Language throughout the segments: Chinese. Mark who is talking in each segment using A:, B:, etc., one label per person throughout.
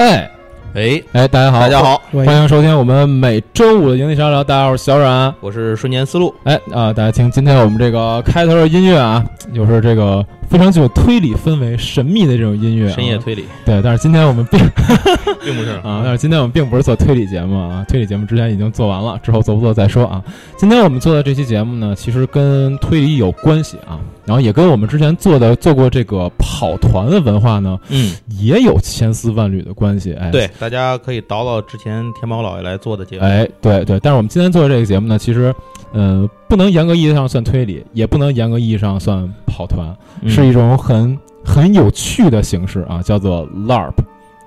A: 哎，
B: 哎，大家好，
A: 大家好，
C: 喂
B: 欢迎收听我们每周五的营地商聊。大家好，我是小冉。
A: 我是瞬间思路，
B: 哎啊、大家听，今天我们这个开头的音乐啊，就是这个非常具有推理氛围、神秘的这种音乐、啊。
A: 深夜推理，
B: 对，但是今天我们并
A: 并不是
B: 啊，但是今天我们并不是做推理节目啊，推理节目之前已经做完了，之后做不做再说啊。今天我们做的这期节目呢，其实跟推理有关系啊，然后也跟我们之前做的做过这个跑团的文化呢，
A: 嗯，
B: 也有千丝万缕的关系。哎，
A: 对，大家可以倒到之前天猫老爷来做的节目，
B: 哎，对对，但是我们今天做的这个节目呢，其实，呃，不能严格意义上算推理，也不能严格意义上算跑团，
A: 嗯
B: 是一种很很有趣的形式啊，叫做 LARP。啊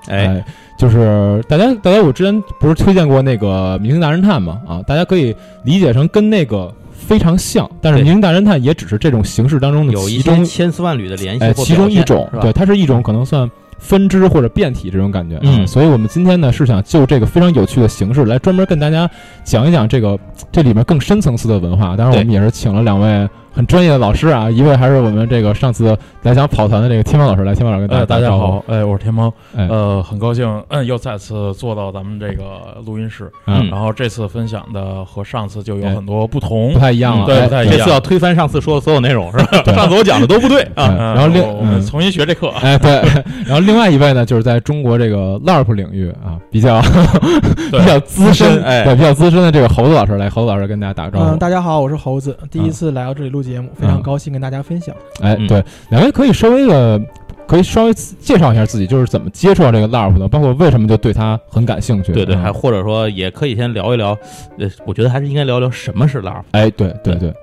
A: 哎，
B: 就是大家大家我之前不是推荐过那个《明星大侦探》嘛，啊，大家可以理解成跟那个非常像，但是《
A: 对
B: 明星大侦探》也只是这种形式当中的
A: 有
B: 其
A: 一些
B: 中
A: 千丝万缕的联系
B: 哎，
A: 或
B: 其中一
A: 表现
B: 种
A: 是，吧
B: 对，它是一种可能算分支或者变体这种感觉。
A: 嗯
B: 啊所以我们今天呢是想就这个非常有趣的形式来专门跟大家讲一讲这个这里面更深层次的文化。当然，我们也是请了两位很专业的老师啊，一位还是我们这个上次来讲跑团的这个天猫老师，来天猫老师跟
D: 呃，
B: 大
D: 大
B: 家
D: 家
B: 打招呼啊
D: 好，哎，我是天猫，
B: 哎
D: 呃，很高兴，嗯，又再次坐到咱们这个录音室，
A: 嗯
D: 然后这次分享的和上次就有
B: 哎
D: 很多不同
B: 不，太一样了，
D: 嗯对
B: 哎
D: 不太一
A: 这
D: 样
A: 次要推翻上次说的所有内容是吧？
B: 对
A: 上次我讲的都不对
B: 哎
A: 啊，
D: 嗯
B: 然后另
D: 我我们
B: 嗯
D: 重新学这课，
B: 哎，对， 然后另外一位呢，就是在中国这个 LARP 领域啊，比较 比较资
A: 资
B: 深，
A: 深哎
B: 对，比较资深的这个猴子老师来，猴子老师跟大家打个招呼。嗯
C: 嗯，大家好，我是猴子，第一次来到这里录节目，非常高兴跟大家分享。
B: 哎，
A: 嗯
B: 对，两位可以稍微的，可以稍微介绍一下自己，就是怎么接触到这个 LARP 的，包括为什么就对它很感兴趣。
A: 对对，
B: 嗯
A: 还或者说也可以先聊一聊，呃，我觉得还是应该聊聊什么是 LARP，
B: 哎，对对对，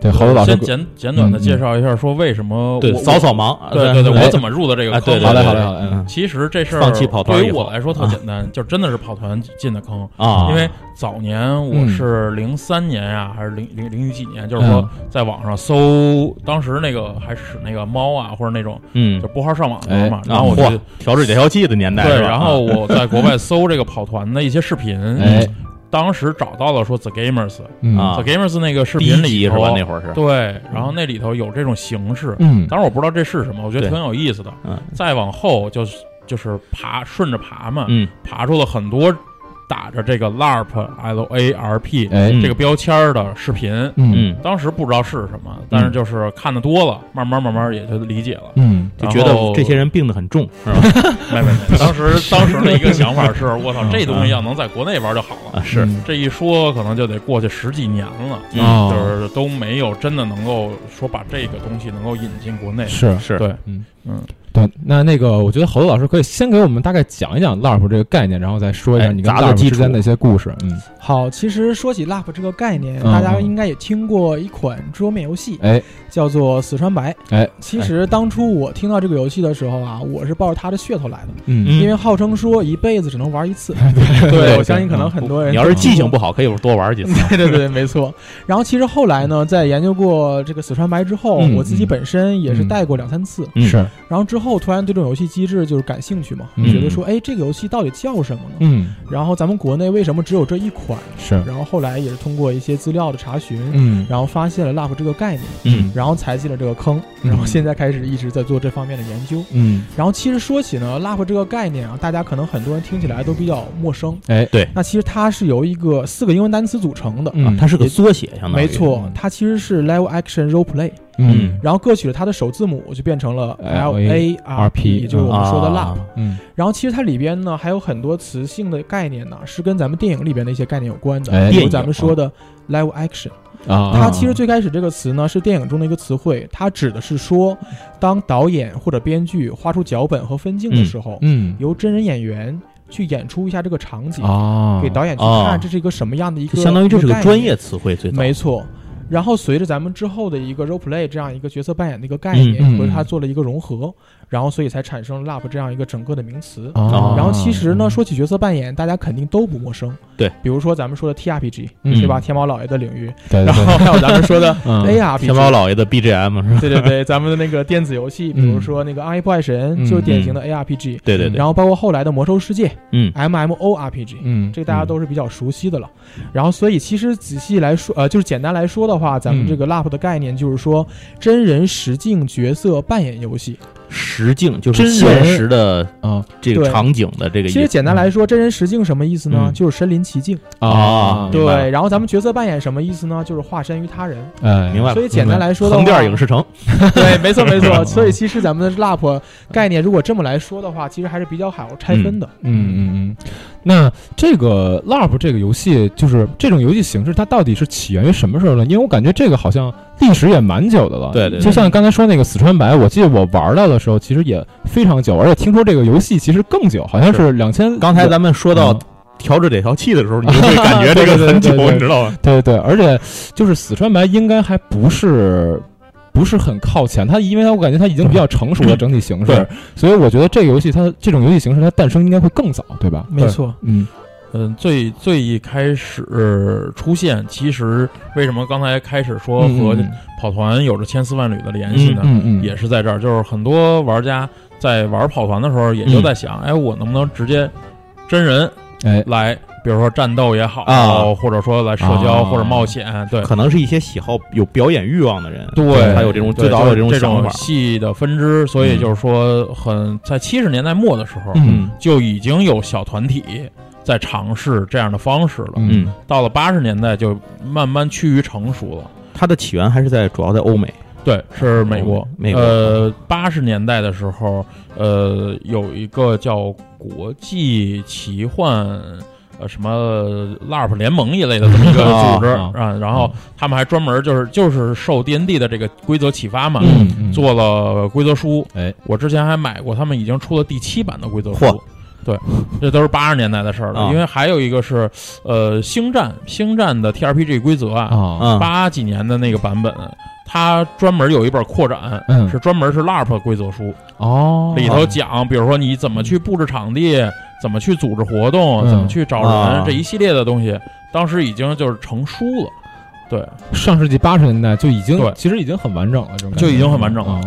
B: 对，猴子老师
D: 先，简简短的介绍一下，说为什么
A: 对，
D: 我
A: 扫扫，盲，啊
D: 我对对对，
B: 哎
D: 我怎么入的这
A: 啊
D: 个
A: 对
D: 坑？
A: 对，
B: 好嘞
A: 对
B: 好嘞
A: 对
B: 好嘞
A: 嗯
B: 嗯
D: 其实这事儿
A: 放弃跑团
D: 对于
A: 以后
D: 我来说特简单，就真的是跑团进的坑，
A: 啊，
D: 因为早年我
B: 嗯
D: 是零三年呀，还是零零零几年，就是
B: 嗯
D: 说在网上搜，当时那个还是那个猫啊，或者那种
A: 嗯
D: 就，拨号上网的时候嘛，
A: 哎
D: 然后我
A: 啊嚯
D: 就
A: 调制解调器的年代
D: 对，
A: 是吧啊
D: 然后我在国外搜这个跑团的一些视频，
B: 哎，
D: 当时找到了说 The Gamers，The
B: 嗯
A: 啊
D: Gamers 那个视
A: 第一
D: 频
A: 集
D: 里
A: 是
D: 头，
A: 吧？那会儿是，
D: 对，然后那里头有这种形式，
B: 嗯，
D: 当然我不知道这是什么，我觉得
A: 对
D: 挺有意思的
A: 嗯。
D: 再往后就是就是爬，顺着爬嘛，
A: 嗯
D: 爬出了很多打着这个 LARP L A R P
B: 哎，
A: 嗯
D: 这个标签儿的视频。
B: 嗯
A: 嗯，
D: 当时不知道是什么，但是就是看的多了，慢慢慢慢也就理解了。
B: 嗯
A: 就觉得这些
D: 人。
A: 人病得很重是吧？
D: 没没没，当时 当时的一个想法是，我操，这东西要能在国内玩就好了。
A: 啊是，
B: 嗯
D: 这一说，可能就得过去十几年了，
B: 哦
D: 就是都没有真的能够说把这个东西能够引进国内。
B: 嗯是
A: 是
D: 对，
B: 对，那那个，我觉得猴子老师可以先给我们大概讲一讲 LARP 这个概念，然后再说一下
A: 哎
B: 你跟
A: 砸了
B: LARP
A: 基
B: 之间
A: 础
B: 的一些故事。嗯，
C: 好，其实说起 LARP 这个概念，
B: 嗯
C: 大家应该也听过一款桌面游戏，
B: 哎
C: 叫做《死川白》。
B: 哎，
C: 其实当初我听到这个游戏的时候啊，我是抱着它的噱头来的，
B: 嗯
C: 因为号称说一辈子只能玩一次。
B: 对
C: 我相信可能
B: 嗯
C: 很多人
A: 你要是记性不好，可以多玩几次。
C: 对对对，没错。然后其实后来呢，在研究过这个死川白之后，
B: 嗯
C: 我自己本身也是
B: 嗯
C: 带过两三次，
A: 嗯
B: 是，
C: 然后之后突然对这种游戏机制就是感兴趣嘛，
B: 嗯
C: 觉得说，哎，这个游戏到底叫什么呢？
B: 嗯
C: 然后咱们国内为什么只有这一款？
B: 是，
C: 然后后来也是通过一些资料的查询，
B: 嗯
C: 然后发现了 LARP 这个概念，
A: 嗯
C: 然后才进了这个坑，
B: 嗯
C: 然后现在开始一直在做这方面的研究。
B: 嗯，
C: 然后其实说起呢，LARP 这个概念啊，大家可能很多人听起来都比较陌生。
B: 哎
A: 对
C: 那其实它是由一个四个英文单词组成的，
B: 嗯，
A: 啊它是个缩写，相当于
C: 没错
B: 嗯，
C: 它其实是 Live Action Role Play，
B: 嗯
C: 然后各取了它的首字母，就变成了 L A R
B: LARP
C: P，也就是我们说的 LARP。
A: 啊
B: 嗯，
C: 然后其实它里边呢还有很多词性的概念呢，是跟咱们电影里边的一些概念有关
B: 哎
C: 的，比
A: 电影
C: 如
A: 啊
C: 咱们说的 Live Action。
B: 啊，
C: 它其实最开始这个词呢是电影中的一个词汇，它指的是说，当导演或者编剧画出脚本和分镜的时候，
B: 嗯
C: 由真人演员去演出一下这个场景，
B: 啊，
C: 给导演去
A: 啊
C: 看这是一个什么样的一个，
A: 就相当于这是
C: 一
A: 个
C: 概
A: 专
C: 念
A: 业词汇，最早
C: 没错。然后随着咱们之后的一个 role play 这样一个角色扮演的一个概念
B: 嗯嗯，
C: 和它做了一个融合，然后所以才产生了 LARP 这样一个整个的名词。
B: 啊，
C: 然后其实呢，说起角色扮演，大家肯定都不陌生。
A: 对，
C: 比如说咱们说的 TRPG，
B: 嗯
C: 对吧？天猫老爷的领域，
B: 对，
C: 然后还有咱们说的
B: 哎，
C: ARPG，
A: 天猫老爷的 BGM 是吧？
C: 对对对，咱们的那个电子游戏，比如说那个《暗黑破坏神
B: 嗯》，
C: 就是典型的 ARPG。
A: 嗯对对对，
C: 然后包括后来的《魔兽世界》
A: 嗯
C: MMORPG，
B: 嗯，
C: 这个大家都是比较熟悉的了。然后，所以其实仔细来说，呃，就是简单来说的话，咱们这个 LARP 的概念就是说真人实境角色扮演游戏，
A: 实境，就
B: 真
A: 是
B: 人
A: 现实的
B: 啊
A: 这个
C: 嗯对
A: 场景的这个意
C: 其
A: 思。
C: 实简单来说，真人实境什么意思呢？
B: 嗯
C: 就是身临其境。
B: 哦
A: 啊明白了
C: 对，然后咱们角色扮演什么意思呢？就是化身于 他人。
B: 哎，
A: 明白了
C: 所以简单来说的话，
A: 横店影视城，
C: 对，没错没
B: 嗯
C: 错。所以其实咱们的 LAP 概念，如果这么来说的话，其实还是比较好拆分的。
B: 嗯嗯嗯。那这个 LARP 这个游戏，就是这种游戏形式，它到底是起源于什么时候呢？因为我感觉这个好像历史也蛮久的了。
A: 对对对
B: 就像刚才说那个四川白，我记得我玩到的时候其实也非常久，而且听说这个游戏其实更久，好像是两千。
A: 刚才咱们说到
B: 嗯
A: 调制这条气的时候，你就会感觉
B: 对
A: 这个
B: 对对
A: 很久
B: 对对，对
A: 你知道吗？
B: 对对，而且就是四川白应该还不是。不是很靠前，它因为它我感觉它已经比较成熟了整体形式
A: 对，
B: 所以我觉得这个游戏它这种游戏形式它诞生应该会更早，对吧？
C: 没错，
B: 嗯
D: 嗯，最最一开始出现，其实为什么刚才开始说
B: 嗯
D: 和
B: 嗯
D: 跑团有着千丝万缕的联系呢？
B: 嗯嗯，
D: 也是在这儿，就是很多玩家在玩跑团的时候，也就在
B: 嗯
D: 想，哎，我能不能直接真人
B: 哎，
D: 来，比如说战斗也好，
A: 啊
D: 或者说来社交、
B: 啊
D: 或者冒险，对。
A: 可能是一些喜好有表演欲望的人，
D: 对，
A: 他有这种最早有
D: 有
A: 这种
D: 这
A: 想法嗯
D: 种，戏的分支，所以就是说很，在七十年代末的时候，
B: 嗯
D: 就已经有小团体在尝试这样的方式了。
A: 嗯，
D: 到了八十年代，就慢慢趋于成熟了。
A: 它的起源还是在主要在欧美，
D: 对，是美国。
A: 美国
D: 呃，八十年代的时候，呃，有一个叫国际奇幻呃什么 LARP 联盟一类的这么一个
A: 啊
D: 组织
B: 啊
D: 啊，然后他们还专门就是就是受 D&D 的这个规则启发嘛。
B: 嗯嗯
D: 做了规则书，
B: 哎，
D: 我之前还买过，他们已经出了第七版的规则
A: 嚯
D: 书，对，这都是八十年代的事儿了。
A: 啊
D: 因为还有一个是，呃，星战，星战的 TRPG 规则啊，
B: 啊
A: 嗯，
D: 八几年的那个版本，它专门有一本扩展，
B: 嗯
D: 是专门是 LARP 规则书，
B: 哦
D: 里头讲，比如说你怎么去布置场地，怎么去组织活动，
B: 嗯
D: 怎么去找人，
A: 啊
D: 这一系列的东西，当时已经就是成书了，对，
B: 上世纪八十年代就已经
D: 对
B: 其实已经很完整了，这种感觉
D: 就已经很完整了
B: 啊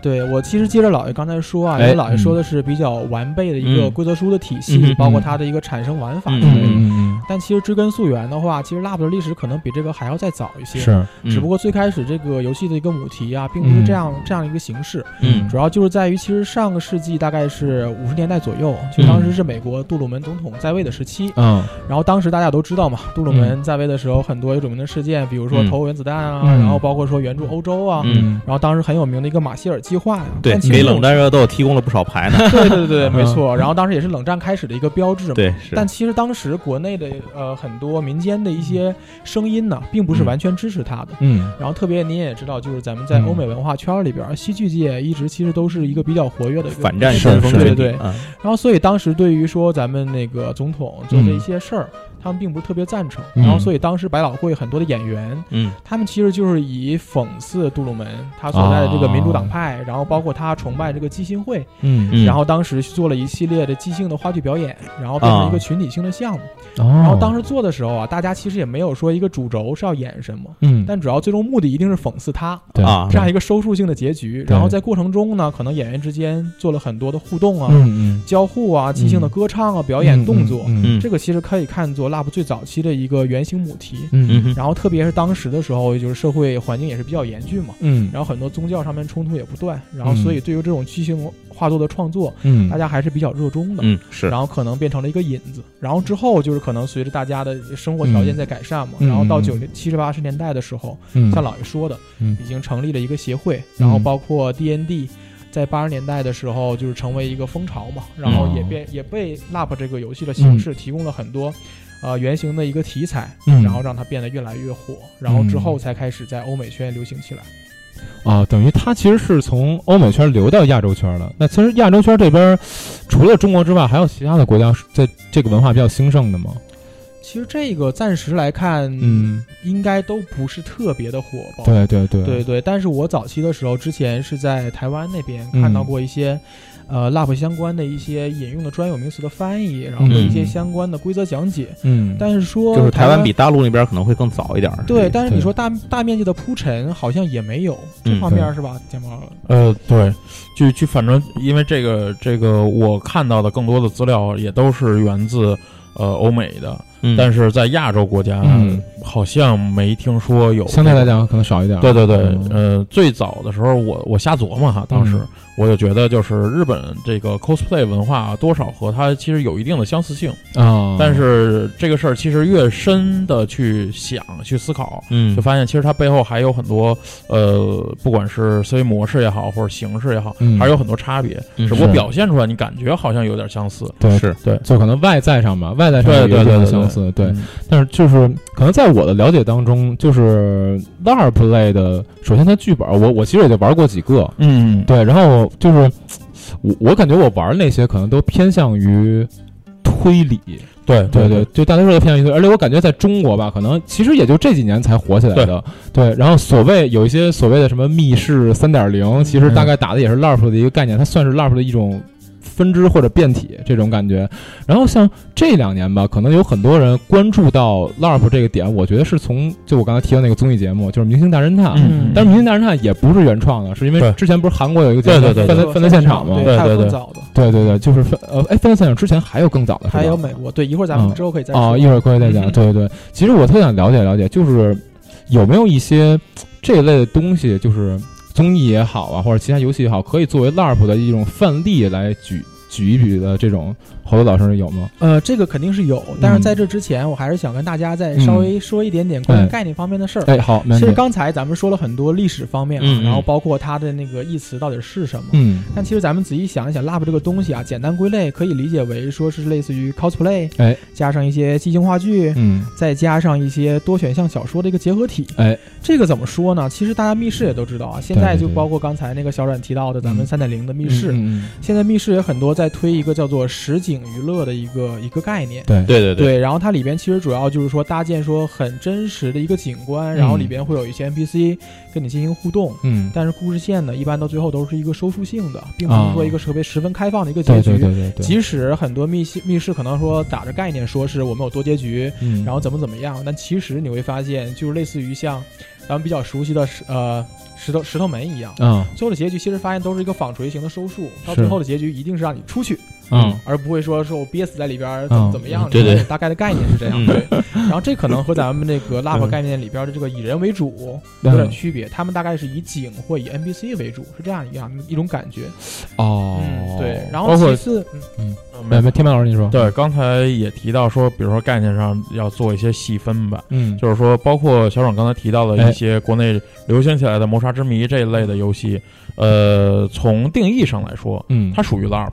C: 对我其实接着老爷刚才说啊，因
B: 哎
C: 为老爷说的是比较完备的一个
A: 嗯
C: 规则书的体
A: 嗯
C: 系
A: 嗯，
C: 包括它的一个产生玩法
A: 嗯
C: 之类的。
B: 嗯嗯
C: 但其实追根溯源的话，其实 LAP 的历史可能比这个还要再早一
B: 嗯
C: 些。
B: 是
C: 只不过最开始这个游戏的一个母题啊，并不是这样、这样一个形式，
A: 嗯
C: 主要就是在于其实上个世纪大概是五十年代左右，就当
A: 嗯
C: 时是美国杜鲁门总统在位的时期，
B: 嗯
C: 然后当时大家都知道嘛，杜鲁门在位的时候很多有著名的事件，比如说
A: 嗯
C: 投原子弹啊，
B: 嗯
C: 然后包括说援助欧洲啊。
A: 嗯
C: 然后当时很有名的一个马歇尔计划呀、
A: 对
C: 但其，实
A: 给
C: 这种
A: 冷战热斗提供了不少牌呢，
C: 对对对对，
B: 嗯
C: 没错。然后当时也是冷战开始的一个标志嘛。
A: 对，是，
C: 但其实当时国内的呃很多民间的一些声音呢，并不是
A: 嗯
C: 完全支持他的。
B: 嗯
C: 然后特别您也知道，就是咱们在
B: 嗯
C: 欧美文化圈里边儿，戏剧界一直其实都是一个比较活跃的一个
A: 反战
B: 是
A: 先锋
B: 是
A: 群
C: 对
A: 体
C: 对，
A: 嗯
C: 然后所以当时对于说咱们那个总统做的一些事儿，他们并不是特别赞成。
B: 嗯
C: 然后所以当时百老汇很多的演员，
A: 嗯
C: 他们其实就是以讽刺杜鲁门他所在的这个民主党派，然后包括他崇拜这个基辛会，
B: 嗯
A: 嗯
C: 然后当时做了一系列的即兴的话剧表演，然后变成一个群体性的项目。
A: 哦
B: 然
C: 然后当时做的时候啊，大家其实也没有说一个主轴是要演什么，
B: 嗯
C: 但主要最终目的一定是讽刺他。
B: 对
A: 啊
C: 这样一个收束性的结局。
B: 对
C: 然后在过程中呢，可能演员之间做了很多的互动啊、
B: 嗯嗯
C: 交互啊、即兴的歌唱啊、表演动作。
B: 嗯
A: 嗯
C: 这个其实可以看作 LAP 最早期的一个原型母题。
B: 嗯
A: 嗯哼
C: 然后特别是当时的时候，就是社会环境也是比较严峻嘛，
B: 嗯
C: 然后很多宗教上面冲突也不断，然后
B: 嗯
C: 所以对于这种即兴画作的创作，
B: 嗯
C: 大家还是比较热衷的。
A: 嗯是
C: 然后可能变成了一个引子，然后之后就是可能随着大家的生活条件在改善嘛，
B: 嗯
C: 然后到
B: 嗯
C: 九零七十八十年代的时候，
B: 嗯
C: 像老爷说的，
B: 嗯
C: 已经成立了一个协会，然后
B: 嗯
C: 包括 DND，在八十年代的时候就是成为一个风潮嘛，然后
B: 哦
C: 也变也被 LAP 这个游戏的形式提供了很多。呃，原型的一个题材，
B: 嗯
C: 然后让它变得越来越火，然后之后才开始在欧美圈流行起来。
B: 啊，等于它其实是从欧美圈流到亚洲圈的。那其实亚洲圈这边除了中国之外，还有其他的国家是在这个文化比较兴盛的吗？
C: 其实这个暂时来看，
B: 嗯，
C: 应该都不是特别的火爆。
B: 对对对
C: 对对，但是我早期的时候，之前是在台湾那边
B: 嗯
C: 看到过一些，呃，LAP 相关的一些引用的专有名词的翻译，然后一些
B: 嗯
C: 相关的规则讲解。
B: 嗯，
C: 但是说
A: 就是台
C: 台
A: 湾比大陆那边可能会更早一点儿，
C: 对，但是
B: 对
C: 你说大大面积的铺陈好像也没有这
A: 嗯
C: 方
B: 对
C: 面儿是吧，睫毛？
D: 呃，对，就就反正因为这个这个，我看到的更多的资料也都是源自呃欧美的，
A: 嗯
D: 但是在亚洲国家
B: 嗯
D: 好像没听说有。
B: 相对来，讲可能少一点。
D: 对对对
B: 嗯，
D: 呃，最早的时候我我瞎琢磨哈，当时
B: 嗯
D: 我就觉得就是日本这个 cosplay 文化啊多少和它其实有一定的相似性，
B: 啊，
D: 但是这个事儿其实越深的去想去思考，
A: 嗯
D: 就发现其实它背后还有很多呃，不管是思维模式也好，或者形式也好，
B: 嗯
D: 还是有很多差别，
A: 嗯
D: 只不过
B: 是
D: 表现出来你感觉好像有点相似。
B: 对
A: 是
D: 对
B: 就可能外在上吧，外在上
D: 对
B: 有一
D: 对
B: 定
D: 对
B: 的
D: 对
B: 相
D: 对
B: 似，对。
D: 嗯，
B: 但是就是可能在我的了解当中，就是 LARP 类的，首先它剧本，我我其实也就玩过几个，
D: 嗯，
B: 对，然后就是我我感觉我玩那些可能都偏向于推理，
D: 对
B: 对对
D: 对，，
B: 就大多数都偏向于推理，而且我感觉在中国吧，可能其实也就这几年才火起来的，对。然后所谓有一些所谓的什么密室三点零，其实大概打的也是 LARP 的一个概念，它算是 LARP 的一种。分支或者变体这种感觉，然后像这两年吧，可能有很多人关注到 LARP 这个点，我觉得是从就我刚才提到那个综艺节目，就是《明星大侦探》，
D: 嗯，
B: 但是《明星大侦探》也不是原创的，是因为
D: 对
B: 之前不是韩国有一个节目
D: 对对对
B: 犯
D: 对
B: 罪犯罪现场嘛
C: 对，，
D: 对
C: 还有
D: 对
C: 更
D: 对
C: 早的，
B: 对对对，就是犯呃哎犯罪现场之前还有更早的，是吧
C: 还有美国，对，一会儿咱
B: 嗯
C: 们之后可以再说。
B: 哦，一会儿可以再讲。
C: 嗯
B: 对对对，其实我特想了解了解，就是有没有一些这一类的东西，就是综艺也好啊，或者其他游戏也好，可以作为 LARP 的一种范例来举举一举的这种，侯老师有吗？
C: 呃，这个肯定是有，但是
B: 嗯
C: 在这之前，我还是想跟大家再稍微说一点点关
B: 哎
C: 于概念方面的事儿。
B: 哎，好，没
C: 其实
B: 问题。
C: 刚才咱们说了很多历史方面啊，
A: 嗯嗯
C: 然后包括它的那个意词到底是什么。
B: 嗯，
C: 但其实咱们仔细想一想，lab 这个东西啊，简单归类可以理解为说是类似于 cosplay，
B: 哎，
C: 加上一些即兴话剧，
B: 嗯，
C: 再加上一些多选项小说的一个结合体。
B: 哎，
C: 这个怎么说呢？其实大家密室也都知道啊，现在
B: 对对
C: 就
B: 对
C: 包括刚才那个小冉提到的咱
B: 嗯
C: 们三点零的密室，
B: 嗯，嗯
C: 现在密室也很多在推一个叫做实景娱乐的一个一个概念。
B: 嗯对，
A: 对对对，
C: 对，然后它里边其实主要就是说搭建说很真实的一个景观，然后
B: 嗯
C: 里边会有一些 NPC 跟你进行互动，
B: 嗯，
C: 但是故事线呢，一般到最后都是一个收束性的，并不是说一个特别十分开放的一个结
B: 啊对
C: 局。
B: 对对对对，
C: 即使很多密室密室可能说打着概念说是我们有多结局，
B: 嗯，
C: 然后怎么怎么样，但其实你会发现，就是类似于像咱们比较熟悉的石呃石头石头门一样。
B: 嗯
C: 最后的结局其实发现都是一个纺锤型的收束，到最
B: 是
C: 后的结局一定是让你出去，
B: 嗯
C: 而不会说说我憋死在里边儿怎么
B: 嗯
C: 怎么样，
A: 对对
C: 大概的概念是这样。
A: 嗯
C: 对，然后这可能和咱们那个 LARP
B: 嗯
C: 概念里边的这个以人为主有点
B: 嗯，
C: 区别，他们大概是以景或以 NPC 为主，是这样一样一种感觉。
B: 哦，
C: 嗯，对。然
D: 包
C: 后
D: 括
C: 其次，嗯
B: 没没，天曼老师你说，，
D: 对，刚才也提到说，比如说概念上要做一些细分吧，
B: 嗯，
D: 就是说，包括小爽刚才提到的
B: 哎
D: 一些国内流行起来的《谋杀之谜》这一类的游戏，呃，从定义上来说，
B: 嗯，
D: 它属于 LARP，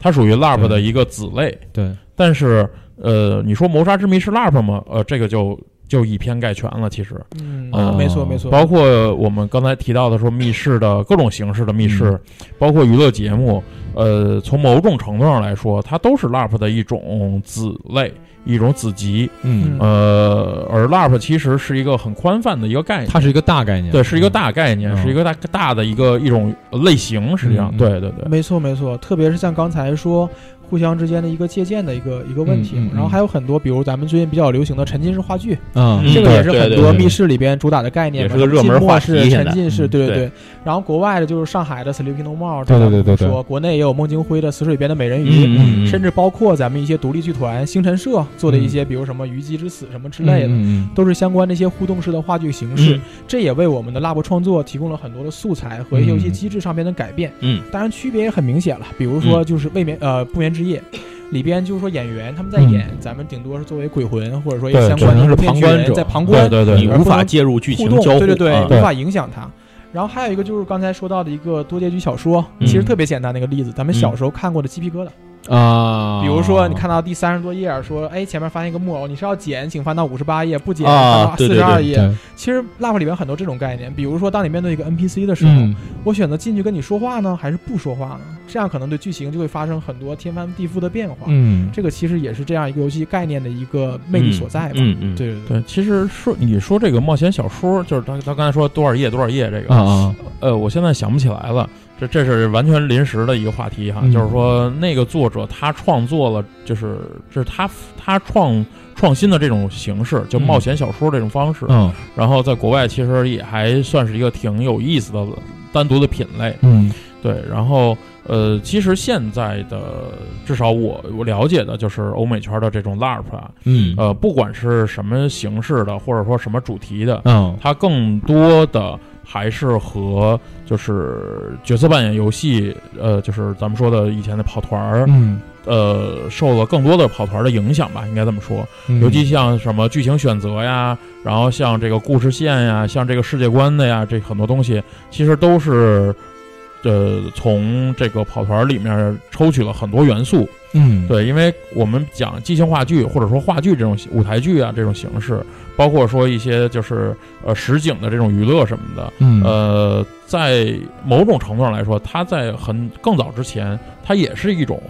D: 它属于 LARP 的
B: 对
D: 一个子类。
B: 对，嗯
D: 但是，呃，你说《谋杀之谜》是 LARP 吗？呃，这个就就以偏概全了。其实，
C: 嗯，
B: 哦
C: 没错没错，
D: 包括我们刚才提到的说密室的各种形式的密室，
B: 嗯
D: 包括娱乐节目，呃，从某种程度上来说，它都是 LARP 的一种子类，一种子集。
B: 嗯，
D: 呃，而 LARP 其实是一个很宽泛的一个概念，
B: 它是一个大概念，
D: 对，是一个大概念，
B: 嗯
D: 是一个大大的一个一种类型，实际上，
B: 嗯嗯
D: 对对对，
C: 没错没错，特别是像刚才说。互相之间的一个借鉴的一个一个问题嘛
B: 嗯嗯嗯
C: 然后还有很多，比如咱们最近比较流行的沉浸式话剧，
B: 嗯，嗯，
C: 这个也是
A: 对
C: 很
A: 对
C: 多
B: 对
C: 密室里边主打的概念嘛，
A: 也是个热门
C: 沉浸
A: 话
C: 式
A: 题现
C: 沉
A: 在
C: 浸式，
B: 嗯
C: 对
A: 对
C: 对。然后国外的就是上海的 Sleeping No More，
B: 对对对对对
C: 说国内也有孟京辉的《死水边的美人鱼》。
A: 嗯嗯嗯
C: 甚至包括咱们一些独立剧团星辰社做的一些，比如什么《虞姬之死》什么之类的，
B: 嗯嗯嗯嗯
C: 都是相关的一些互动式的话剧形式。这也为我们的 Lab 创作提供了很多的素材和一些游戏机制上面的改变。
A: 嗯，
C: 当然区别也很明显了，比如说
B: 嗯
C: 就是未眠、呃不眠之夜。里边就是说演员他们在演，咱们顶多是作为鬼魂或者说一
D: 对
C: 些相
B: 嗯
C: 关
B: 只能
C: 的
B: 是
C: 电
B: 旁
C: 锯
B: 观
C: 人
B: 者
C: 在旁
D: 对
C: 观
D: 对
A: 你
D: 对，
A: 嗯无法介入剧
C: 互
A: 情
C: 动，
A: 交互，
C: 对对对，
A: 啊
C: 无法影响他。然后还有一个就是刚才说到的一个多结局小说，
A: 嗯
C: 其实特别简单的一个例子，咱们小时候看过的鸡皮疙瘩。
B: 啊，
C: 比如说你看到第三十多页，说哎前面发现一个木偶，你是要捡，请翻到五十八页；不捡，
A: 啊
C: 翻到
A: 对
C: 四
A: 对
C: 十二
A: 对
C: 页。
B: 对，
C: 其实 Love 里面很多这种概念，比如说当你面对一个 NPC 的时候，
B: 嗯，
C: 我选择进去跟你说话呢，还是不说话呢？这样可能对剧情就会发生很多天翻地覆的变化。
B: 嗯，
C: 这个其实也是这样一个游戏概念的一个魅力所在吧。
A: 嗯嗯，
C: 对对对。
D: 对，其实说你说这个冒险小说，就是他他刚才说多少页多少页这个，
B: 啊啊，
D: 呃，我现在想不起来了，这这是完全临时的一个话题哈，
B: 嗯
D: 就是说那个作者他创作了，就是这是他他创创新的这种形式，就
B: 嗯
D: 冒险小说这种方式，
B: 嗯
D: 然后在国外其实也还算是一个挺有意思的单独的品类，
B: 嗯
D: 对，然后呃，其实现在的至少我我了解的就是欧美圈的这种 LARP 啊，
B: 嗯
D: 呃，不管是什么形式的，或者说什么主题的，
B: 嗯
D: 它更多的还是和就是角色扮演游戏，呃，就是咱们说的以前的跑团儿，
B: 嗯，
D: 呃，受了更多的跑团儿的影响吧，应该这么说。
B: 嗯
D: 尤其像什么剧情选择呀，然后像这个故事线呀，像这个世界观的呀，这很多东西其实都是，呃，从这个跑团儿里面抽取了很多元素。
B: 嗯
D: 对，因为我们讲即兴话剧或者说话剧这种舞台剧啊这种形式，包括说一些就是呃实景的这种娱乐什么的，
B: 嗯
D: 呃，在某种程度上来说，它在很更早之前，它也是一种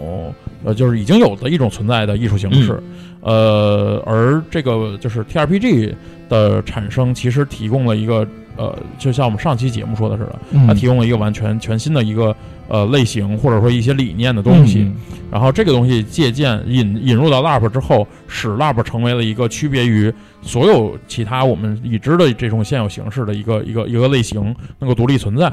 D: 呃就是已经有的一种存在的艺术形式。
B: 嗯
D: 呃，而这个就是 TRPG 的产生，其实提供了一个呃，就像我们上期节目说的似的，
B: 嗯
D: 它提供了一个完全全新的一个呃类型或者说一些理念的东西。
B: 嗯
D: 然后这个东西借鉴引引入到 LARP 之后，使 LARP 成为了一个区别于所有其他我们已知的这种现有形式的一个一个一个类型，能够独立存在。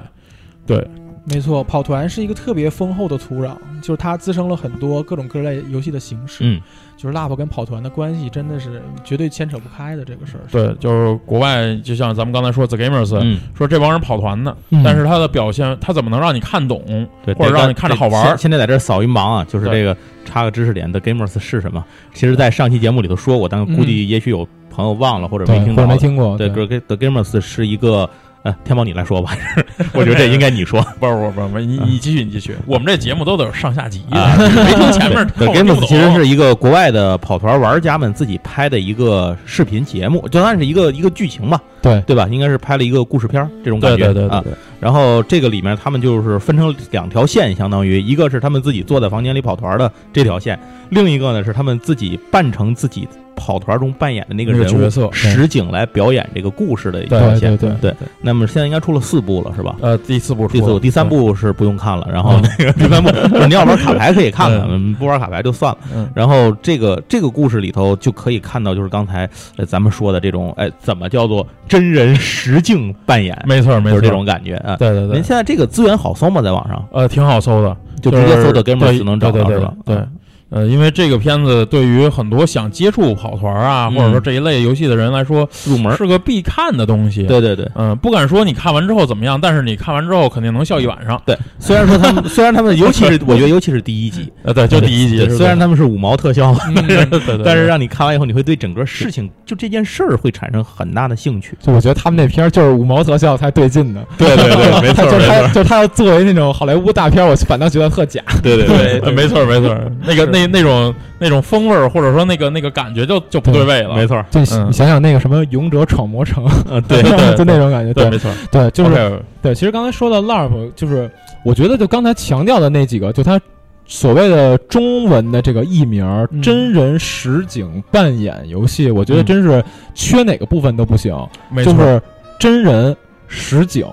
D: 对，
C: 没错，跑团是一个特别丰厚的土壤，就是它滋生了很多各种各类游戏的形式。
A: 嗯，
C: 就是 LARP 跟跑团的关系真的是绝对牵扯不开的这个事儿。
D: 对，就是国外，就像咱们刚才说 The Gamers，、
A: 嗯，
D: 说这帮人跑团呢，
B: 嗯
D: 但是他的表现，他怎么能让你看懂？
A: 对，
D: 或者
A: 得
D: 让
A: 干
D: 你看着好玩儿
A: 现现在在这儿扫一盲啊，就是
D: 对
A: 这个插个知识点的 Gamers 是什么？其实，在上期节目里头说过，但估
D: 嗯
A: 计也许有朋友忘了或者
B: 对
A: 没听
B: 或者
A: 到
B: 没
A: 的。
B: 听过，
A: 对
B: 对，
A: ，The The Gamers 是一个呃，天宝你来说吧， 我觉得这应该你说。
D: 不是，不是，不是，你你继续，你继续。我们这节目都得有上下集的，
A: 啊
D: 没听前 面
A: 对 The
D: 我听不
A: Gamers
D: 懂
A: 其实是一个国外的跑团玩家们自己拍的一个视频节目，就算是一个一个剧情吧，
B: 对
A: 对吧？应该是拍了一个故事片儿这种感
D: 对
A: 觉
D: 对对对
A: 啊。
D: 对，
A: 然后这个里面他们就是分成两条线，相当于一个是他们自己坐在房间里跑团的这条线，另一个呢是他们自己扮成自己跑团中扮演的那个
D: 那个
A: 人物
D: 角色
A: 实景来表演这个故事的一条
B: 对
A: 线
B: 对。对
A: 对那么现在应该出了四部了，是吧？
D: 呃，第四部出
A: 第
D: 了，
A: 四部、第三
D: 对，嗯
A: 部是不用看了，然后那个第三部 就是你要玩卡牌可以看看，嗯不玩卡牌就算了。
D: 嗯，
A: 然后这个这个故事里头就可以看到，就是刚才呃咱们说的这种，哎，怎么叫做真人实境扮演，
D: 没错，没
A: 就
D: 错，
A: 是这种感觉啊。
D: 对对
A: 您
D: 对，
A: 现在这个资源好搜吗？在网上
D: 呃，挺好搜的，
A: 就直
D: 是
A: 接搜的 Gamers
D: 对
A: 就能找
D: 对
A: 到
D: 对
A: 是
D: 对
A: 吧？
D: 对
A: 嗯，
D: 呃，因为这个片子对于很多想接触跑团啊，
A: 嗯
D: 或者说这一类游戏的人来说，
A: 入门儿。
D: 是个必看的东西。，
A: 对对对
D: 嗯，不敢说你看完之后怎么样，但是你看完之后肯定能笑一晚上。
A: 对，虽然说他们，虽然他们，尤其是我觉得，尤其是第一集，
D: 呃，对，就第一集
A: 对，
D: 是吧
A: 虽然他们是五毛特效，
C: 嗯
D: 对对对，
A: 但是让你看完以后，你会对整个事情，就这件事儿会产生很大的兴趣。
B: 就我觉得他们那片儿就是五毛特效才对劲的，
D: 对对对， 没
B: 他
D: 错
B: 就
D: 没
B: 他
D: 错，
B: 就他要作为那种好莱坞大片儿，我反倒觉得特假。
A: 对对
D: 对，对没错没错， 那个那那种那种风味儿，或者说那个那个感觉就就不对味了。
A: 没错儿，
B: 就你
D: 嗯
B: 你想想那个什么《勇者闯魔城》，
A: 嗯， 对
D: 对
B: 就那种感觉，
D: 对，
B: 对
D: 没错，
B: 对，就是
D: OK，
B: 对，其实刚才说到 LARP，就是我觉得就刚才强调的那几个，就它所谓的中文的这个译名儿、
C: 嗯
B: 真人实景扮演游戏，我觉得
D: 嗯
B: 真是缺哪个部分都不行，
D: 没
B: 就
D: 错，
B: 是真人实景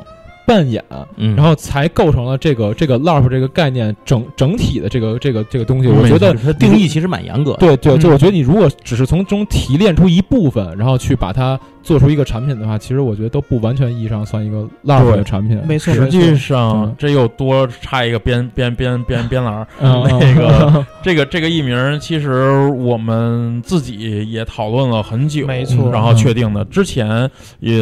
B: 扮演，
A: 嗯，
B: 然后才构成了这个这个 LARP 这个概念整整体的这个这个这个东西。我
D: 嗯没
B: 觉得
D: 错
A: 它定义其实蛮严格的。
B: 对对，就
D: 嗯
B: 我觉得你如果只是从中提炼出一部分，然后去把它做出一个产品的话，其实我觉得都不完全意义上算一个 LARP
D: 对
B: 的产品。
C: 没错，
D: 实
C: 没错
D: 际上
B: 嗯
D: 这又多插一个边边边边 边栏儿，
B: 嗯，
D: 那个这个这个艺名儿，其实我们自己也讨论了很久，
C: 没错嗯
D: 然后确定的。之前也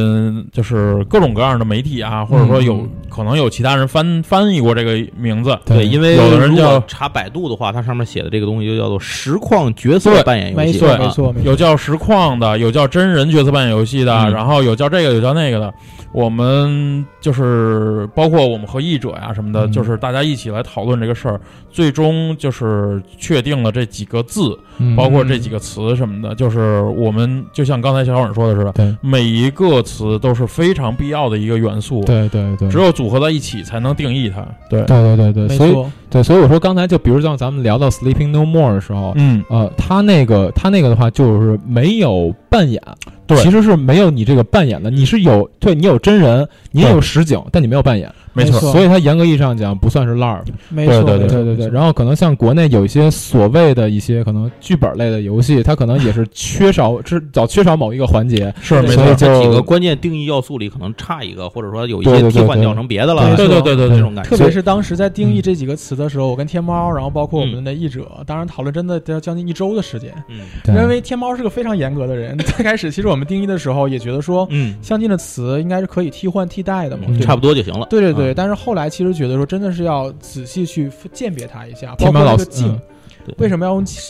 D: 就是各种各样的媒体啊，或者说有、
C: 嗯
D: 可能有其他人翻翻译过这个名字，
A: 对，因为
D: 有的人
A: 如果
D: 叫
A: 查百度的话，它上面写的这个东西就叫做实况角色扮演游
C: 没
A: 戏，
C: 错，
A: 啊
C: 没，错，没错。
D: 有叫实况的，有叫真人角色扮演游戏的，
A: 嗯
D: 然后有叫这个，有叫那个的。我们就是包括我们和译者呀、什么的，
B: 嗯
D: 就是大家一起来讨论这个事儿，最终就是确定了这几个字。
B: 嗯
D: 包括这几个词什么的，就是我们就像刚才小冉说的似的，
B: 对
D: 每一个词都是非常必要的一个元素，
B: 对对对，
D: 只有组合在一起才能定义它。对，
B: 对对对啊
C: 没
B: 对，所以
C: 错，
B: 对，所以我说刚才就比如像咱们聊到 Sleeping No More 的时候，
D: 嗯，
B: 呃，他那个他那个的话就是没有扮演，
D: 对
B: 其实是没有你这个扮演的，你是有对你有真人，你也
D: 对
B: 有实景，但你没有扮演，
D: 没
C: 没
D: 错
C: 错，
B: 所以它严格意义上讲不算是 LARP。
C: 没错，
D: 对对
C: 没
B: 对
C: 错
B: 对对，
C: 没错
B: 然后可能像国内有一些所谓的一些可能剧本类的游戏，它可能也是缺少，至早缺少某一个环节，
D: 是没
B: 所以
D: 错，
A: 这
B: 就
A: 几个关键定义要素里可能差一个，或者说有一
B: 对
A: 些
B: 对对
A: 替换
B: 对
A: 掉成别的了，
D: 对
C: 对
D: 对对
C: 对对
D: 对
A: 这
D: 对，
A: 种感觉。
C: 特别是当时在定义
B: 嗯
C: 这几个词的时候，我跟天猫，然后包括我
A: 嗯
C: 们的译者，当然讨论真的得要将近一周的时间，
A: 嗯
C: 因为天猫是个非常严格的人。 最开始其实我们定义的时候也觉得说，
A: 嗯，
C: 相近的词应该是可以替换替代的嘛，
B: 嗯
C: 对吧
A: 差不多就行了。
C: 对对对，
A: 啊
C: 但是后来其实觉得说，真的是要仔细去鉴别它一下，包
B: 天
C: 括
B: 猫老
C: 那
B: 师嗯
C: 个境，
A: 对
C: 为什么要用境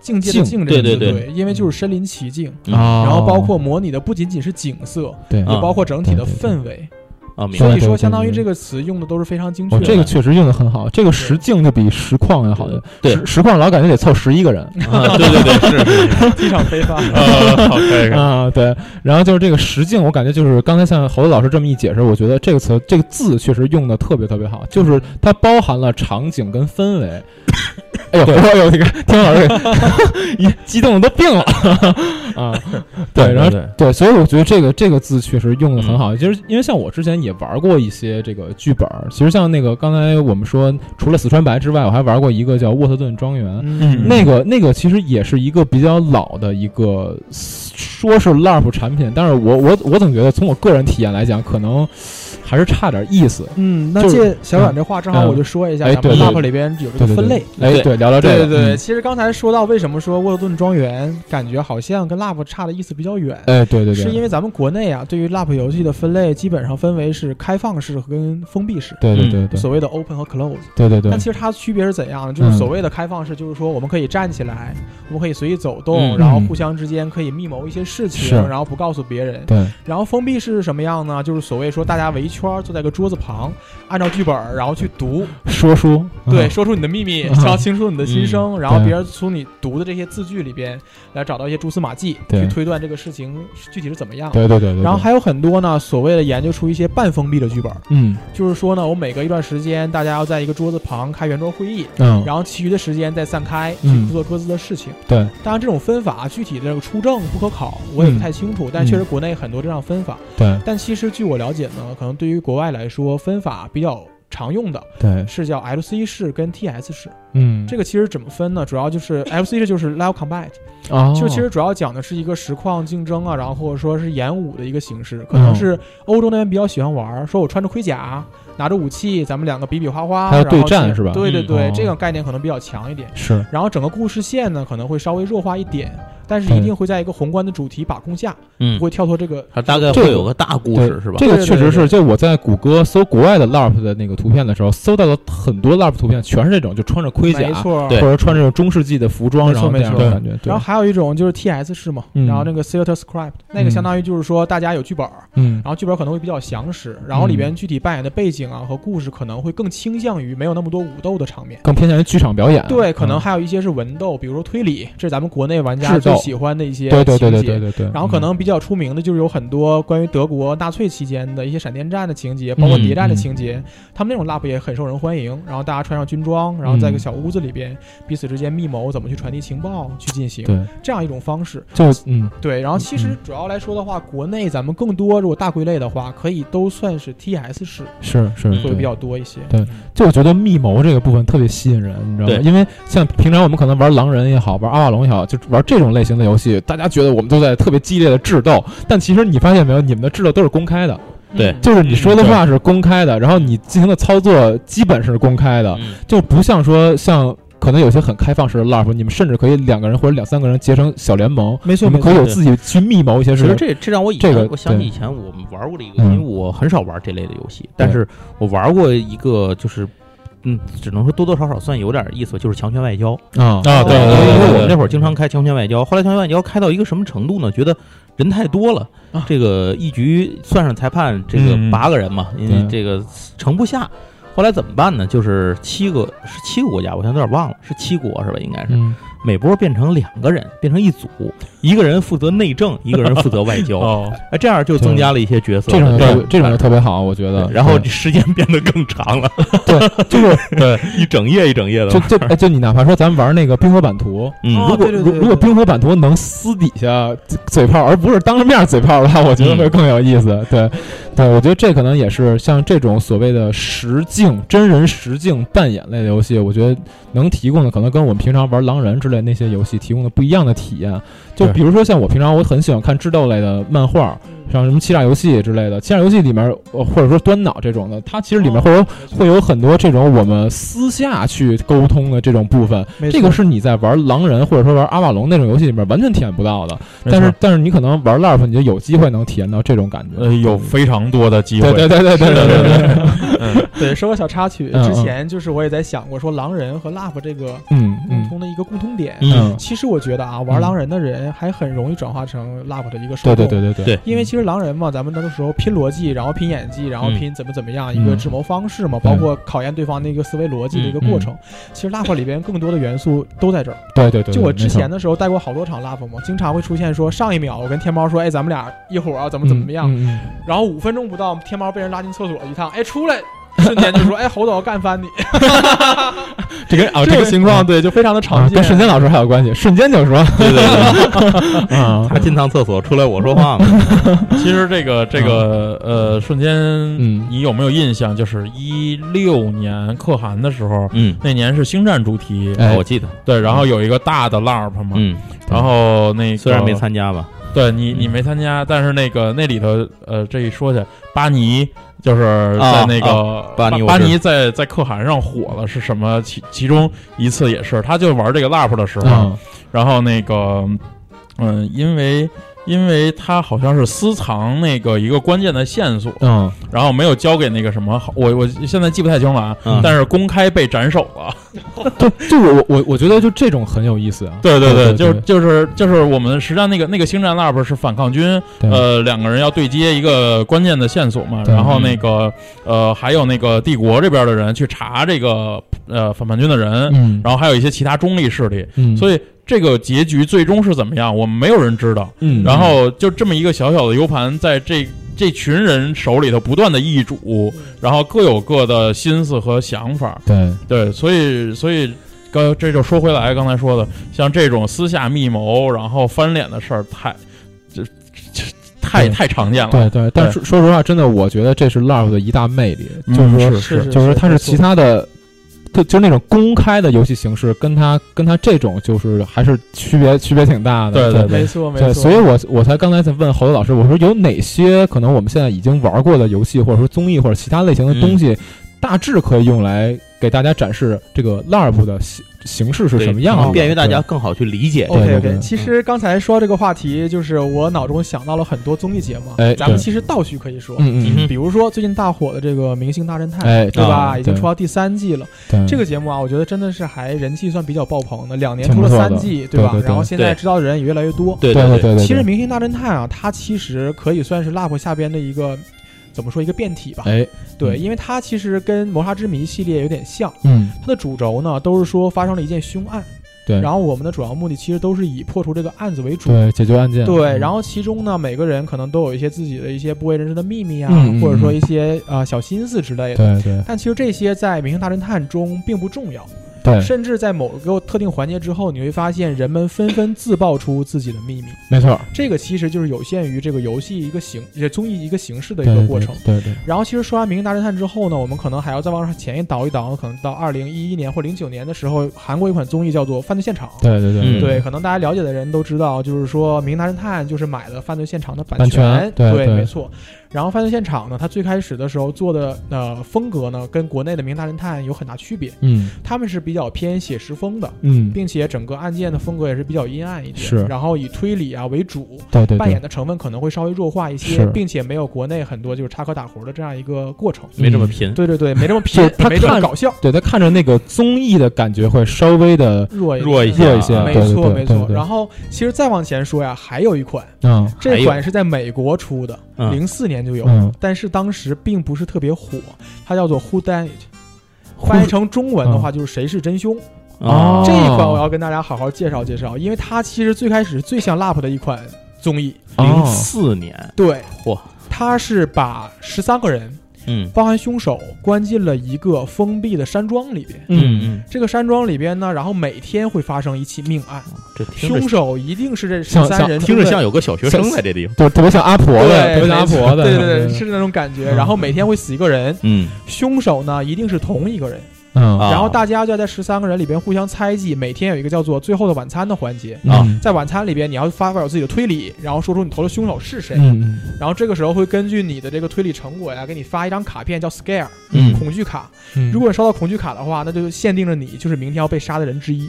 C: 境界的
B: 境
C: 境这个
A: 对
C: 字？
A: 对对
C: 因为就是身临其境，
A: 嗯
B: 啊，
C: 然后包括模拟的不仅仅是景色，
B: 对
A: 啊
C: 也包括整体的
B: 对对对
C: 氛围，
A: 啊，明
B: 对
A: 白。
C: 所
B: 对
C: 以
B: 对
C: 说
B: 对
C: 相当于
B: 对
C: 这个词用的都是非常精确
B: 哦，
C: 的。
B: 这个确实用的很好，这个实境就比实况要好的。
A: 对
B: 实实况老感觉得凑十一个人
A: 啊 对对对，是是是，
C: 机场飞 发，
D: 呃，好，这个
B: 啊，对。然后就是这个实境，我感觉就是刚才像猴子老师这么一解释，我觉得这个词这个字确实用的特别特别好，就是它包含了场景跟氛围。哎呦， 哎呦，这个天老师给 一激动的都病了啊！对，然后
D: 对嗯
B: 对，所以我觉得这个这个字确实用的很好，就是因为像我之前也玩过一些这个剧本儿，其实像那个刚才我们说，除了四川白之外，我还玩过一个叫沃特顿庄园，
D: 嗯
B: 那个那个其实也是一个比较老的一个，说是 LARP 产品，但是我我我总觉得从我个人体验来讲，可能还是差点意思。
C: 嗯，那
B: 就是
C: 借小阮这话，正好我就说一
B: 嗯
C: 下，
B: 哎
C: 咱们
B: 对对
C: LARP 里边有
B: 对
C: 这个
B: 对对
C: 分类。
B: 哎，
A: 对
B: 对，嗯聊聊这个，
C: 对对，其实刚才说到为什么说沃顿庄园感觉好像跟 LARP 差的意思比较远，
B: 嗯，哎，对对对，
C: 是因
B: 为
C: 为咱们国内啊，对于 LARP 游戏的分类基本上分为是开放式和跟封闭式，
B: 对对对对
C: 嗯所谓的 open 和 close。
B: 对对对
C: 但，其实它区别是怎样的？就是
B: 嗯
C: 所谓的开放式，就是说我们可以站起来，我们可以随意走
A: 嗯
C: 动，然后互相之间可以密谋一些事情
B: 是，
C: 然后不告诉别人。
B: 对
C: 然后封闭式是什么样呢？就是所谓说大家围一圈儿坐在一个桌子旁，按照剧本儿然后去读，
B: 说书，
C: 对，说出你的秘密，
B: 嗯
C: 要倾诉你的心声，然后
B: 对
C: 别人从你读的这些字句里边来找到一些蛛丝马迹，
B: 对
C: 去推断这个事情具体是怎么样的。
B: 对对对对，
C: 然后还有很多呢，所谓的研究出一些半封闭的剧本，
B: 嗯
C: 就是说呢，我每隔一段时间，大家要在一个桌子旁开圆桌会议，
B: 嗯，
C: 然后其余的时间再散开
B: 嗯
C: 去做各自的事情。
B: 对，
C: 当然，这种分法具体的这个出证不可考，我
B: 嗯
C: 也不太清楚，但确实国内很多这样分法。
B: 对
C: 但其实据我了解呢，可能对于国外来说，分法比较常用的
B: 对，
C: 是叫 LC 式跟 TS 式。
B: 嗯，
C: 这个其实怎么分呢？主要就是 FC 这就是 Live Combat，
B: 个
D: 啊
B: 哦，
C: 就其实主要讲的是一个实况竞争啊，然后或者说是演武的一个形式。可能
B: 嗯
C: 是欧洲那边比较喜欢玩儿，说我穿着盔甲，拿着武器，咱们两个比比划划，
B: 还有
C: 然后
B: 对战
C: 去
B: 是吧
C: 对对
A: 嗯
C: 对，
B: 哦
C: 这个概念可能比较强一点。
B: 是
C: 然后整个故事线呢，可能会稍微弱化一点，但是
B: 对
C: 一定会在一个宏观的主题把控下，
A: 嗯
C: 不，会跳脱这个。
A: 它大概会有个大故
B: 对
A: 事是吧？
B: 这个
C: 对对
B: 确实
C: 对
B: 是，就我在谷歌搜国外的 LARP 的那个图片的时候，搜到的很多 LARP 图片全是这种，就穿着盔甲，
C: 没错，
A: 对
B: 或者穿这种中世纪的服装，
C: 没
B: 然
C: 错
B: 后这样
C: 没
B: 的
C: 错
B: 感觉。对
C: 然后，还有一种就是 T S 式嘛，
B: 嗯
C: 然后那个 Theater Script，那个
B: 嗯
C: 相当于就是说大家有剧本儿，
B: 嗯
C: 然，后剧本可能会比较详实，然后里边具体扮演的背景啊和故事可能会更倾向于没有那么多武斗的场面。
B: 更偏向于剧场表演。
C: 对，可能
B: 嗯
C: 还有一些是文斗，比如说推理，这是咱们国内玩
B: 智
C: 家
B: 斗
C: 最喜欢的一些
B: 对对对
C: 情
B: 对
C: 节
B: 对。对嗯对。
C: 然后可能比较出名的就是有很多关于德国纳粹期间的一些闪电战的情节，包括谍
B: 嗯
C: 战的情节，他们那种 LARP 也很受人欢迎。然后大家穿上军装，然后
B: 嗯
C: 在一个小屋子里边，彼此之间密谋怎么去传递情报去进行
B: 嗯对，
C: 这样一种方式。
B: 就嗯
C: 对，然后其实
B: 嗯
C: 主要来说的话，国内咱们更多如果大归类的话，可以都算是 TS 式
B: 是是
A: 嗯
B: 对
C: 会比较多一些。
B: 就我觉得密谋这个部分特别吸引人，你知道吗？
A: 对
B: 因为像平常我们可能玩狼人也好，玩阿瓦隆也好，就玩这种类型的游戏，大家觉得我们都在特别激烈的智斗，但其实你发现没有，你们的智斗都是公开的，
A: 对
C: 嗯
B: 就是你说的话是公开的，然后你进行的操作基本是公开的，
A: 嗯
B: 就不像说像可能有些很开放式的 LARP，你们甚至可以两个人或者两三个人结成小联盟，
C: 没
B: 你
C: 错，
B: 们
C: 没
B: 可
C: 错
B: 以。有自己去密谋一些
A: 其
B: 事情。
A: 实这这让我以
B: 这
A: 前
B: 个
A: 我想起
B: 对
A: 以前我们玩过的一个，
B: 嗯
A: 因为我很少玩这类的游戏，但是我玩过一个就是。嗯，只能说多多少少算有点意思，就是强权外交。
B: 啊
D: 啊，对
A: 因为
D: 对对
A: 因为
D: 对，
A: 我们那会儿经常开强权外交，后来强权外交开到一个什么程度呢？觉得人太多了，
C: 啊
A: 这个一局算上裁判，这个
D: 嗯
A: 八个人嘛，因为
B: 对
A: 这个盛不下。后来怎么办呢？就是七个是七个国家，我现在有点忘了，是七国是吧？应该是
B: 嗯
A: 每波变成两个人，变成一组，一个人负责内政，一个人负责外 交，
D: 哦，
A: 哎，这样就增加了一些角色
B: 这种就
A: 的代
B: 特
A: 入
B: 别这种就特别好，我觉得
A: 感。。然后
B: 对
A: 时间变得更长了，
B: 就是
A: 对，一整夜一整夜的
B: 就。就哎就你哪怕说咱们玩那个冰河版图，
A: 嗯，
C: 哦
B: 如果
C: 对对
B: 如
C: 对
B: 如果
C: 对
B: 冰河版图能私底下嘴嘴炮，而不是当着面嘴炮的话，我觉得
A: 嗯
B: 会更有意思。对，对，我觉得这可能也是像这种所谓的实境真人实境扮演类的游戏，我觉得能提供的可能跟我们平常玩狼人之类那些游戏提供的不一样的体验。就
D: 对
B: 比如说像我平常我很喜欢看智斗类的漫画，
C: 嗯
B: 像什么欺诈游戏之类的，欺诈游戏里面呃或者说端脑这种的，它其实里面会有会有很多这种我们私下去沟通的这种部分。
C: 没
B: 这个
C: 错
B: 是你在玩狼人或者说玩阿瓦隆那种游戏里面完全体验不到的，
D: 没
B: 但是
D: 错
B: 但是你可能玩 LARP，你就有机会能体验到这种感觉。
D: 呃
A: 嗯
D: 有非常多的
C: 嗯
D: 机会，
B: 对对对对对对对对，
C: 对，说个小插曲，
B: 嗯嗯
C: 之前就是我也在想过，说狼人和 LARP 这个
B: 嗯
C: 共
B: 嗯
C: 通的一个共通点。
A: 嗯
B: 嗯，
C: 其实我觉得啊，玩狼人的人还很容易转化成 LARP 的一个受
B: 对对
C: 众。
B: 对对对
A: 对
C: 因为其实狼人嘛，咱们那个时候拼逻辑，然后拼演技，然后拼怎么怎么样一个
B: 嗯
C: 智谋方式嘛，
B: 对
C: 包括考验对方的一个思维逻辑的一个过程。其实 LARP 里边更多的元素都在这儿。
B: 对对对，
C: 就我之前
B: 的
C: 的时候带过好多场 LARP 嘛，经常会出现说上一秒我跟天猫说，哎，咱们俩一伙儿啊，怎么怎么样，
B: 嗯
C: 然后五分钟不到，天猫被人拉进厕所一趟，哎，出来。瞬间就说：“哎，侯总，我干翻你
B: 嗯这跟！”啊
C: 这
B: 这
C: 种
B: 个
C: 情况，对，就非常的常
B: 啊
C: 见。
B: 跟瞬间老师还有关系，瞬间就说
A: 对对对，
B: 啊
A: 他进趟厕所出来，我说话嘛，
D: 其实这个这个呃，瞬间，
B: 嗯
D: 你有没有印象？就是一六年可汗的时候，
A: 嗯，哦
D: 那年是星战主题，
B: 哎
A: 我记得，
D: 对，然后有一个大的 LARP 嘛，
A: 嗯，
D: 然后那个
A: 虽然没，参加吧，
D: 对你你
A: 嗯
D: 没参加，但是那个那里头呃，这一说起来，巴尼就是
A: 啊
D: 在那个
A: 巴尼我
D: 巴
A: 知道
D: 尼在在可汗上火了，是什么？其其中一次也是，他就玩这个 LARP 的时
A: 嗯
D: 候，
B: 啊
D: 然后那个，嗯，因为因为他好像是私藏那个一个关键的线索，
B: 嗯
D: 然后没有交给那个什么，我我现在记不太清了啊，
B: 哦
A: 嗯
D: 但是公开被斩首 了。
B: 嗯就就我我我觉得就这种很有意思啊，
D: 对
B: 对
D: 对，
B: 对
D: 就是
B: 对
D: 就是就是我们实战那个那个星战 LARP 是反抗军，
B: 对
D: 呃，两个人要对接一个关键的线索嘛，
B: 嗯对
D: 然后那个呃还有那个帝国这边的人去查这个呃反叛军的人，
B: 嗯
D: 然后还有一些其他中立势力，
B: 嗯，
D: 所
B: 以
D: 以这个结局最终是怎么样，我们没有人知道。
B: 嗯
D: 然后就这么一个小小的 U 盘，在这这群人手里头不断的易主，然后各有各的心思和想法，
B: 嗯对
D: 对，所以所以刚这就说回来刚才说的，像这种私下密谋然后翻脸的事儿，太这这太
B: 对
D: 太常见了，
B: 对对，但
D: 啊对
B: 是说实话，真的我觉得这是 LARP 的一大魅力，
D: 嗯
B: 就是说
D: 是
C: 是
B: 就是说它是
C: 没
B: 其
C: 错
B: 他的，就就那种公开的游戏形式，跟它跟它这种就是还是区别区别挺大的。
D: 对对
C: 没错没
B: 对，
C: 错。
B: 所以我我才刚才在问侯老师，我说有哪些可能我们现在已经玩过的游戏，或者说综艺或者其他类型的东西，大致可以用来给大家展示这个 LARP 的形形式是
A: 对
B: 什么样
A: 然
B: 的，
A: 后便于大家
B: 对。
A: 更好去理解。
B: 对
C: OK
B: 对对嗯
C: OK，其实刚才说这个话题，就是我脑中想到了很多综艺节目，啊
B: 哎
C: 咱们
B: 对
C: 其实倒叙可以说，
B: 嗯嗯
A: 嗯
C: 比如说最近大火的这个《明星大侦探》，
B: 哎
C: 对吧？
B: 啊
C: 已经
B: 对
C: 出到第三季了。
B: 嗯，对
C: 这个节目啊，我觉得真的是还人气算比较爆棚的，两年
B: 挺
C: 出
B: 不
C: 了
B: 错
C: 三
B: 的
C: 季，
B: 对
C: 吧
B: 对？对
C: 然后现在
A: 对
C: 知道的人也越来越多。
A: 对
B: 对对
A: 对，
B: 对对，
C: 其实《
B: 对
C: 明星大侦探》啊，它其实可以算是 LARP 下边的一个怎么说一个变体吧？
B: 哎，
C: 对，
B: 嗯
C: 因为它其实跟《谋杀之谜》系列有点像，
B: 嗯，
C: 它的主轴呢都是说发生了一件凶案，
B: 对，
C: 然后我们的主要目的其实都是以破除这个案子为主。
B: 对解决案件，
C: 对，
B: 嗯
C: 然后其中呢，每个人可能都有一些自己的一些不为人知的秘密啊，
B: 嗯嗯
C: 或者说
B: 嗯
C: 一些啊、呃小心思之类的。
B: 对对
C: 但其实这些在《明星大侦探》中并不重要，
B: 对，
C: 甚至在某个特定环节之后，你会发现人们纷纷自曝出自己的秘密。
B: 没错，
C: 这个其实就是有限于这个游戏一个形，也综艺一个形式的
B: 对
C: 一个
B: 对
C: 过程。
B: 对对，
C: 然后其实说完《明星大侦探》之后呢，我们可能还要再往前一倒一倒，可能到二零一一年或零九年的时候，韩国有一款综艺叫做《犯罪现场》。
B: 对对对
A: 嗯
C: 对，可能大家了解的人都知道，就是说《名大侦探》就是买了《犯罪现场》的版
B: 版权对对
C: 没错。然后《犯罪现场》呢，它最开始的时候做的呃风格呢，跟国内的《名大侦探》有很大区别，
B: 嗯
C: 他们是比较偏写实风的，
B: 嗯，
C: 并且整个案件的风格也是比较阴暗一点，
B: 是
C: 然后以推理啊为主。
B: 对对
C: 扮演
B: 对，
C: 的成分可能会稍微弱化一些
B: 是，
C: 并且没有国内很多就是插科打诨的这样一个过程。
A: 没这么贫。
C: 对对对，没这么拼
B: 就，他
C: 没这么
B: 看
C: 搞笑，
B: 对他看着那个综艺的感觉会稍微的，
C: 弱一
A: 弱一
C: 一
A: 些
B: 弱一些
C: 啊没
B: 对对
C: 错
B: 对
C: 没
B: 对
C: 错。
B: 对
C: 然后其实再往前说呀，还有一款。
B: 嗯
A: 还
C: 这
A: 有
C: 款是在美国出的，
A: 嗯
C: 零四年就有，
B: 嗯，
C: 但是当时并不是特别火。它叫做《Who Done It》，翻译成中文的话就是“谁是真凶
A: 啊
B: 嗯哦
C: 这一款我要跟大家好好介绍介绍，因为它其实最开始最像 LAP 的一款综艺。
A: 零
B: 哦
A: 四年，
C: 对，
A: 嚯，
C: 它是把十三个人，
A: 嗯
C: 包含凶手，关进了一个封闭的山庄里边。
A: 嗯
B: 嗯，
A: 嗯，
C: 这个山庄里边呢，然后每天会发生一起命案，
A: 这听着
C: 凶手一定是这十
B: 像
C: 三
B: 像
C: 人中
A: 听着
C: 的
A: 像有个小学生在这地方，
B: 就是特别像阿婆的，特
C: 对
B: 别像阿婆的，
C: 对对对，是那种感觉。
B: 嗯
C: 然后每天会死一个人，
A: 嗯
C: 凶手呢一定是同一个人。
B: 嗯
A: 啊
C: 然后大家就要在十三个人里边互相猜忌，每天有一个叫做“最后的晚餐”的环节。
A: 啊
B: 嗯
C: 在晚餐里边，你要发表自己的推理，然后说出你投的凶手是谁。
B: 嗯
C: 然后这个时候会根据你的这个推理成果呀，给你发一张卡片，叫 scare
A: 嗯
C: 恐惧卡。
B: 嗯，
C: 如果收到恐惧卡的话，那就限定了你就是明天要被杀的人之一，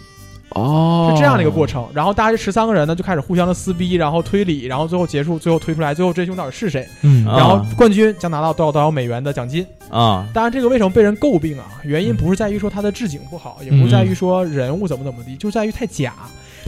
B: 哦
C: 是这样的一个过程。然后大家这十三个人呢就开始互相的撕逼，然后推理，然后最后结束，最后推出来最后这凶手是谁。
B: 嗯
A: 啊
C: 然后冠军将拿到多少多少美元的奖金。
A: 啊，
C: 当然，这个为什么被人诟病啊？原
B: 嗯
C: 因不是在于说它的置景不好，也不是在于说人物怎么怎么地，
B: 嗯
C: 就在于太假。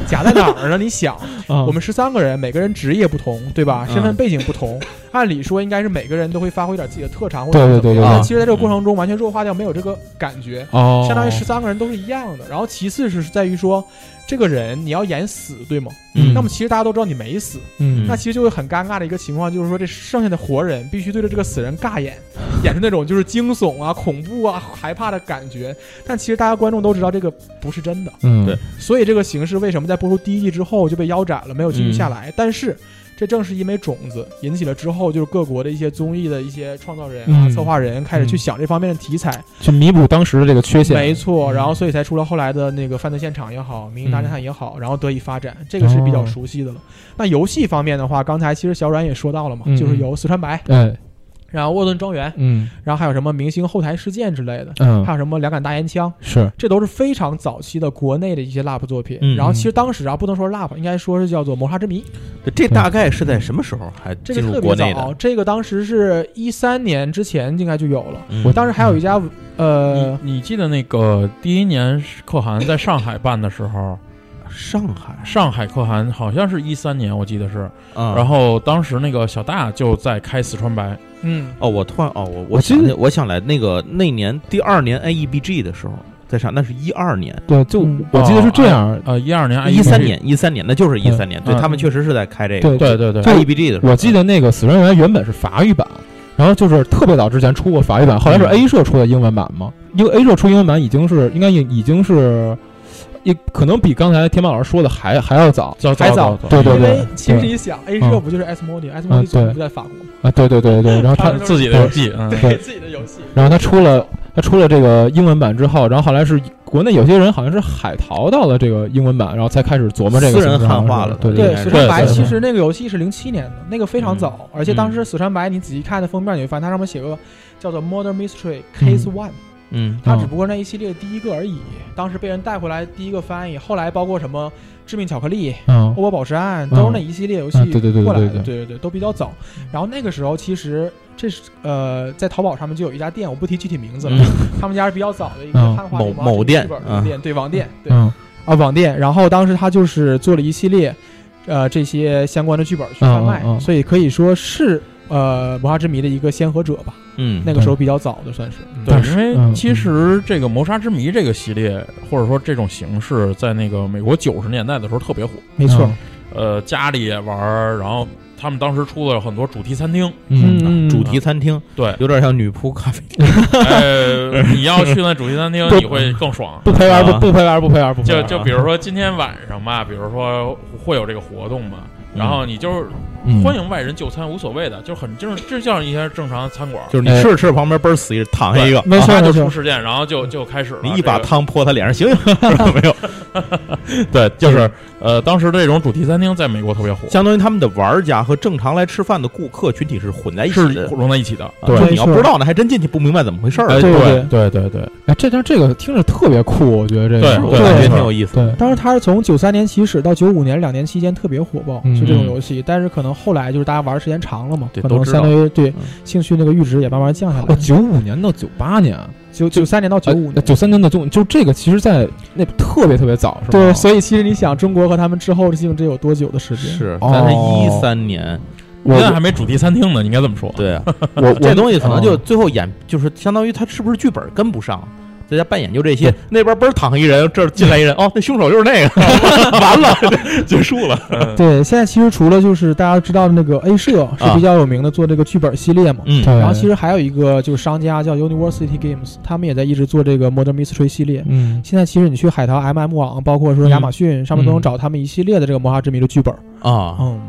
C: 假在哪儿呢？你想，
B: 哦啊
C: 我们十三个人，每个人职业不同，对吧？
A: 嗯
C: 身份背景不同，按理说应该是每个人都会发挥点自己的特长或
B: 对对
C: 者怎
B: 对对嗯
C: 么样但
A: 对
C: 其实在这个过程中完全弱化掉，没有这个感觉，
B: 哦，
C: 相当于十三个人都是一样的。然后其次是在于说，这个人你要演死，对吗？
A: 嗯
C: 那么其实大家都知道你没死，
B: 嗯
C: 那其实就会很尴尬的一个情况，就是说这剩下的活人必须对着这个死人尬演，演出那种就是惊悚啊、恐怖啊、害怕的感觉。但其实大家观众都知道这个不是真的，
B: 嗯
A: 对
C: 所以这个形式为什么在播出第一季之后就被腰斩了，没有继续下
B: 嗯
C: 来？但是这正是因为种子引起了之后，就是各国的一些综艺的一些创造人啊、
B: 嗯
C: 策划人开始
B: 嗯
C: 去想这方面的题材，
B: 去弥补当时的这个缺陷，
C: 没错。
B: 嗯
C: 然后所以才出了后来的那个《犯罪现场》也好，《名侦大侦探》也好，然后得以发展，这个是比较熟悉的了。那游戏方面的话，刚才其实小阮也说到了嘛，
B: 嗯
C: 就是有四川白，
B: 哎
C: 然后沃顿庄园，
B: 嗯
C: 然后还有什么明星后台事件之类的，
B: 嗯
C: 还有什么两杆大烟枪，
B: 是
C: 这都是非常早期的国内的一些 LAP 作品。
A: 嗯
C: 然后其实当时啊，不能说是 LAP，应该说是叫做《谋杀之谜》，
A: 这这大概是在什么时候还
C: 这
A: 进
C: 个
A: 入
C: 特
A: 嗯国
C: 别
A: 内
C: 早啊
A: 的，？
C: 这个当时是一三年之前应该就有了。
A: 嗯
B: 我
C: 当时还有一家呃
B: 嗯
D: 你你记得那个第一年可汗在上海办的时候，
A: 上海，
D: 上海可汗好像是一三年，我记得是。
A: 然
D: 然后当时那个小大就在开四川白，
C: 嗯
A: 哦，我突然哦，我
B: 我
A: 我
B: 记
A: 想
B: 得
A: 起我想来那个那年第二年 IEBG 的时候，在上那是一二年。
B: 对，就
C: 嗯
B: 我记得是这样，
D: 呃，一二年、
B: 啊
A: 一三
D: 11
A: 年，一三年，那就是一三年，对
D: 嗯
A: 他们确实是在开这个
B: 对
D: 对对对，
B: 对
A: IEBG 的时候，
B: 我记得那个《死神原原本是法语版，然后就是特别早之前出过法语版，后来是
A: 嗯
B: A 社出的英文版嘛。因为 A 社出英文版已经是应该已已经是，也可能比刚才天霸老师说的还还要早。
D: 早
C: 还早
D: 早
B: 对对
C: 因为
B: 对
C: 其实你想，A 社不就是 S Modi，S
B: 嗯
C: Modi 总
B: 对
C: 部在法国嘛，
B: 啊，对对对对，然后
D: 他
B: 他
D: 自己的游戏，嗯，
B: 对
C: 给自己的游戏。
B: 然后他出了他出了这个英文版之后，然后后来是国内有些人好像是海淘到了这个英文版，然后才开始琢磨这个
A: 私人
B: 形式
A: 汉化
B: 是吧嗯
A: 了
B: 对对
A: 应该
C: 对，死
A: 是
C: 川白
B: 对对
C: 其实那个游戏是零七年的，那个非常早，而且当时死川白你仔细看的封面，你会发现它上面写个叫做 Murder Mystery Case One，
A: 嗯
C: 它只不过是那一系列第一个而已。当时被人带回来第一个翻译，后来包括什么致命巧克力、
B: 嗯
C: 欧。泊宝石案，都是那一系列游戏
B: 嗯对对对对
C: 过来的，
B: 对对嗯
C: 对对，都比较早。然后那个时候其实。这是呃，在淘宝上面就有一家店，我不提具体名字了，他们家是比较早的一个
B: 嗯
C: 汉化
A: 某
C: 这个
A: 某店
C: 剧本
A: 嗯
C: 的店，对网店，对，
B: 嗯，
C: 啊网店，然后当时他就是做了一系列，呃这些相关的剧本去贩卖，
B: 嗯嗯嗯
C: 所以可以说是呃《谋杀之谜》的一个先河者吧。
A: 嗯，
C: 那个时候比较早的算是，
D: 对
B: 但，是
D: 因
B: 嗯
D: 为其实这个《谋杀之谜》这个系列，或者说这种形式，在那个美国九十年代的时候特别火。
C: 没错，
B: 嗯
D: 呃，家里也玩儿，然后他们当时出了很多主题餐厅。
B: 嗯，嗯，
A: 啊主题餐厅，
D: 对
A: 有点像女仆咖啡厅，
D: 呃，你要去那主题餐厅，
B: 对
D: 你会更爽。
B: 不陪玩
A: 啊
B: 不不陪玩不陪玩不陪
D: 就
B: 玩，
D: 就比如说今天晚上吧，比如说会有这个活动嘛，然后你就是
B: 嗯
D: 欢迎外人就餐，无所谓的，就很就是这像一些正常的餐馆。
A: 就是你吃着吃着旁边嘣儿死一人躺下一个，
B: 没错
D: 啊他
B: 没
D: 就
B: 错
D: 出，事件，然后就就开始了。
A: 你一把
D: 这个
A: 汤泼他脸上，行行，是吧没有，
D: 对，就是呃，当时这种主题餐厅在美国特别火，
A: 相当于他们的玩家和正常来吃饭的顾客群体是混在一起
D: 是
A: 的。
D: 融在一起的。
A: 啊
B: 对
A: 就是你要
B: 没错
A: 不知道呢，还真进去不明白怎么回事儿。
B: 哎对对
D: 对对对，
B: 哎，这张这个听着特别酷，我觉得这个
D: 对
A: 我感
C: 对
A: 觉挺有意思的。
B: 对，
C: 当时它是从九三年起始到九五年两年期间特别火爆，
B: 嗯
C: 就这种游戏。但是可能后来就是大家玩的时间长了嘛，
A: 对
C: 可
A: 都
C: 能
A: 知道
C: 相当于对
A: 嗯
C: 兴趣那个阈值也慢慢降下
B: 哦，呃
C: 来。
B: 九五年到九八年，啊
C: 九九三年到九五年，
B: 九三年到九五，就这个其实，在那特别特别早，是吧？
C: 对，所以其实你想，中国和他们之后究竟这有多久的时间？
A: 是，
B: 哦
A: 咱是一三年，
B: 我
D: 现在还没主题餐厅呢，你应该这么说。
A: 对啊，
B: 我我
A: 这东西可能就
B: 嗯
A: 最后演，就是相当于他是不是剧本跟不上，在家扮演就这些
D: 对，
A: 那边嘣儿躺一人，这儿进来一人，哦，那凶手就是那个，完了，结束了。
C: 对，现在其实除了就是大家知道的那个 A 社是
A: 啊
C: 比较有名的做这个剧本系列嘛，
A: 嗯
B: 对
C: 然后其实还有一个就是商家叫 University Games，他们也在一直做这个 Modern Mystery 系列。
B: 嗯，
C: 现在其实你去海淘 MM 网，包括说亚马逊、上面都能找他们一系列的这个《魔法之谜》的剧本。
A: 嗯啊，
C: 嗯，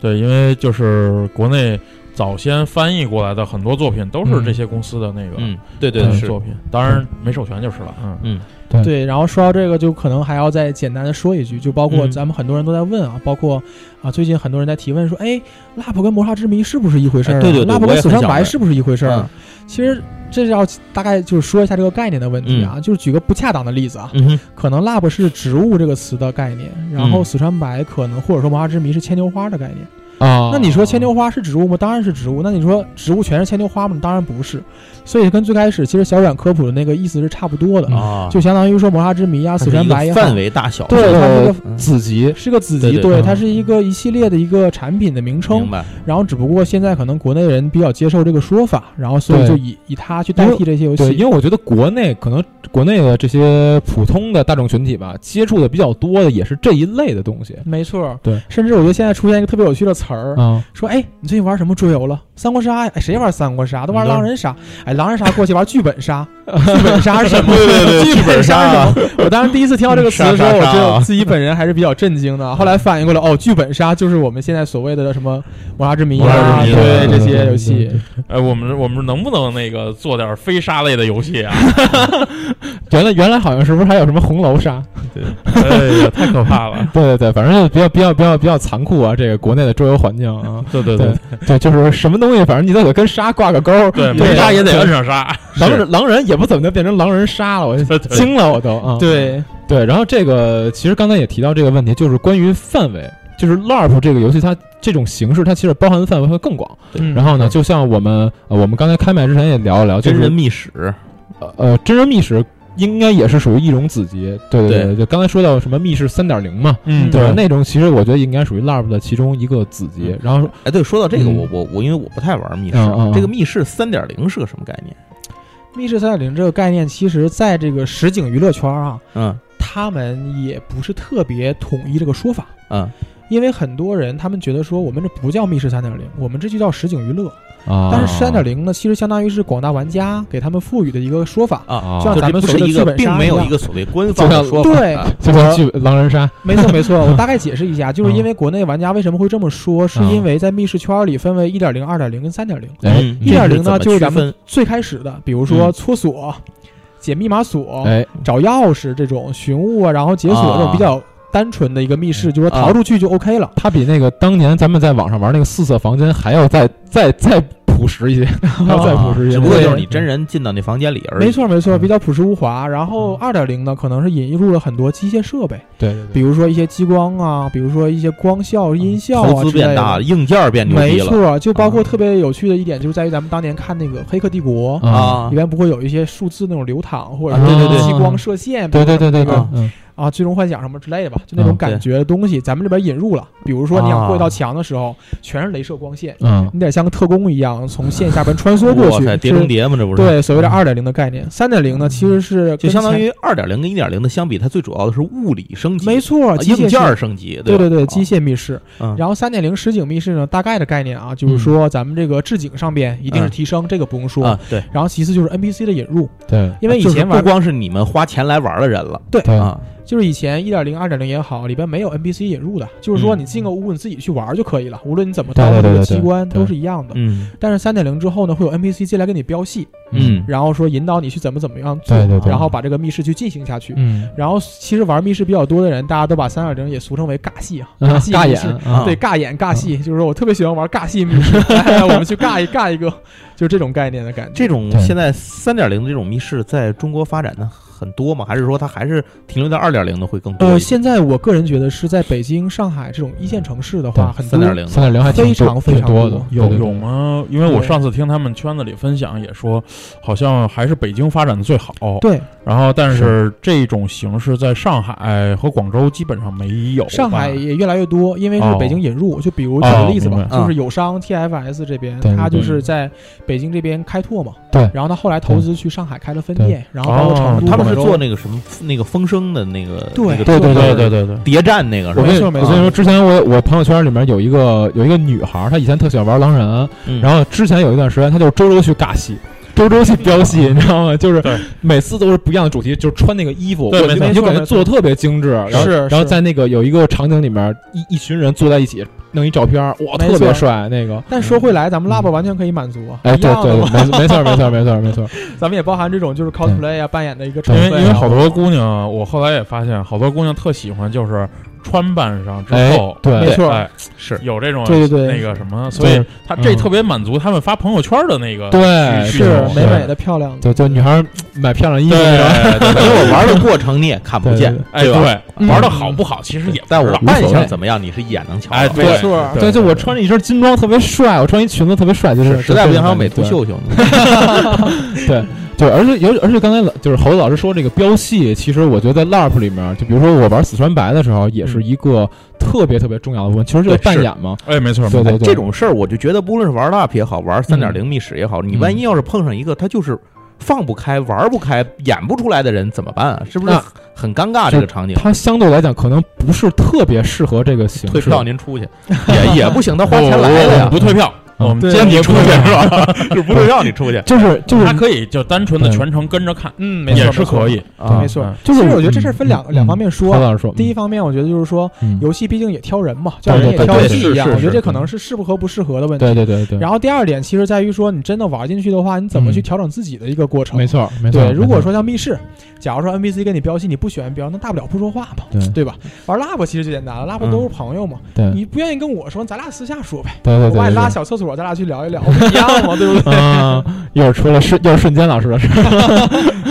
D: 对，因为就是国内早先翻译过来的很多作品都是这些公司的那个、
A: 嗯，对对
D: 对
A: 对
D: 的
A: 是，
D: 作品，当然没授权就是了。嗯，
C: 对。然后说到这个，就可能还要再简单的说一句，就包括
A: 嗯
C: 咱们很多人都在问啊，包括啊，最近很多人在提问说，哎，LAP 跟《魔法之谜》是不是一回事儿、啊
A: 哎对对对
C: ，LAP
A: 我也
C: 跟《死
A: 很
C: 神
A: 想
C: 白》
A: 问嗯
C: 是不是一回事儿、啊？其实这要大概就是说一下这个概念的问题啊，就是举个不恰当的例子啊，
A: 嗯哼，
C: 可能 lab 是植物这个词的概念，然后
A: 嗯
C: 死川白可能或者说麻花之谜是牵牛花的概念。
A: 哦
B: 啊，
C: 那你说牵牛花是植物吗？当然是植物。那你说植物全是牵牛花吗？当然不是。所以跟最开始其实小软科普的那个意思是差不多的，
A: 啊，
C: 就相当于说魔法之谜啊、
A: 它
C: 死
A: 是
C: 川
A: 一个
C: 白也好
A: 范，围大小，
C: 对它是一
B: 这
C: 个
B: 个子集，
C: 是个子集，
A: 对对
B: 嗯
C: 它是一个一系列的一个产品的名
A: 明
C: 称。
A: 白？
C: 然后只不过现在可能国内人比较接受这个说法，然后所以
B: 对
C: 就以以它去代替这些游
B: 对，
C: 戏。
B: 因为我觉得国内可能国内的这些普通的大众群体吧，接触的比较多的也是这一类的东西
C: 没错，
B: 对。
C: 甚至我觉得现在出现一个特别有趣的词儿，
B: 啊，
C: 说哎，你最近玩什么桌游了？三国杀呀？哎，谁玩三国杀？都
A: 嗯
C: 玩狼人杀。哎，狼人杀过去玩剧本 杀，剧本杀是什么？
A: 对对对
C: 剧本
A: 剧
C: 杀
A: 本啊
C: 是什么？我当时第一次听到这个词 的时候，
A: 杀杀杀啊
C: 我就自己本人还是比较震惊的。后来反应过来，哦，剧本杀就是我们现在所谓的什么《魔杀之谜》
A: 魔
C: 啊，
A: 杀之谜
C: 对
A: 对
C: 这些游戏。
D: 哎，我们我们能不能那个做点非杀类的游戏啊？
B: 原来原来好像是不是还有什么红楼杀？
D: 哎呀，太可怕了！
B: 对对对，反正就比较比较比较比较残酷啊，这个国内的桌游环境啊。
D: 对 对
B: 对 对，就是什么东西，反正你都得跟杀挂个钩儿。
D: 对，
B: 对
D: 没杀也得
B: 对
D: 摁上杀。
B: 狼人狼人也不怎么就变成狼人杀了，我就
D: 对
B: 惊了，我都啊。
C: 对，嗯
B: 对，然后这个其实刚才也提到这个问题，就是关于范围，就是 LARP 这个游戏它这种形式，它其实包含的范围会更广。
C: 嗯
B: 然后呢，就像我们呃，我们刚才开麦之前也聊了聊，就
A: 真
B: 是
A: 人密室，
B: 呃，真人密室应该也是属于一种子集，对对
A: 对
B: 对，就刚才说到什么密室三点零嘛，
D: 嗯
B: 对吧，
C: 对
B: 那种其实我觉得应该属于 LARP 的其中一个子集。然后
A: 哎，对，说到这个，
B: 嗯
A: 我我我，因为我不太玩密室
B: 嗯嗯嗯，
A: 这个密室三点零是个什么概念？
C: 密室三点零这个概念，其实在这个实景娱乐圈啊，
A: 嗯
C: 他们也不是特别统一这个说法。
A: 嗯，
C: 因为很多人他们觉得说我们这不叫密室三点零，我们这就叫实景娱乐。
A: 哦
B: 啊，
C: 但是三点零呢，其实相当于是广大玩家给他们赋予的一个说法。
A: 啊，
B: 就像
A: 就这
C: 哦咱们
A: 不是
C: 所谓的
A: 一
C: 剧
A: 个，
C: 本杀
A: 并没有
C: 一样
A: 一个所谓官方的
B: 就像
A: 说法。
C: 对
A: 啊
B: 就是剧狼人杀，
C: 没错没错，我大概解释 一下，就是
A: 嗯
C: 因为国内玩家为什么会这么说，是因为在密室圈里分为一点零、二点零跟三点零。
B: 哎
A: 嗯，
B: 这
C: 1.0
A: 这怎么
C: 呢就是咱
A: 区分嗯
C: 最开始的，比如说搓锁、解密码锁、
B: 哎，
C: 找钥匙这种寻物啊，然后解锁
A: 啊
C: 这种比较单纯的一个密室，就说
A: 啊
C: 逃出去就 OK 了。
B: 它比那个当年咱们在网上玩那个四色房间还要再再再朴实一些，还要再朴实一些。
A: 啊只不过
B: 对
A: 就是你真人进到那房间里而已。嗯
C: 没错没错，
B: 嗯
C: 比较朴实无华。然后二点零呢，可能是引入了很多机械设备，
B: 对对
C: 比如说一些激光啊，比如说一些光效、音效啊
A: 投资
C: 之类
A: 变大，
C: 的。
A: 硬件变牛
C: 没
A: 逼了
C: 错，就包括
A: 啊
C: 特别有趣的一点，就是在于咱们当年看那个《黑客帝国》
B: 对啊，
A: 啊
C: 里！边不会有一些数字那种流淌，或者
A: 啊
C: 说
A: 对对对
C: 激光射线，
B: 对对对对对
A: 啊，
B: 嗯
C: 啊，最终幻想什么之类的吧，就那种
B: 啊
C: 感
A: 对啊
C: 觉的东西，咱们这边引入了。比如说你想过一道墙的时候，全是镭射光线，
B: 嗯，
C: 你得像个特工一样从线下边穿梭过
A: 哇
C: 去
A: 塞，，碟
C: 是
A: 中谍嘛，这不是？，啊
C: 对所谓的二点零的概念，三点零呢其实是
A: 就
C: 跟
A: 相当
C: 前
A: 于二点零跟一点零的相比，它最主要的是物理升级，
C: 没错，
A: 啊
C: 机械
A: 硬件
C: 式
A: 儿升级，
C: 对
A: 对
C: 对对，
B: 啊
A: 吧
C: 机。械密室。
A: 嗯
C: 然后三点零实景密室呢，大概的概念啊，就是说咱们这个置景上边一定
B: 嗯
C: 是提升，这个不用说
A: 啊。，对，
C: 然后其次就是 NPC 的引入，
B: 对
C: 因为以
A: 就是
C: 前
A: 不
C: 玩
A: 光是你们花钱来玩的人了
B: 对
A: 啊，
C: 就是以前一点零、二点零也好，里边没有 NPC 引入的，就是说
A: 嗯
C: 你进个屋你自己去玩就可以了，无论你怎么
B: 对
C: 操作
B: 对
C: 这
B: 对
C: 个
B: 对
C: 机关
B: 对
C: 都是一样的。
A: 嗯
C: 但是三点零之后呢，会有 NPC 进来给你标戏，
A: 嗯，
C: 然后说引导你去怎么怎么样做
B: 对，对对，
C: 然后把这个密室去进行下去。
B: 嗯，
C: 然后其实玩密室比较多的人，大家都把三点零也俗称为尬戏啊，
B: 嗯
C: 戏
B: 尬
C: 密
B: 演
C: 室
B: 啊，
C: 对，尬演尬戏，就是说我特别喜欢玩尬戏密室， 哎我们去尬一尬一个，就是这种概念的感觉。
A: 这种
B: 对
A: 现在三点零的这种密室在中国发展的很多吗？还是说它还是停留在二点零的会更多
C: 呃，
A: 一些？
C: 现在我个人觉得是在北京、上海这种一线城市的话，很
A: 三
C: 多
A: 点零
B: 三点零还挺
C: 非
B: 多
C: 常非
B: 挺
C: 常
B: 多
C: 多
B: 的，
D: 有
B: 对
D: 有？吗？因为我
C: 对
D: 上次听他们圈子里分享也说，好像还是北京发展的最好。
C: 对，
D: 然后，但是这种形式在上海和广州基本上没有吧。
C: 上海也越来越多，因为是
D: 哦
C: 北京引入。就比如举个例子
D: 哦
C: 吧，
D: 明
A: 白
C: 就是友商 TFS 这边
B: 对，
C: 它
B: 对
C: 就是在北京这边开拓嘛。
B: 对
C: 然后他后来投资去上海开了分店，然后包括成都、
A: 他们是
C: 广州
A: 做那个什么那个风声的那个
C: 对
A: 那个
B: 对对
D: 对
A: 对
D: 对对对，
A: 谍战那个是
B: 我
A: 吧
B: 跟你
C: 没
B: 我
C: 错
B: 跟
C: 没
B: 你
C: 错
B: 说，之前我我朋友圈里面有一个有一个女孩儿，她以前特喜欢玩狼人，？
A: 嗯
B: 然后之前有一段时间她就是周周去尬戏。周周去飙戏，
C: 哦
B: 你知道吗？就是
D: 对
B: 每次都是不一样的主题，就是穿那个衣服，
D: 对
B: 我
D: 没
B: 就
D: 错
B: 你就感
C: 没
B: 觉
C: 错
B: 做的特别精致。然后
C: 是
B: 然后
C: 是
B: 在那个有一个场景里面，一一群人坐在一起，弄一照片儿，哇，
C: 没
B: 特别
C: 错
B: 帅。那个，
C: 但说回来，咱
B: 嗯
C: 们 lab 完全可以满足啊，
B: 哎，
C: 一
B: 对
C: 样
B: 对，
C: 的
B: 对
C: 嘛。
B: 没没错儿没错儿没错儿 没错儿，
C: 咱们也包含这种就是 cosplay 啊扮演的一个成
D: 因为
C: 分啊，
D: 因为好多姑娘，我后来也发现，好多姑娘特喜欢就是穿扮上之
B: 哎
D: 后，，
B: 对，
C: 哦没错
D: 哎，
A: 是
D: 有这种
C: 对对对
D: 那个什么，所以
B: 对
D: 他这
B: 嗯
D: 特别满足他们发朋友圈的那个
B: 对
D: 需
C: 是
D: 求
C: 美
B: 对
C: 美的漂亮的，
B: 就就女孩儿买漂亮衣服
D: 对
B: 那种，
D: 对对
A: 因为我 玩的过程你也看不
B: 对
A: 见
B: 对，哎
D: 哎
A: 吧？
D: 对，
C: 嗯
D: 玩的好不好其实也不
A: 但
D: 知
A: 我
D: 道
A: 扮
B: 无所谓
A: 相怎么样，你是一眼能瞧到。
D: 哎，
C: 没错
D: 对，
B: 对，就我穿着一身金装特别帅，我穿一裙子特别帅，就是
A: 实在不行还有美
B: 图
A: 图秀秀呢。
B: 对，而且尤而且刚才老就是猴子老师说这个标戏，其实我觉得在 LARP 里面，就比如说我玩死川白的时候，也是一个特别特别重要的部分，其实就是
A: 对
B: 扮
A: 是
B: 演嘛。
D: 哎，没错，
B: 对对对，
A: 这种事儿，我就觉得不论是玩 LARP 也好，玩三点零密室也好，你万
B: 嗯
A: 一要是碰上一个他就是放不开、玩不开、演不出来的人，怎么办啊？是不是
B: 那
A: 很尴尬？
B: 就
A: 这个场景，
B: 它相对来讲可能不是特别适合这个形
A: 退
B: 式。
A: 票您出去也也不行，他
D: 不
A: 花钱来的呀
D: 不。退票，
B: 嗯
D: 我们
C: 对
D: 接你出去是吧？
A: 就是不退票你出去
B: 就是就是
D: 他可以就单纯的全程跟着看，
C: 嗯，没错，
D: 也是可
C: 以。
D: 以。
A: 啊
C: 没错
D: 嗯，
B: 就是
C: 其实我觉得这事儿分两
B: 嗯
C: 两方面说
B: 猴子老师说，
C: 第一方面，我觉得就是说，
B: 嗯，
C: 游戏毕竟也挑人嘛，就像人
B: 对对
C: 也挑
B: 对
C: 戏
A: 是
C: 一样，
A: 是
C: 我觉得
A: 是
C: 这可能是适不合不适合的问题。
B: 嗯对对对对，
C: 然后第二点，其实在于说，你真的玩进去的话，你怎么去
B: 嗯
C: 调整自己的一个过程。
B: 没错儿没错儿。
C: 对，如
B: 没错
C: 果
B: 儿
C: 说像密室，假如说 NPC 跟你标戏，你不喜欢标，那大不了不说话嘛，
B: 对
C: 对吧？玩 lab 其实就简单了，lab
A: 嗯
C: 都是朋友嘛，
B: 对对
C: 你不愿意跟我说，咱俩私下说呗，
B: 对对
C: 我
B: 对，
C: 把你
B: 对
C: 拉小厕所，咱俩去聊一聊，不一样嘛，对不对？
B: 啊，一会儿出了瞬，又是瞬间老师的事儿。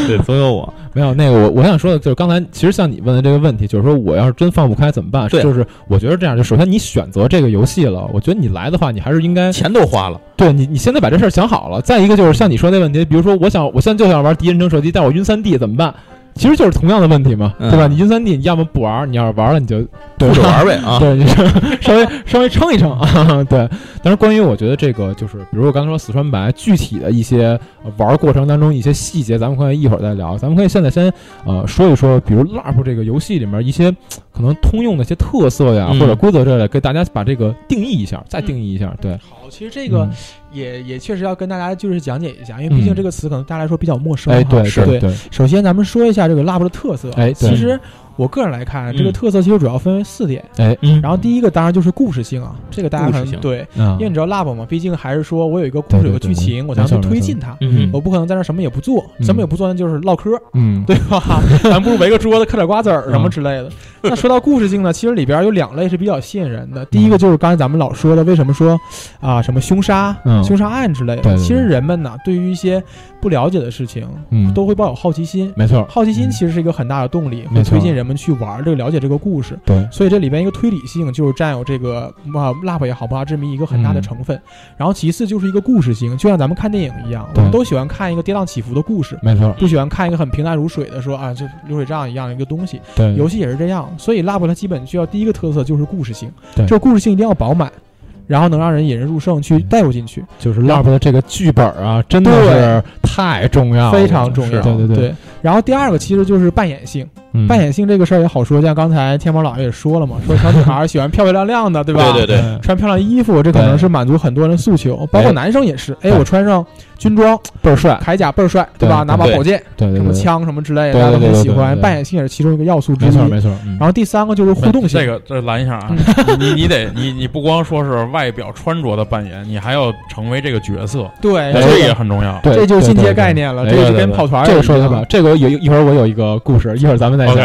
A: 对，总有我。
B: 没有那个我我想说的就是刚才其实像你问的这个问题，就是说我要是真放不开怎么办？
A: 对啊
B: 就是我觉得这样，就首先你选择这个游戏了，我觉得你来的话，你还是应该
A: 钱都花了，
B: 对你你现在把这事儿想好了。再一个就是像你说那问题，比如说我想我现在就想玩第一人称射击，但我晕三 D 怎么办？其实就是同样的问题嘛，
A: 嗯
B: 对吧？你晕三 D，你要么不玩儿，你要是玩了你就对吧
A: 不着玩呗啊！
B: 对，你稍 稍微稍微撑一撑啊。对，但是关于我觉得这个就是，比如我刚才说四川白具体的一些呃玩儿过程当中一些细节，咱们可以一会儿再聊。咱们可以现在先呃说一说，比如 LARP 这个游戏里面一些可能通用的一些特色呀，
A: 嗯
B: 或者规则之类的，给大家把这个定义一下，再定义一下。对，
C: 好，其实嗯这个
B: 嗯
C: 也也确实要跟大家就是讲解一下，因为毕竟
B: 嗯
C: 这个词可能大家来说比较陌生哈。
B: 哎，对
A: 是
B: 对
C: 对
B: 对，
C: 首先咱们说一下这个 lab 的特色。
B: 哎对
C: 其实我个人来看，这个
A: 嗯
C: 特色其实主要分为四点。
B: 哎，
A: 嗯
C: 然后第一个当然就是故事性啊，这个大家可
A: 故事
C: 能
A: 性
C: 对，
B: 嗯
C: 因为你知道 lab 嘛，毕竟还是说我有一个故事，
B: 对对
C: 有个
B: 对
C: 剧情，我才能
B: 没
C: 去
B: 错
C: 推进它。
A: 嗯
C: 我不可能在那儿什么也不做，
B: 嗯
C: 什么也不做，那就是唠嗑，
B: 嗯，
C: 对吧？ 咱不如围个桌子嗑点瓜子儿什么之类的。那说到故事性呢，其实里边有两类是比较吸引人的。第一个就是刚才咱们老说的，为什么说啊什么凶杀
B: 嗯、
C: 凶杀案之类
B: 对对
C: 的？
B: 对
C: 其实人们呢，对于一些不了解的事情，
B: 嗯
C: 都会抱有好奇心。
B: 没错儿，
C: 好奇心其实是一个很大的动力，
B: 嗯没
C: 会
B: 错
C: 推进人们去玩儿这个了解这个故事。
B: 对。
C: 所以这里边一个推理性就是占有这个哇 lap 也好，不拉之谜一个很
B: 嗯
C: 大的成分。然后其次就是一个故事性，就像咱们看电影一样，我们
B: 对
C: 都喜欢看一个跌宕起伏的故事，
B: 没错儿，
C: 不喜欢看一个很平淡如水的说啊，就流水账一样的一个东西。
B: 对，
C: 游戏也是这样，所以 lap 它基本需要第一个特色就是故事性，
B: 对
C: 这个故事性一定要饱满。然后能让人引人入胜，去
B: 嗯
C: 带入进去，
B: 就是 LARP 的这个剧本啊，真的是太重啊要了，
C: 非常重要。
B: 对对
C: 对，然后第二个其实就是扮演性，
B: 嗯
C: 扮演性这个事儿也好说，像刚才天猫老爷也说了嘛，说小女孩儿喜欢漂漂亮亮的，对吧？
A: 对对对，
C: 穿漂亮衣服，这可能是满足很多人的诉求，包括男生也是。哎，
B: 对
C: 我穿上军装、
B: 倍儿帅，
C: 铠甲倍儿帅，
B: 对
C: 吧？拿把
A: 对
C: 宝剑、
B: 对对
C: 什
B: 对
C: 么
B: 对，
C: 枪什么之类
B: 对
C: 的，大家都
B: 对
C: 很
B: 对
C: 喜
B: 对
C: 欢。
B: 对
C: 扮演性也是其中一个要素之
B: 没
C: 一。
B: 错没错。嗯
C: 然后第三个就是互动性
D: 这，个这拦一下啊！你你得你你不光说是外表穿着的扮演，你还要成为这个角色，
C: 对，
D: 这
C: 这
D: 也
C: 个
D: 很重要。
B: 对，
C: 这就是
B: 对
C: 进阶
B: 对
C: 概念了，
B: 对
C: 这个
D: 对
C: 就
D: 对
C: 跟
D: 对
C: 跑团儿
B: 这个
C: 一
B: 说的
C: 样
B: 吧，这个个有一会儿我有一个故事，一会儿咱们再讲
D: OK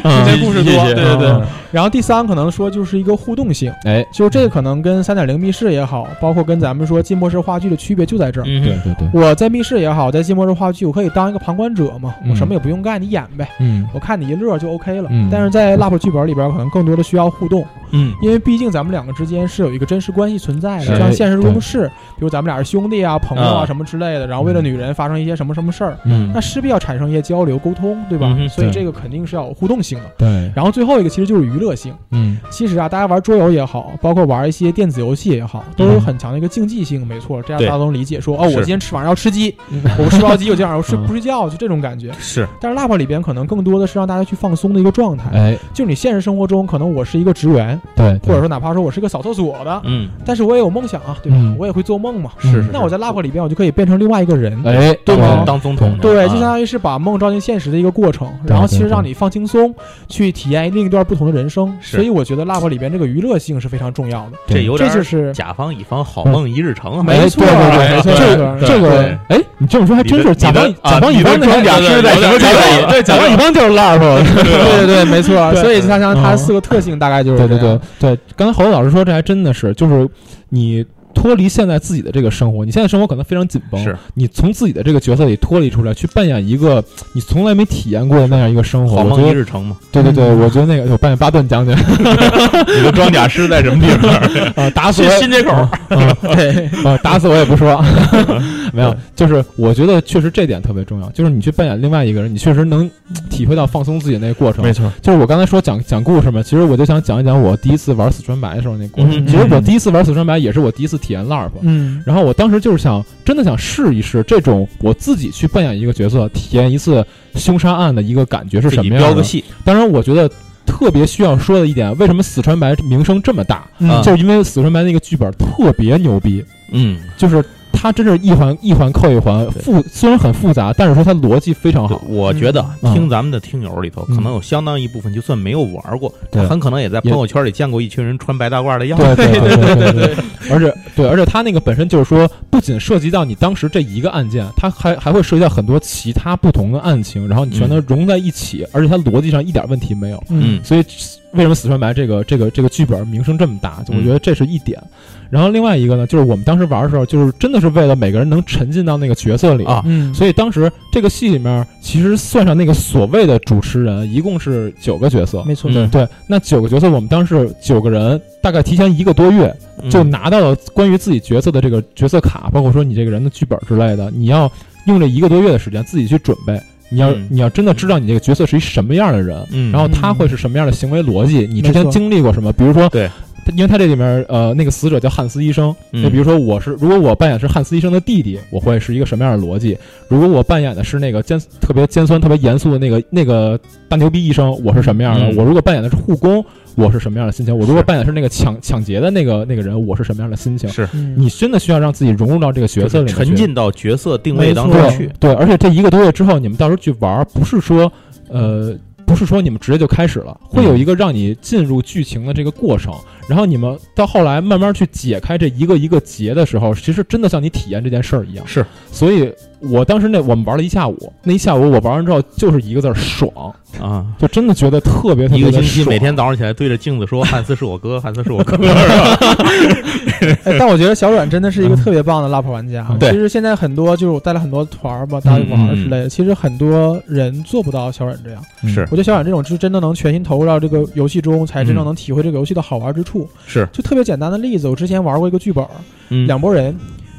B: 啊。
D: 好，
C: 这故事多
D: 谢谢
C: 对
B: 嗯
D: 对对，
C: 然后第三可能说就是一个互动性，
B: 哎，
C: 就这可能跟三点零密室也好，包括跟咱们说浸没式话剧的区别就在这儿。
A: 嗯，
B: 对，对对，
C: 我在密室也好，在浸没式话剧，我可以当一个旁观者嘛，
B: 嗯
C: 我什么也不用干，你演呗，
B: 嗯
C: 我看你一乐就 OK 了。
B: 嗯
C: 但是在 LARP 剧本里边，可能更多的需要互动，
A: 嗯，
C: 因为毕竟咱们两个之间是有一个真实关系存在的，
B: 是
C: 像现实中是，比如咱们俩是兄弟啊、朋友啊什么之类的，然后为了女人发生一些什么什么事儿，
B: 嗯
C: 那，势必要产生一些交流沟通，对吧
A: 嗯？哼
C: 所以
B: 对
C: 这个肯定是要有互动性的。
B: 对，
C: 然后最后一个其实就是娱乐性。
B: 嗯
C: 其实啊，大家玩桌游也好，包括玩一些电子游戏也好，都
B: 嗯
C: 有很强的一个竞技性，没错。这样
A: 对
C: 大家都能理解说，哦，我
A: 是
C: 今天吃晚上要 吃鸡，
B: 嗯
C: 我吃不着鸡，我今天晚上 我睡
B: 嗯
C: 不睡觉，就这种感觉。
A: 是，
C: 但是 LARP 里边可能更多的是让大家去放松的一个状态。
B: 哎，
C: 就你现实生活中，可能我是一个职员，
B: 对，
C: 或者
B: 说
C: 说哪怕说我是一个扫厕所的，
A: 嗯，
C: 但是我也有梦想啊，对吧？
B: 嗯
C: 我也会做梦嘛。
B: 是是
C: 那我在 LARP 里边，我就可以变成另外一个人。
B: 哎，
A: 对
C: 吧
A: 当总统呢，
C: 对，
A: 啊
C: 就相当于是把梦照进现实的一个过程，
B: 对
C: 然后其
B: 对
C: 实
B: 对
C: 让你放轻松，去体验另一段不同的人生。
A: 是
C: 所以我觉得 LARP 里边这个娱乐性是非常重要的，
A: 这有
C: 这
A: 点
C: 就是
A: 甲方乙方好梦一日成啊，
C: 没
B: 哎
C: 错
B: 对对对，
D: 哎
C: 错
D: 对
B: 这
C: 个
D: 对
B: 这个
A: 对，
B: 哎，你这么说还真
A: 你
B: 是
A: 的
B: 甲方
A: 你的
B: 甲方
A: 啊
B: 乙方
A: 你的
B: 那
A: 专
B: 俩
A: 业
B: 是
A: 对
B: 在
A: 对
B: 什么甲
A: 有点
B: 方乙
A: 对
B: 对甲方
A: 对
B: 乙方就是 LARP，
C: 对对，哦没错
B: 对
C: 所以它像它
B: 嗯
C: 四个特性大概就是
B: 对对
C: 这样
B: 对对。刚才侯老师说这还真的是，就是你脱离现在自己的这个生活，你现在生活可能非常紧绷，
A: 是
B: 你从自己的这个角色里脱离出来，去扮演一个你从来没体验过的那样一个生活。
A: 好
B: 我
A: 梦一
B: 觉得，
A: 日成嘛，
B: 对对对，我觉得那个哎我扮演巴顿将军
A: 嗯 你的装甲师在什么地方？
B: 啊，打死
A: 新
B: 我也
A: 新街口，
C: 对，
B: 啊，打死我也不说，
A: 嗯
B: 没有，就是我觉得确实这点特别重要，就是你去扮演另外一个人，你确实能体会到放松自己那个过程
D: 没。错，
B: 就是我刚才说讲讲故事嘛，其实我就想讲一讲我第一次玩死川白的时候那过程。
A: 嗯
B: 其实我第一次玩死川白也是我第一次体验 LARP，、
C: 嗯，
B: 然后我当时就是想真的想试一试这种我自己去扮演一个角色，体验一次凶杀案的一个感觉是
A: 自
B: 什
A: 己
B: 么
A: 标
B: 样
A: 个
B: 的。
A: 戏，
B: 当然，我觉得特别需要说的一点，为什么死川白名声这么大，
A: 嗯
B: 就是因为死川白那个剧本特别牛逼。
A: 嗯，
B: 就是它真是一环一环扣一环，
A: 对
B: 复虽然很复杂，但是说它逻辑非常
A: 对
B: 好。
A: 我觉得啊
B: 哦嗯
A: 听咱们的听友里头，
B: 嗯
A: 可能有相当一部分，就算没有玩过，
B: 对
A: 他很可能也在
B: 也
A: 朋友圈里见过一群人穿白大褂的样子。
B: 对对对对对， 而且对，而且它那个本身就是说，不仅涉及到你当时这一个案件，它还还会涉及到很多其他不同的案情，然后你全
C: 嗯
B: 都融在一起，而且它逻辑上一点问题没有。
A: 嗯，
B: 所以为什么《死川白》这个这个这个剧本名声这么大？就我
C: 嗯
B: 觉得这是一点。然后另外一个呢，就是我们当时玩的时候，就是真的是为了每个人能沉浸到那个角色里
A: 啊
C: 嗯，
B: 所以当时这个戏里面，其实算上那个所谓的主持人，一共是九个角色。
C: 没错，
A: 嗯
B: 对，那九个角色，我们当时九个人，大概提前一个多月
A: 嗯
B: 就拿到了关于自己角色的这个角色卡，包括说你这个人的剧本之类的，你要用这一个多月的时间自己去准备。你要、
A: 嗯
B: 你要真的知道你这个角色是一什么样的人，
A: 嗯
B: 然后他会是什么样的行为逻辑，你之
C: 没
B: 前
C: 错
B: 经历过什么？比如说，
A: 对
B: 他，因为他这里面呃那个死者叫汉斯医生，
A: 嗯
B: 那比如说我是如果我扮演是汉斯医生的弟弟，我会是一个什么样的逻辑？如果我扮演的是那个尖特别尖酸、特别严肃的那个那个大牛逼医生，我是什么样的？
A: 嗯
B: 我如果扮演的是护工，我是什么样的心情？我如果
A: 是
B: 扮演的是那个抢抢劫的那个那个人，我是什么样的心情？
A: 是
C: 嗯
B: 你真的需要让自己融入到这个角色里面去，
A: 沉浸到角色定位当中
B: 对
A: 去。
B: 对，而且这一个多月之后，你们到时候去玩儿，不是说呃，不是说你们直接就开始了，会有一个让你进入剧情的这个过程。然后你们到后来慢慢去解开这一个一个结的时候，其实真的像你体验这件事儿一样。
A: 是，
B: 所以我当时那我们玩了一下午，那一下午我玩完之后就是一个字儿爽，
A: 啊。
B: 就真的觉得特别特
A: 一
B: 别
A: 个
B: 的
A: 星期，
B: 爽
A: 每天早上起来对着镜子说：“汉斯是我哥，汉斯是 我哥。
B: 嗯
C: 哎，但我觉得小阮真的是一个特别棒的 LARP 玩家。
B: 嗯
A: 嗯对嗯
C: 其实现在很多就是我带了很多团儿吧，大家玩儿之类的，其实很多人做不到小阮这样。
B: 嗯
A: 是
C: 我觉得小阮这种就是真的能全心投入到这个游戏中，才真正能体会这个游戏的好玩之处。
A: 是
C: 就特别简单的例子，我之前玩过一个剧本儿，”
A: 嗯，
C: 两拨人，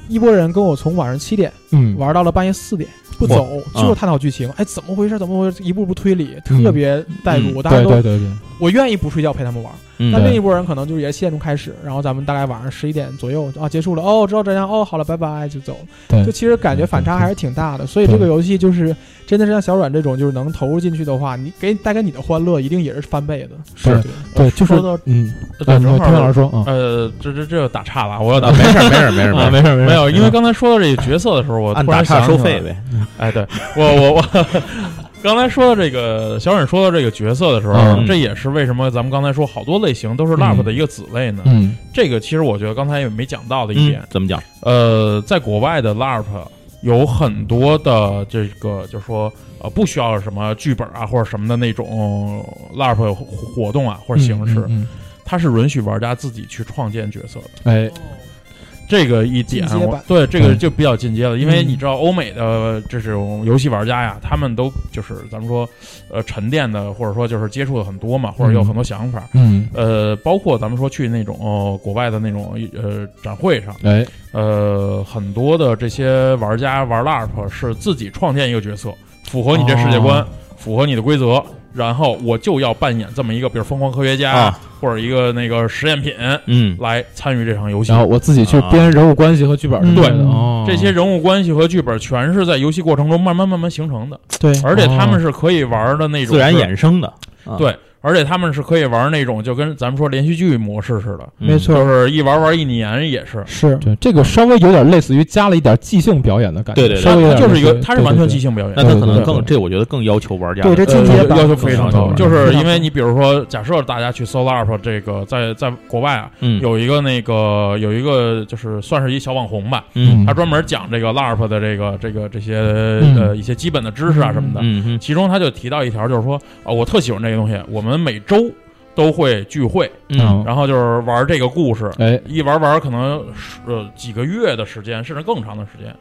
C: 一拨人跟我从晚上七点
B: 嗯
C: 玩到了半夜四点。不
A: 哇
C: 走，
A: 啊
C: 就是探讨剧情。哎，怎么回事？怎么回事？一步步推理，特别带入。
A: 嗯
C: 我大家
B: 对
C: 都，
B: 对对对，
C: 我愿意不睡觉陪他们玩。
A: 嗯
C: 那
B: 对
C: 另一波人可能就是也是七点钟开始，然后咱们大概晚上十一点左右啊结束了，哦，知道真相，哦，好了，拜拜，就走了。
B: 对
C: 就其实感觉反差还是挺大的，所以
B: 对
C: 这个游戏就是真的是像小阮这种，就是能投入进去的话，你给带给你的欢乐一定也是翻倍的。
B: 是对，就是
D: 说到
B: 嗯，
D: 对，
B: 啊
D: 正
B: 听
D: 好
B: 老师说啊
D: 呃，这这这打岔了，我要打
A: 啊，没事儿，没事儿，没事
B: 啊，
A: 儿，
B: 没
A: 事
B: 事儿没事儿，
D: 没有，因为刚才说到这个角色的时候，我
A: 儿，按
D: 突
A: 打
D: 然
A: 岔
D: 想
A: 收
D: 起来
A: 费
D: 了。
A: 呗。
D: 哎，对我我我，刚才说到这个小冉说到这个角色的时候，
B: 嗯
D: 这也是为什么咱们刚才说好多类型都是
B: 嗯
D: LARP 的一个子类呢？
B: 嗯
D: 这个其实我觉得刚才也没讲到的一
A: 嗯
D: 点，，
A: 怎么讲？
D: 呃，在国外的 LARP 有很多的这个，就是说呃，不需要什么剧本啊或者什么的那种呃 LARP 活动啊或者形式，
B: 嗯嗯
D: 它是允许玩家自己去创建角色的。
B: 嗯哎，
D: 这个一点啊
C: 进阶，版
D: 我对这个
B: 对
D: 就比较进阶了，因为
B: 嗯
D: 你知道欧美的这种游戏玩家呀，他们都就是咱们说，呃，沉淀的或者说就是接触的很多嘛，或者有很多想法。
B: 嗯，
D: 呃，包括咱们说去那种、呃国外的那种呃展会上，
B: 哎，
D: 呃，很多的这些玩家玩 LARP 是自己创建一个角色，符合你这世界观，
B: 哦
D: 符合你的规则，然后我就要扮演这么一个，比如疯狂科学家、
A: 啊
D: 或者一个那个实验品
A: 嗯，
D: 来参与这场游戏
B: 然。后我哦自己去
D: 啊
B: 编人物关系和剧本之类的，
C: 对
B: 哦，
D: 这些人物关系和剧本全是在游戏过程中慢慢慢慢形成的，
C: 对，
B: 嗯
D: 而且他们是可以玩的那种
A: 自然
D: 是，
A: 衍生的，啊
D: 对，而且他们是可以玩那种就跟咱们说连续剧模式似的，
A: 嗯
C: 没错
D: 就是一玩玩一年也是。
C: 是
B: 对这个稍微有点类似于加了一点即兴表演的感觉，
A: 对对对
B: 稍微有
D: 它
B: 点
D: 就是一个，
B: 类似
D: 它是完全即
B: 对对对
D: 兴表演
A: 嗯那，他可
B: 对
A: 能
B: 对对
A: 更这，我觉得更要求玩家
C: 对
A: 的
C: 这进阶版
D: 呃要求非常高，
A: 嗯
D: 就是因为你比如说，假设大家去搜 LARP 这个，在在国外啊，
A: 嗯
D: 有一个那个有一个就是算是一小网红吧，
A: 嗯
D: 他专门讲这个 LARP 的这个这个这些
B: 嗯
D: 呃一些基本的知识啊什么的。
A: 嗯嗯
D: 其中他就提到一条，就是说啊，我特喜欢这个东西，我们每周都会聚会，
A: 嗯
D: 然后就是玩这个故事，
B: 哎，
D: 一玩玩可能是呃几个月的时间，甚至更长的时间。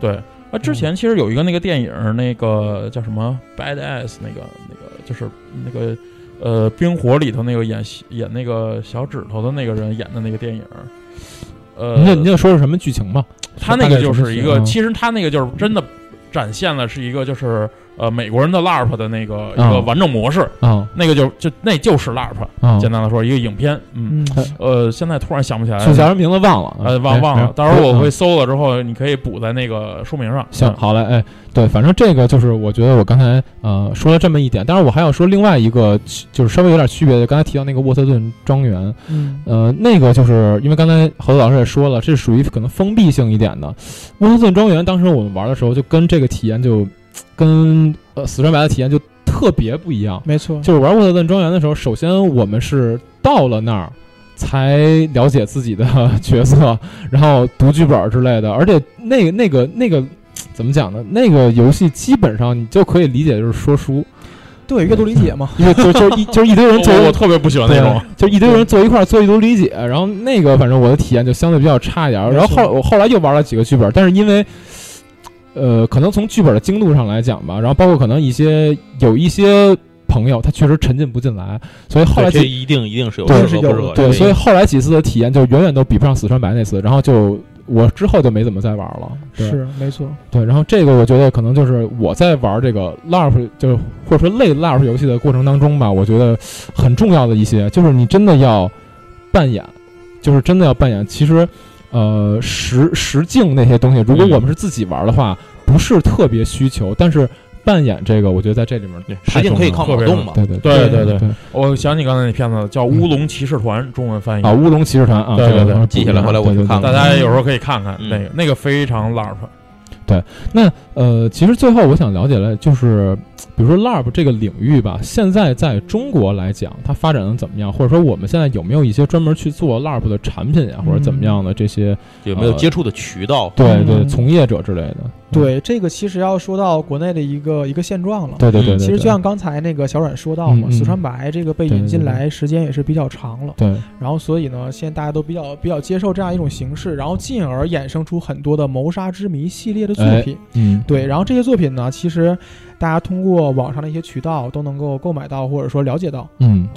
D: 对，那
B: 嗯
D: 之前其实有一个那个电影，那个叫什么《Bad Ass》，那个那个就是那个呃《冰火》里头那个演演那个小指头的那个人演的那个电影。呃，
B: 您就您就说说什么剧情吧，
D: 他那个就是一
B: 大
D: 个，
B: 概什么剧情啊
D: 其实他那个就是真的展现了是一个就是呃美国人的 LARP 的那个一
B: 啊
D: 个完整模式，
B: 啊
D: 那个就就那就是 LARP，
B: 啊，
D: 简单的说一个影片，嗯，
C: 嗯，
D: 呃，现在突然想不起来
B: 就叫
D: 了，
B: 什么名字忘了，
D: 呃，忘
B: 哎
D: 忘
B: 没
D: 了
B: 事，
D: 到时候我
B: 嗯
D: 会搜了之后，你可以补在那个说明上。嗯
B: 行，好嘞，哎，对，反正这个就是我觉得我刚才呃说了这么一点，当然我还要说另外一个区，就是稍微有点区别的，刚才提到那个沃特顿庄园，
C: 嗯
B: 呃，那个就是因为刚才何子老师也说了，这是属于可能封闭性一点的。沃特顿庄园当时我们玩的时候，就跟这个体验就跟呃死神白的体验就特别不一样。
C: 没错，
B: 就是玩沃特顿庄园的时候，首先我们是到了那儿才了解自己的角色，然后读剧本之类的，而且那个那个那个怎么讲呢？那个游戏基本上你就可以理解就是说书，
C: 对阅读理解嘛，
B: 因为就就一就是一堆 人
D: 我
B: 坐
D: 我我特别不喜欢那种，
B: 对，就一堆人坐一块儿做一读理解，然后那个反正我的体验就相对比较差一点儿。
C: 没
B: 然后
C: 错
B: 后我后来又玩了几个剧本，但是因为呃，可能从剧本的精度上来讲吧，然后包括可能一些有一些朋友他确实沉浸不进来，所以后来
A: 对这
B: 几
A: 一定一定是有
B: 对
A: 适合
C: 是有
A: 不适合
B: 对，
A: 的
B: 所以后来几次的体验就远远都比不上死川白那次，然后就我之后就没怎么再玩了。对
C: 是没错，
B: 对，然后这个我觉得可能就是我在玩这个 LARP，就是或者说类 LARP 游戏的过程当中吧，我觉得很重要的一些，就是你真的要扮演，就是真的要扮演。其实，呃，实实境那些东西，如果
A: 嗯
B: 我们是自己玩的话，不是特别需求，但是扮演这个，我觉得在这里面
A: 对
B: 太
A: 实际
B: 重
A: 可以
B: 要了
A: 抗脑洞嘛，
B: 对对
D: 对
B: 对
D: 对对
B: 对
D: 我想起刚才那片子叫《乌龙骑士团》，中文翻译
B: 啊，乌龙骑士团啊，
D: 对对对
B: 这个
A: 记下来回来我去
B: 对对对
A: 看看
D: 大家有时候可以看看
A: 嗯
D: 那个，那个非常 LARP。
B: 那呃，其实最后我想了解了，就是比如说 LARP 这个领域吧，现在在中国来讲，它发展的怎么样？或者说我们现在有没有一些专门去做 LARP 的产品呀、或者怎么样的这些
A: 有没有接触的渠道？
B: 对
C: 嗯
B: 对从业者之类的？
C: 对这个其实要说到国内的一个一个现状了。
B: 嗯对对对对，
C: 嗯其实就
B: 对
C: 像刚才那个小阮说到嘛，
B: 嗯嗯
C: 四川白这个被
B: 对对
C: 引进
B: 对
C: 来时间也是比较长了，
B: 对
C: 然后所以呢，现在大家都比较比较接受这样一种形式，然后进而衍生出很多的谋杀之谜系列的作
B: 哎
C: 品。
B: 嗯
C: 对，然后这些作品呢，其实大家通过网上的一些渠道都能够购买到或者说了解到。
B: 嗯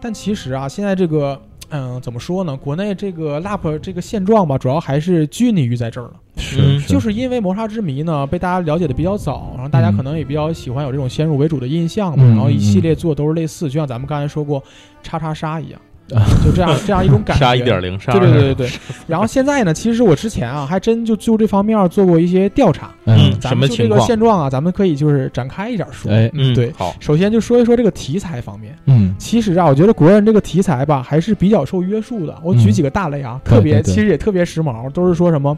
C: 但其实啊，现在这个嗯，怎么说呢？国内这个 LAP 这个现状吧，主要还是拘泥于在这儿了。
B: 是
C: 嗯就是是因为《谋杀之谜》呢，被大家了解的比较早，然后大家可能也比较喜欢有这种先入为主的印象嘛，
B: 嗯
C: 然后一系列做都是类似，就像咱们刚才说过“叉叉 杀”一样
B: 啊，
C: 就这样这样一种 感觉。
A: 杀一点零杀，
C: 对对对对对。然后现在呢，其实我之前啊，还真就就这方面啊做过一些调查。
B: 嗯
C: 咱
A: 什
C: 们
A: 么
C: 就这
A: 情
C: 个
A: 况？
C: 现状啊，咱们可以就是展开一点说。
B: 哎
A: 嗯，
C: 对
A: 好，
C: 首先就说一说这个题材方面。
B: 嗯
C: 其实啊，我觉得国人这个题材吧，还是比较受约束的。我
A: 嗯
C: 举几个大类啊，
B: 对
C: 特别
B: 对对
C: 其实也特别时髦，都是说什么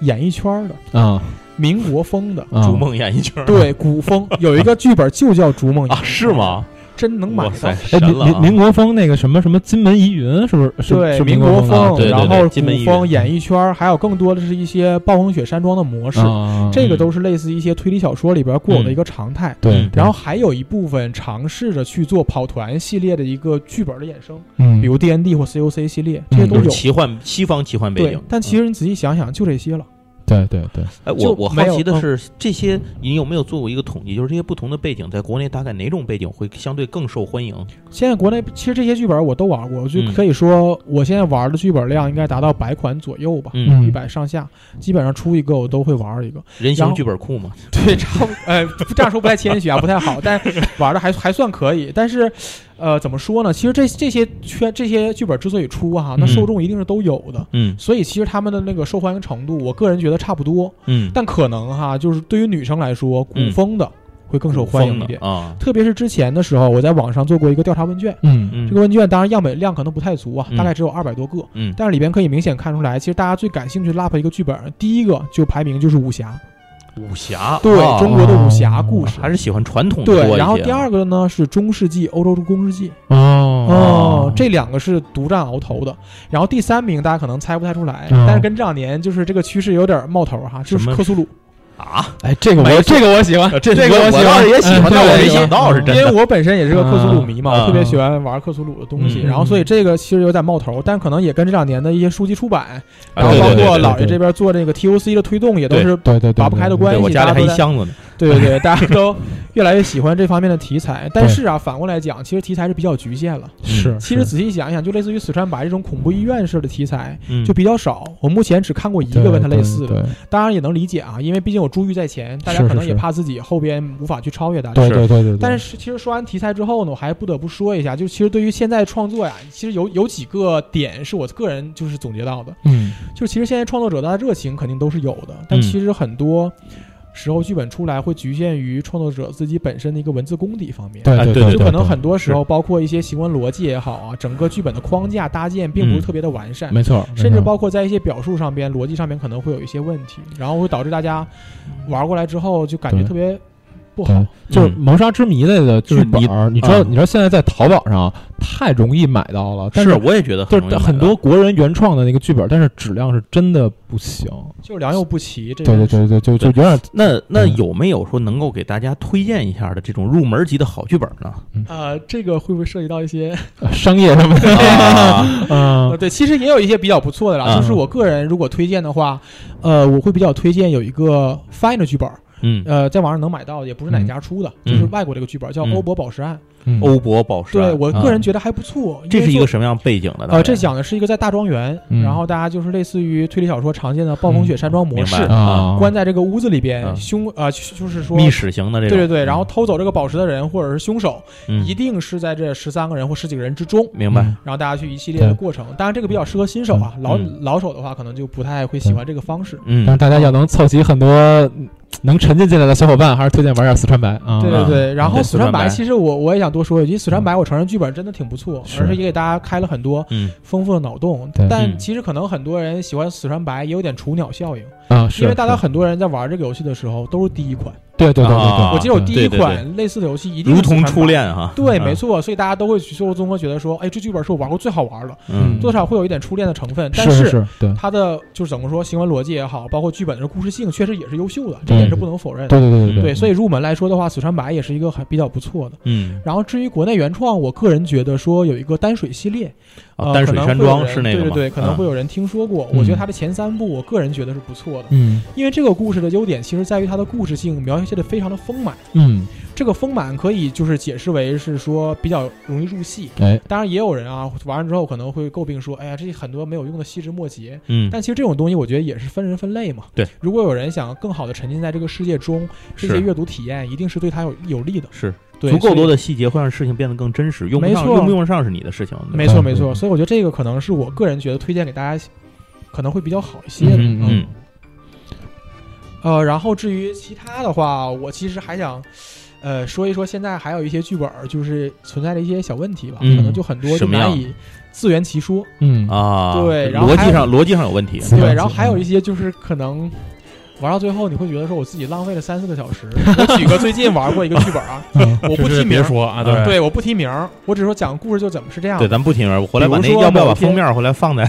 C: 演艺圈的、
B: 啊
C: 民
A: 嗯
C: 国风的，
B: 啊
A: 逐梦演艺圈
C: 对古风。有一个剧本就叫《逐梦
A: 啊，是？吗？
C: 真能买
A: 哇
C: 到
A: 塞，。
B: 哎，
A: 神
B: 民
A: 了
B: 民
A: 啊！
B: 民国风那个什么什么金门疑云，是不是？是
C: 对，
B: 是
C: 民
B: 国啊
C: 风，
A: 啊对对
C: 然
A: 对
C: 后
A: 金门
C: 古
A: 一
C: 风
A: 人
C: 演艺圈，还有更多的是一些暴风雪山庄的模式，
B: 的啊，
C: 这个
A: 嗯
C: 都是类似一些推理小说里边固有的一个常态。
B: 对
A: 嗯。
C: 然后还有一部分尝试着去做跑团系列的一个剧本的衍生，
B: 嗯，
C: 比如 D N D 或 C O C 系列，这些都
A: 就
B: 嗯
A: 是
C: 有。
A: 奇幻西方奇幻背
C: 对
A: 景，，嗯
C: 但其实你仔细想想，就这些了。
B: 对对对，
A: 哎，我
C: 就
A: 我好
C: 没有
A: 奇的
C: 嗯
A: 是，这些你有没有做过一个统计？就是这些不同的背景，在国内大概哪种背景会相对更受欢迎？
C: 现在国内其实这些剧本我都玩过，我就
A: 嗯
C: 可以说我现在玩的剧本量应该达到百款左右吧，
A: 嗯，
C: 一百上下，基本上出一个我都会玩一个。
A: 人
C: 然
A: 形
C: 后
A: 剧本库嘛，
C: 对，差不呃，这样说不太谦虚啊，不太好，但 玩的还还算可以。但是，呃，怎么说呢？其实这这些圈这些剧本之所以出哈、那
A: 嗯
C: 受众一定是都有的。
A: 嗯
C: 所以其实他们的那个受欢迎程度，我个人觉得差不多，
A: 嗯，
C: 但可能哈，就是对于女生来说，古
A: 嗯
C: 风的会更受欢迎一
A: 疯
C: 点。
A: 的啊，
C: 特别是之前的时候，我在网上做过一个调查问卷，
B: 嗯
A: 嗯
C: 这个问卷当然样本量可能不太足啊，
A: 嗯
C: 大概只有二百多个，
A: 嗯
C: 但是里边可以明显看出来，其实大家最感兴趣的 LAP 一个剧本，第一个就排名就是武侠，
A: 武侠，
C: 对、
A: 啊
C: 中国的武侠故事。
A: 还是喜欢传统的多
C: 对，
A: 一
C: 然后
A: 些
C: 第
A: 啊
C: 二个呢是中世纪、欧洲中世纪，
B: 哦
C: 这两个是独占鳌头的。然后第三名大家可能猜不太出来，
B: 嗯
C: 但是跟这两年就是这个趋势有点冒头哈，就
A: 哦什
C: 是
A: 么
C: 克苏鲁，
A: 啊，
B: 哎，这个我
A: 没错呃
B: 这个我喜欢，这个
A: 我
B: 喜
A: 我倒
B: 欢
A: 是也喜欢，
B: 嗯
A: 但我没
B: 这个
A: 想到是
C: 因
A: 真
C: 为
A: 的。
C: 我本身也是个克苏鲁迷嘛，
A: 嗯
C: 我特别喜欢玩克苏鲁的东西，
B: 嗯
C: 然后所以这个其实有点冒头，但可能也跟这两年的一些书籍出版，
A: 啊
C: 然后
A: 对
C: 包
A: 对对
C: 括
A: 对
C: 老
B: 对
C: 爷这边做这个 TOC 的推动，也都
A: 对
C: 是
B: 对对对，
C: 拔不开的关
A: 对
C: 系
A: 我家里还一
C: 大家都在
A: 箱子呢。
C: 对对对，大家都越来越喜欢这方面的题材。但是啊，反过来讲，其实题材是比较局限了。
B: 是，
C: 其实仔细想一想，就类似于《死川白》这种恐怖医院式的题材
A: 嗯
C: 就比较少。我目前只看过一
B: 一
C: 个跟它类似的，
B: 的，
C: 当然也能理解啊，因为毕竟有珠玉在前，大家
B: 是
C: 可能
B: 是
C: 也
B: 是
C: 怕自己后边无法去超越大家
B: 对。对对对对，
C: 但是其实说完题材之后呢，我还不得不说一下，就其实对于现在创作呀，其实有有几个点是我个人就是总结到的，
B: 嗯
C: 就其实现在创作者他的热情肯定都是有的，但
A: 嗯
C: 其实很多时候剧本出来会局限于创作者自己本身的一个文字功底方面。
B: 对
A: 哎
B: 啊对
A: 对
B: 对，
C: 就
B: 对
C: 可能很多
A: 是
C: 时候，包括一些行文逻辑也好啊，整个剧本的框架搭建并不是
A: 嗯
C: 特别的完善，
B: 没错，
C: 甚
B: 没
C: 至
B: 错
C: 包括在一些表述上边、逻辑上面可能会有一些问题，然后会导致大家玩过来之后就感觉
B: 对
C: 特别不好
B: 对。，就是《
A: 嗯
B: 谋杀之谜》类的剧
A: 就是
B: 本
A: 你
B: 儿，你知道，
A: 嗯
B: 你知道现在在淘宝上太容易买到了，但
A: 是，我也觉得
B: 就
A: 容易
B: 是
A: 买
B: 很
A: 到
B: 多国人原创的那个剧本，但是质量是真的不行。
C: 就是良莠不齐，这
B: 对对
C: 个
B: 对对，就就
A: 对
B: 有点
A: 那那
B: 嗯
A: 有没有说能够给大家推荐一下的这种入门级的好剧本呢？
C: 呃，这个会不会涉及到一些？
B: 呃商业什么 的。
A: 啊，
B: 嗯
C: 呃，对，其实也有一些比较不错的啦。
A: 嗯
C: 就是我个人如果推荐的话，呃，我会比较推荐有一个翻译的剧本，
A: 嗯，
C: 呃，在网上能买到，也不是哪家出的，
A: 嗯
C: 就是外国这个剧本叫
A: 嗯
C: 《欧泊宝石案》。
B: 嗯
A: 欧泊宝石
C: 对
A: 案，
C: 我个人觉得还不错，
A: 啊
C: 因
A: 这
C: 为
A: 是一
C: 做
A: 个什么样背景的呢？
C: 呃，这讲的是一个在大庄园，
B: 嗯
C: 然后大家就是类似于推理小说常见的暴风雪山庄
A: 嗯
C: 模
A: 明
C: 式，
A: 白了
B: 啊，
C: 关在这个屋子里边，
A: 嗯
C: 凶呃就就是说，
A: 密室型的这
C: 对
A: 种，
C: 对对，然后偷走这个宝石的人或者是凶手，
A: 嗯
C: 一定是在这十三个人或十几个人之中。
A: 明白
B: 嗯
C: 然后大家去一系列的过程，当然这个比较适合新手啊，老
A: 嗯
C: 老手的话可能就不太会喜欢这个方式。
A: 嗯
B: 但是大家要能凑齐很多嗯能沉浸进来的小伙伴，还是推荐玩点《四川白》啊。
C: 对对对，然后
A: 嗯对
C: 死川
A: 死川白
C: 白，其实我我也想多说一句，死川白我承认剧本真的挺不错，
B: 是
C: 而且也给大家开了很多
A: 嗯
C: 丰富的脑洞
B: 对。
C: 但
A: 嗯
C: 其实可能很多人喜欢死川白也有点雏鸟效应，
B: 啊，是
C: 因为大家
B: 是
C: 很多人在玩这个游戏的时候都是第一款，
B: 对对对对
A: 啊
B: 对，
C: 我记得我第一
A: 对对
C: 款类似的游戏一定
A: 如
C: 是死川
A: 同
C: 白
A: 初。恋哈，
C: 对，
A: 嗯
C: 没，错，所以大家都会去做综合觉得说，哎，这剧本是我玩过最好玩的，
A: 嗯
C: 多少会有一点初恋的成分，但
B: 是是是，对
C: 它的就是怎么说，行文逻辑也好，包括剧本的故事性，确实也是优秀的，这点是不能否认的。
B: 对对对
A: 嗯
B: 对
C: 对，所以入门来说的话，死川白也是一个还比较不错的。
A: 嗯，
C: 然后至于国内原创，我个人觉得说有一个淡水系列，
A: 啊
C: 呃
A: 淡
C: 可
A: 水
C: 能
A: 山
C: 会有
A: 庄
C: 人
A: 是那个
C: 对
A: 吗？啊嗯
C: 对对，可能会有人听说过。我觉得它的前三部，我个人觉得是不错的，
B: 嗯
C: 因为这个故事的优点其实在于它的故事性描写的非常的丰满。
B: 嗯，
C: 这个丰满可以就是解释为是说比较容易入戏。
B: 哎，
C: 当然也有人啊，玩完之后可能会诟病说，哎呀，这很多没有用的细枝末节。
A: 嗯，
C: 但其实这种东西，我觉得也是分人分类嘛。
A: 对，
C: 如果有人想更好的沉浸在这个世界中，这些
A: 是
C: 阅读体验一定是对他有有利的。
A: 是
C: 对，
A: 足够多
C: 的。
A: 的细节会让事情变得更真实，用不
C: 没
A: 上
C: 错
A: 用不用上是你的事情，对吧
C: 没错
B: 嗯
C: 没错，
B: 嗯
C: 所以我觉得这个可能是我个人觉得推荐给大家，可能会比较好一些的。
B: 嗯
A: 嗯
C: 呃，然后至于其他的话，我其实还想。呃，说一说现在还有一些剧本儿就是存在的一些小问题吧，
A: 嗯
C: 可能就很多
A: 什
C: 就
A: 么
C: 难
A: 样
C: 以自圆其说。
B: 嗯
A: 啊，
C: 对然后
A: 逻
C: 还
A: 辑
C: 有
A: 上逻辑上有问题，
B: 自
C: 对，
B: 圆
C: 然后
B: 其
C: 还
B: 说
C: 有一些就是可能玩到最后，你会觉得说我自己浪费了三四个小时。我举个最近玩过一个剧本啊，
B: 嗯
C: 我不
D: 这
C: 提
D: 是
C: 名
D: 别，说啊，对
C: 对，我不提名，我只是说讲故事就怎么是这样
A: 哎对，
C: 的。
A: 咱不提名，我回来把
C: 比
A: 那
C: 如说
A: 要不要把
C: 某天
A: 封面回来放在？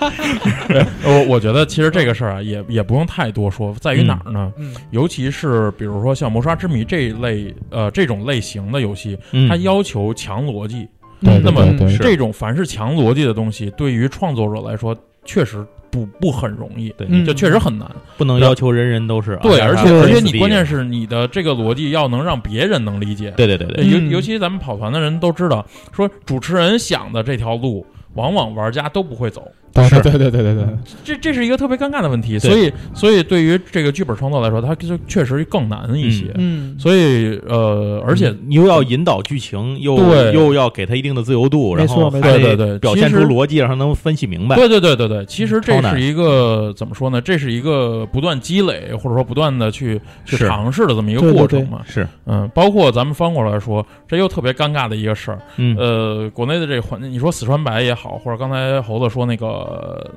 D: 我呃我觉得其实这个事儿啊，也也不用太多说，在于哪儿呢？
C: 嗯，
D: 尤其是比如说像《谋杀之谜》这一类呃这种类型的游戏，
A: 嗯
D: 它要求强逻辑。
B: 对，
C: 嗯
D: 那么
B: 对对
A: 是
B: 对
D: 这种凡是强逻辑的东西，对于创作者来说，确实不不很容易，
A: 对，
C: 嗯
D: 就确实很难。
A: 不能要求人人都是啊。
D: 对，而且
A: 对
D: 而且
A: 对
D: 你
A: 对
D: 关键是你的这个逻辑要能让别人能理解。
A: 对对对对，
D: 尤
C: 嗯
D: 尤其咱们跑团的人都知道，说主持人想的这条路，往往玩家都不会走。
B: 对
A: 是
B: 对对对对对对，
D: 这这是一个特别尴尬的问题，
A: 对
D: 所以所以对于这个剧本创作来说，它就确实更难一些。
C: 嗯，
D: 所以呃，而且
A: 嗯你又要引导剧情，又
D: 对
A: 又要给他一定的自由度，然
C: 没错
A: 后还
C: 没
D: 错
A: 得
D: 对对对
A: 表
D: 其
A: 现出
D: 实
A: 逻辑，让他能分析明白。
D: 对对对对对，其实这
A: 嗯超难
D: 是一个怎么说呢？这是一个不断积累，或者说不断的去去
A: 是
D: 尝试的这么一个
C: 对对
D: 过程嘛。
A: 是，
D: 嗯，包括咱们翻过来说，这又特别尴尬的一个事儿。
A: 嗯，
D: 呃，国内的这个环境，你说四川白也好，或者刚才猴子说那个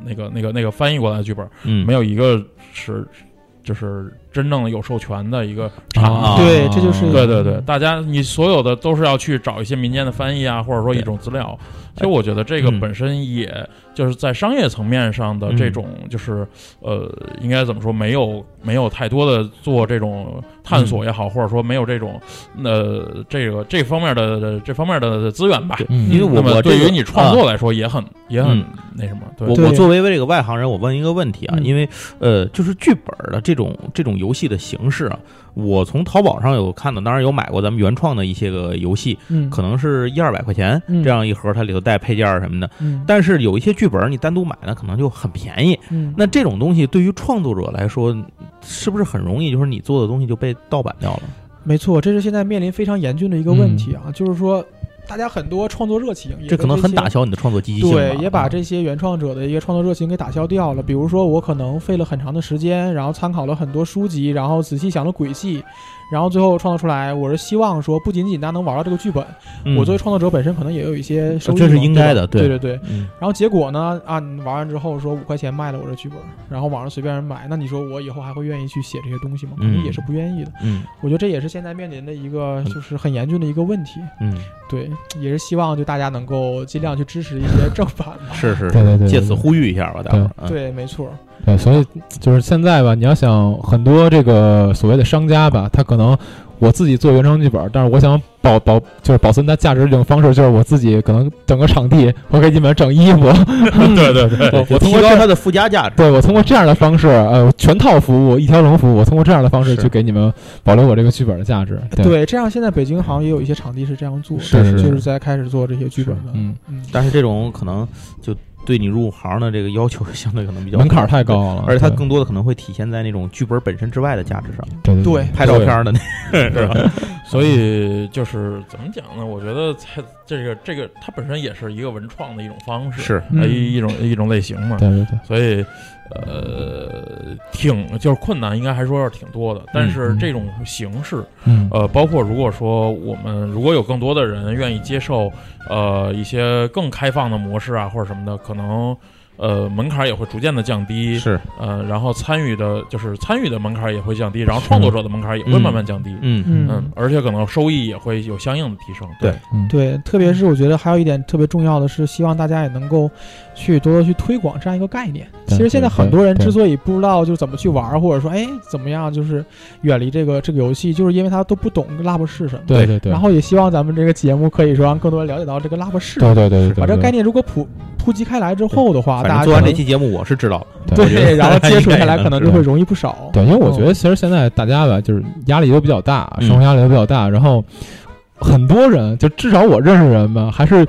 D: 那个那个那个翻译过来的剧本，
A: 嗯，
D: 没有一个是就是真正的有授权的一个厂
A: 啊
D: 子。
C: 对这就是
D: 对对对，大家你所有的都是要去找一些民间的翻译啊，或者说一种资料。其实我觉得这个
A: 嗯
D: 本身也就是在商业层面上的这
A: 嗯
D: 种，就是、呃，应该怎么说，没有没有太多的做这种探索也好，或者说没有这种呃这个这方面的这方面的资源吧。
A: 因为
B: 嗯，
A: 我
D: 那么
A: 我
D: 对
A: 这
D: 于
A: 个
D: 你创
A: 啊
D: 作来说，也很也很
A: 嗯
D: 那什么。对
A: 我
C: 对
A: 我作为这个外行人，我问一个问题啊，
C: 嗯
A: 因为呃，就是剧本的这种这种游戏的形式啊，我从淘宝上有看到，当然有买过咱们原创的一些个游戏，
C: 嗯，
A: 可能是一二百块钱
C: 嗯
A: 这样一盒，它里头带配件儿什么的。
C: 嗯
A: 但是有一些剧本你单独买呢，可能就很便宜。
C: 嗯，
A: 那这种东西对于创作者来说，是不是很容易就是你做的东西就被盗版掉了？
C: 没错，这是现在面临非常严峻的一个问题啊，就是说大家很多创作热情，也
A: 嗯这
C: 被
A: 可能很
C: 些
A: 打消你的创作积极性吧。
C: 对，也把这些原创者的一个创作热情给打消掉了。比如说，我可能费了很长的时间，然后参考了很多书籍，然后仔细想了轨迹，然后最后创作出来。我是希望说，不仅仅大家能玩到这个剧本，
A: 嗯呃
C: 我作为创作者本身可能也有一些收益嘛，
A: 这是应该的
C: 对吧
A: 对
C: 对对对。
A: 嗯
C: 然后结果呢，啊，你玩完之后说五块钱卖了我这剧本，然后网上随便人买，那你说我以后还会愿意去写这些东西吗？肯定
A: 嗯
C: 也是不愿意的。
A: 嗯
C: 我觉得这也是现在面临的一个就是很严峻的一个问题。
A: 嗯，
C: 对，也是希望就大家能够尽量去支持一些正版吧。
A: 是是，
B: 对对对，
A: 借
B: 对
A: 此呼吁一下吧，大伙儿。嗯
C: 对，没错。
B: 对，所以就是现在吧，你要想很多这个所谓的商家吧，他可能我自己做原创剧本，但是我想保保就是保存它价值的一种方式，就是我自己可能整个场地，我给你们整衣服，
D: 对对对，
A: 我
B: 我通
A: 提
B: 过
A: 高
B: 这
A: 它的附加价值。
B: 对我通过这样的方式，呃，全套服务一条龙服务，我通过这样的方式
A: 是
B: 去给你们保留我这个剧本的价值。对，
C: 对，这样现在北京好像也有一些场地是这样做的，
B: 是
A: 是
C: 就是在开始做这些剧本的。
B: 嗯，
C: 嗯，
A: 但是这种可能就对你入行的这个要求相对可能比较
B: 门槛儿太，高了，
A: 而且它
B: 对
A: 更多的可能会体现在那种剧本本身之外的价值上，
B: 对对
C: 对
A: 拍照片儿的那
D: 是吧？所以就是怎么讲呢？我觉得它这个这个它本身也是一个文创的一种方 式，
A: 是
D: 呃
C: 嗯
D: 一一种一种类型嘛。
B: 对对对，
D: 所以呃，挺就是困难，应该还说是挺多的。但是
B: 嗯
D: 这种形式，
B: 嗯，
D: 呃，包括如果说我们如果有更多的人愿意接受呃一些更开放的模式啊，或者什么的，可能。呃，门槛也会逐渐的降低，
A: 是，
D: 呃，然后参与的，就是参与的门槛也会降低，然后创作者的门槛也会慢慢降低，
A: 嗯
C: 嗯
D: 嗯，而且可能收益也会有相应的提升。
A: 对
B: 嗯，
C: 对，特别是我觉得还有一点特别重要的是，希望大家也能够去多多去推广这样一个概念。
B: 对
C: 其实现在
B: 对
C: 很
B: 对
C: 多人
B: 对
C: 之所以不知道就是怎么去玩儿，或者说哎怎么样就是远离这个这个游戏，就是因为他都不懂 Lab 是什么。
B: 对对对，
C: 然后也希望咱们这个节目可以说让更多人了解到这个 Lab 是什么。
B: 对对对对，
C: 把这个
B: 对
C: 概念如果普普及开来之后的话，
A: 反
D: 啊
C: 大
A: 正
C: 家
A: 做完
C: 可
A: 这
C: 能
A: 期节目我是知道的，
B: 对
A: 我觉得
C: 对，然后
A: 大家
C: 接触
A: 应该
C: 下来
A: 也
C: 可
A: 能
C: 能
A: 知
C: 就
A: 道
C: 会容易不少。
B: 对，因为我觉得
C: 嗯
B: 其实现在大家吧，就是压力都比较大，
A: 嗯
B: 生活压力都比较大，然后很多人，就至少我认识人吧，还是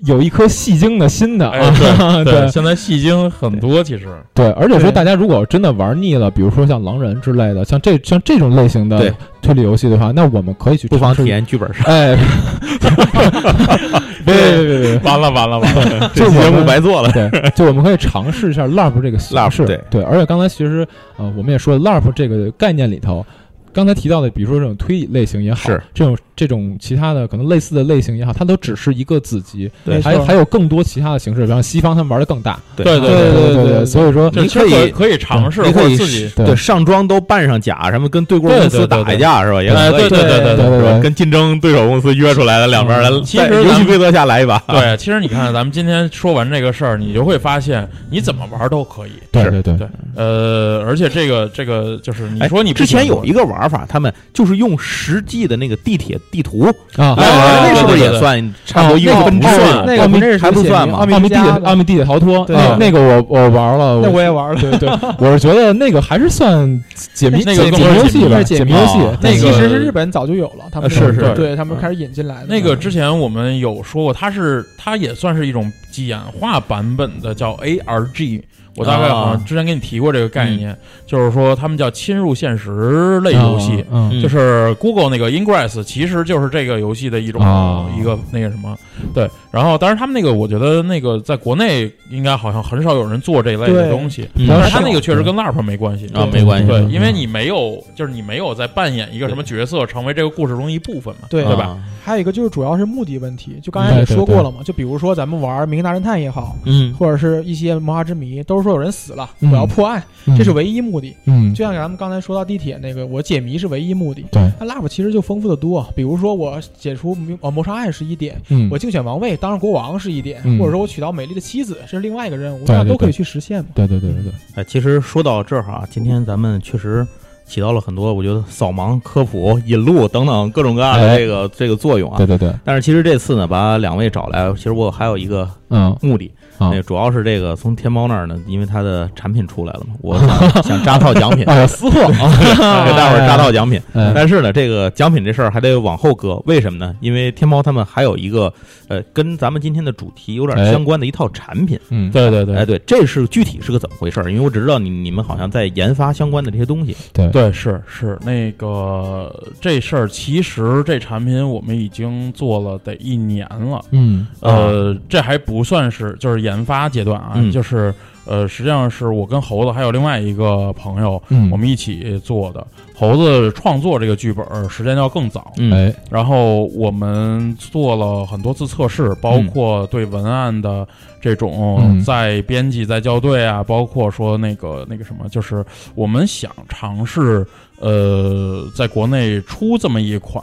B: 有一颗戏精的心的
D: 哎
B: 啊。
D: 对
B: 对
D: 现在戏精很多，其实
B: 对，而且说
C: 对
B: 大家如果真的玩腻了，比如说像狼人之类的，像这像这种类型的
A: 对
B: 推理游戏的话，那我们可以去
A: 不妨
B: 尝试
A: 体。验剧本杀，
B: 哎， 别别别 别别，
D: 完了完了完了，
B: 这我们
A: 白做了。
B: 对，就我们可以尝试一下 LARP 这个形
A: LARP
B: 式。
A: 对
B: 而且刚才其实呃，我们也说 LARP 这个概念里头，刚才提到的，比如说这种推理类型也好
A: 是，
B: 这种这种其他的可能类似的类型也好，它都只是一个子集，
A: 对
B: 还还有更多其他的形式，比方西方他们玩的更大，
A: 对
D: 对
B: 对
D: 对
B: 对
C: 对对
B: 对，所以说
D: 就
A: 你
D: 其实
A: 可以
D: 可以尝试，
A: 你
D: 或
A: 可
D: 者
A: 以
D: 自己
B: 对
A: 对上装都扮上假，什么跟对过公司
D: 对对对
A: 打
D: 对
A: 一架是吧？也
D: 哎
A: 可以
D: 对对对对嗯
B: 对对
A: 是吧
B: 对
A: 跟竞争对手公司约出来了，两边来，
D: 其实
A: 在游
D: 咱
A: 戏
D: 们
A: 规则下来一把。
D: 对，其实你看，咱们今天说完这个事儿，你就会发现，你怎么玩都可以。
A: 是
B: 对对对
D: 对，呃，而且这个这个就是你
A: 哎
D: 说你不
A: 之前
D: 喜欢
A: 有一个玩法，他们就是用实际的那个地铁地图
B: 啊哦
A: 来玩，
D: 哎
A: 那是不是
D: 对对
A: 也
D: 对
A: 算差不多一个分支
D: 不
A: 了？
D: 算
C: 那个
B: 奥秘
C: 不认识
A: 还不算嘛
C: 奥
B: 奥秘
C: 秘
B: 地
C: 加
B: 铁
C: 的
B: 奥秘地铁逃脱，啊
C: 对
B: 那那个我我玩了，
C: 那我也玩了。
B: 对 对，我是觉得那个还是算解谜
D: 那个
B: 解
D: 更
B: 谜
D: 多是
B: 游戏
D: 解谜啊
B: 吧，
C: 是解
B: 谜
C: 谜
B: 游戏
A: 哦。
B: 对
D: 那
C: 其
D: 个啊
C: 实是日本早就有了，他
B: 呃
C: 们
B: 是
C: 那种
D: 是
C: 对他们开始引进来的嗯
D: 那个之前我们有说过，它是它也算是一种简化版本的，叫 ARG。我大概好
A: 啊
D: 像之前给你提过这个概念，就是说他们叫侵入现实类游戏，
B: 嗯
A: 嗯
D: 就是 Google 那个 Ingress，其实就是这个游戏的一种、
B: 啊
D: 一个那个什么，对。然后，当然他们那个，我觉得那个在国内应该好像很少有人做这一类的
C: 对
D: 东西，
A: 嗯
D: 但是他那个确实跟 LARP 没关系
A: 啊，
C: 对
A: 没关系，
D: 对，
B: 嗯
D: 因为你没有，就是你没有在扮演一个什么角色，成为这个故事中一部分嘛。
C: 对
A: 对
D: 啊吧？
A: 吧？
C: 还有一个就是主要是目的问题，就刚才
B: 对
C: 也
B: 对
C: 说
B: 对
C: 过了嘛，就比如说咱们玩《名大侦探》也好，
A: 嗯，
C: 或者是一些《魔法之谜》，都是说有人死了，
B: 嗯
C: 我要破案，这是唯一目的。
B: 嗯
C: 就像咱们刚才说到地铁那个，我解谜是唯一目的。
B: 对
C: 那 LARP 其实就丰富的多，啊比如说我解除迷呃谋杀案是一点，
B: 嗯
C: 我竞选王位当上国王是一点，
B: 嗯
C: 或者说我娶到美丽的妻子是另外一个任务，
B: 对
C: 那
B: 对
C: 都可
B: 对
C: 以去实现嘛。
B: 对对对对对
A: 哎，其实说到这儿哈，今天咱们确实起到了很多，我觉得扫盲、科普、引路等等各种各样的
B: 哎
A: 这个这个作用啊
B: 对。对对，
A: 但是其实这次呢，把两位找来，其实我还有一个
B: 嗯
A: 目的，
B: 啊
A: 那个主要是这个从天猫那儿呢，因为它的产品出来了嘛，我想想扎套奖品，
B: 啊私货，
A: 给大伙儿扎套奖品。
B: 哎
A: 但是呢，这个奖品这事儿还得往后搁，为什么呢？因为天猫他们还有一个呃，跟咱们今天的主题有点
B: 哎
A: 相关的一套产品。
B: 嗯
D: 对对对
A: 哎，对，这是具体是个怎么回事儿？因为我只知道你你们好像在研发相关的这些东西。
B: 对
D: 对，是是那个这事儿，其实这产品我们已经做了得一年了，
B: 嗯
A: 啊
D: 呃，这还不算是就是研发阶段啊，
A: 嗯
D: 就是呃，实际上是我跟猴子还有另外一个朋友，
B: 嗯
D: 我们一起做的。猴子创作这个剧本儿时间要更早，
A: 嗯，
B: 哎
D: 然后我们做了很多次测试，包括对文案的这种
B: 嗯
D: 在编辑、在校对啊，包括说那个那个什么，就是我们想尝试呃，在国内出这么一款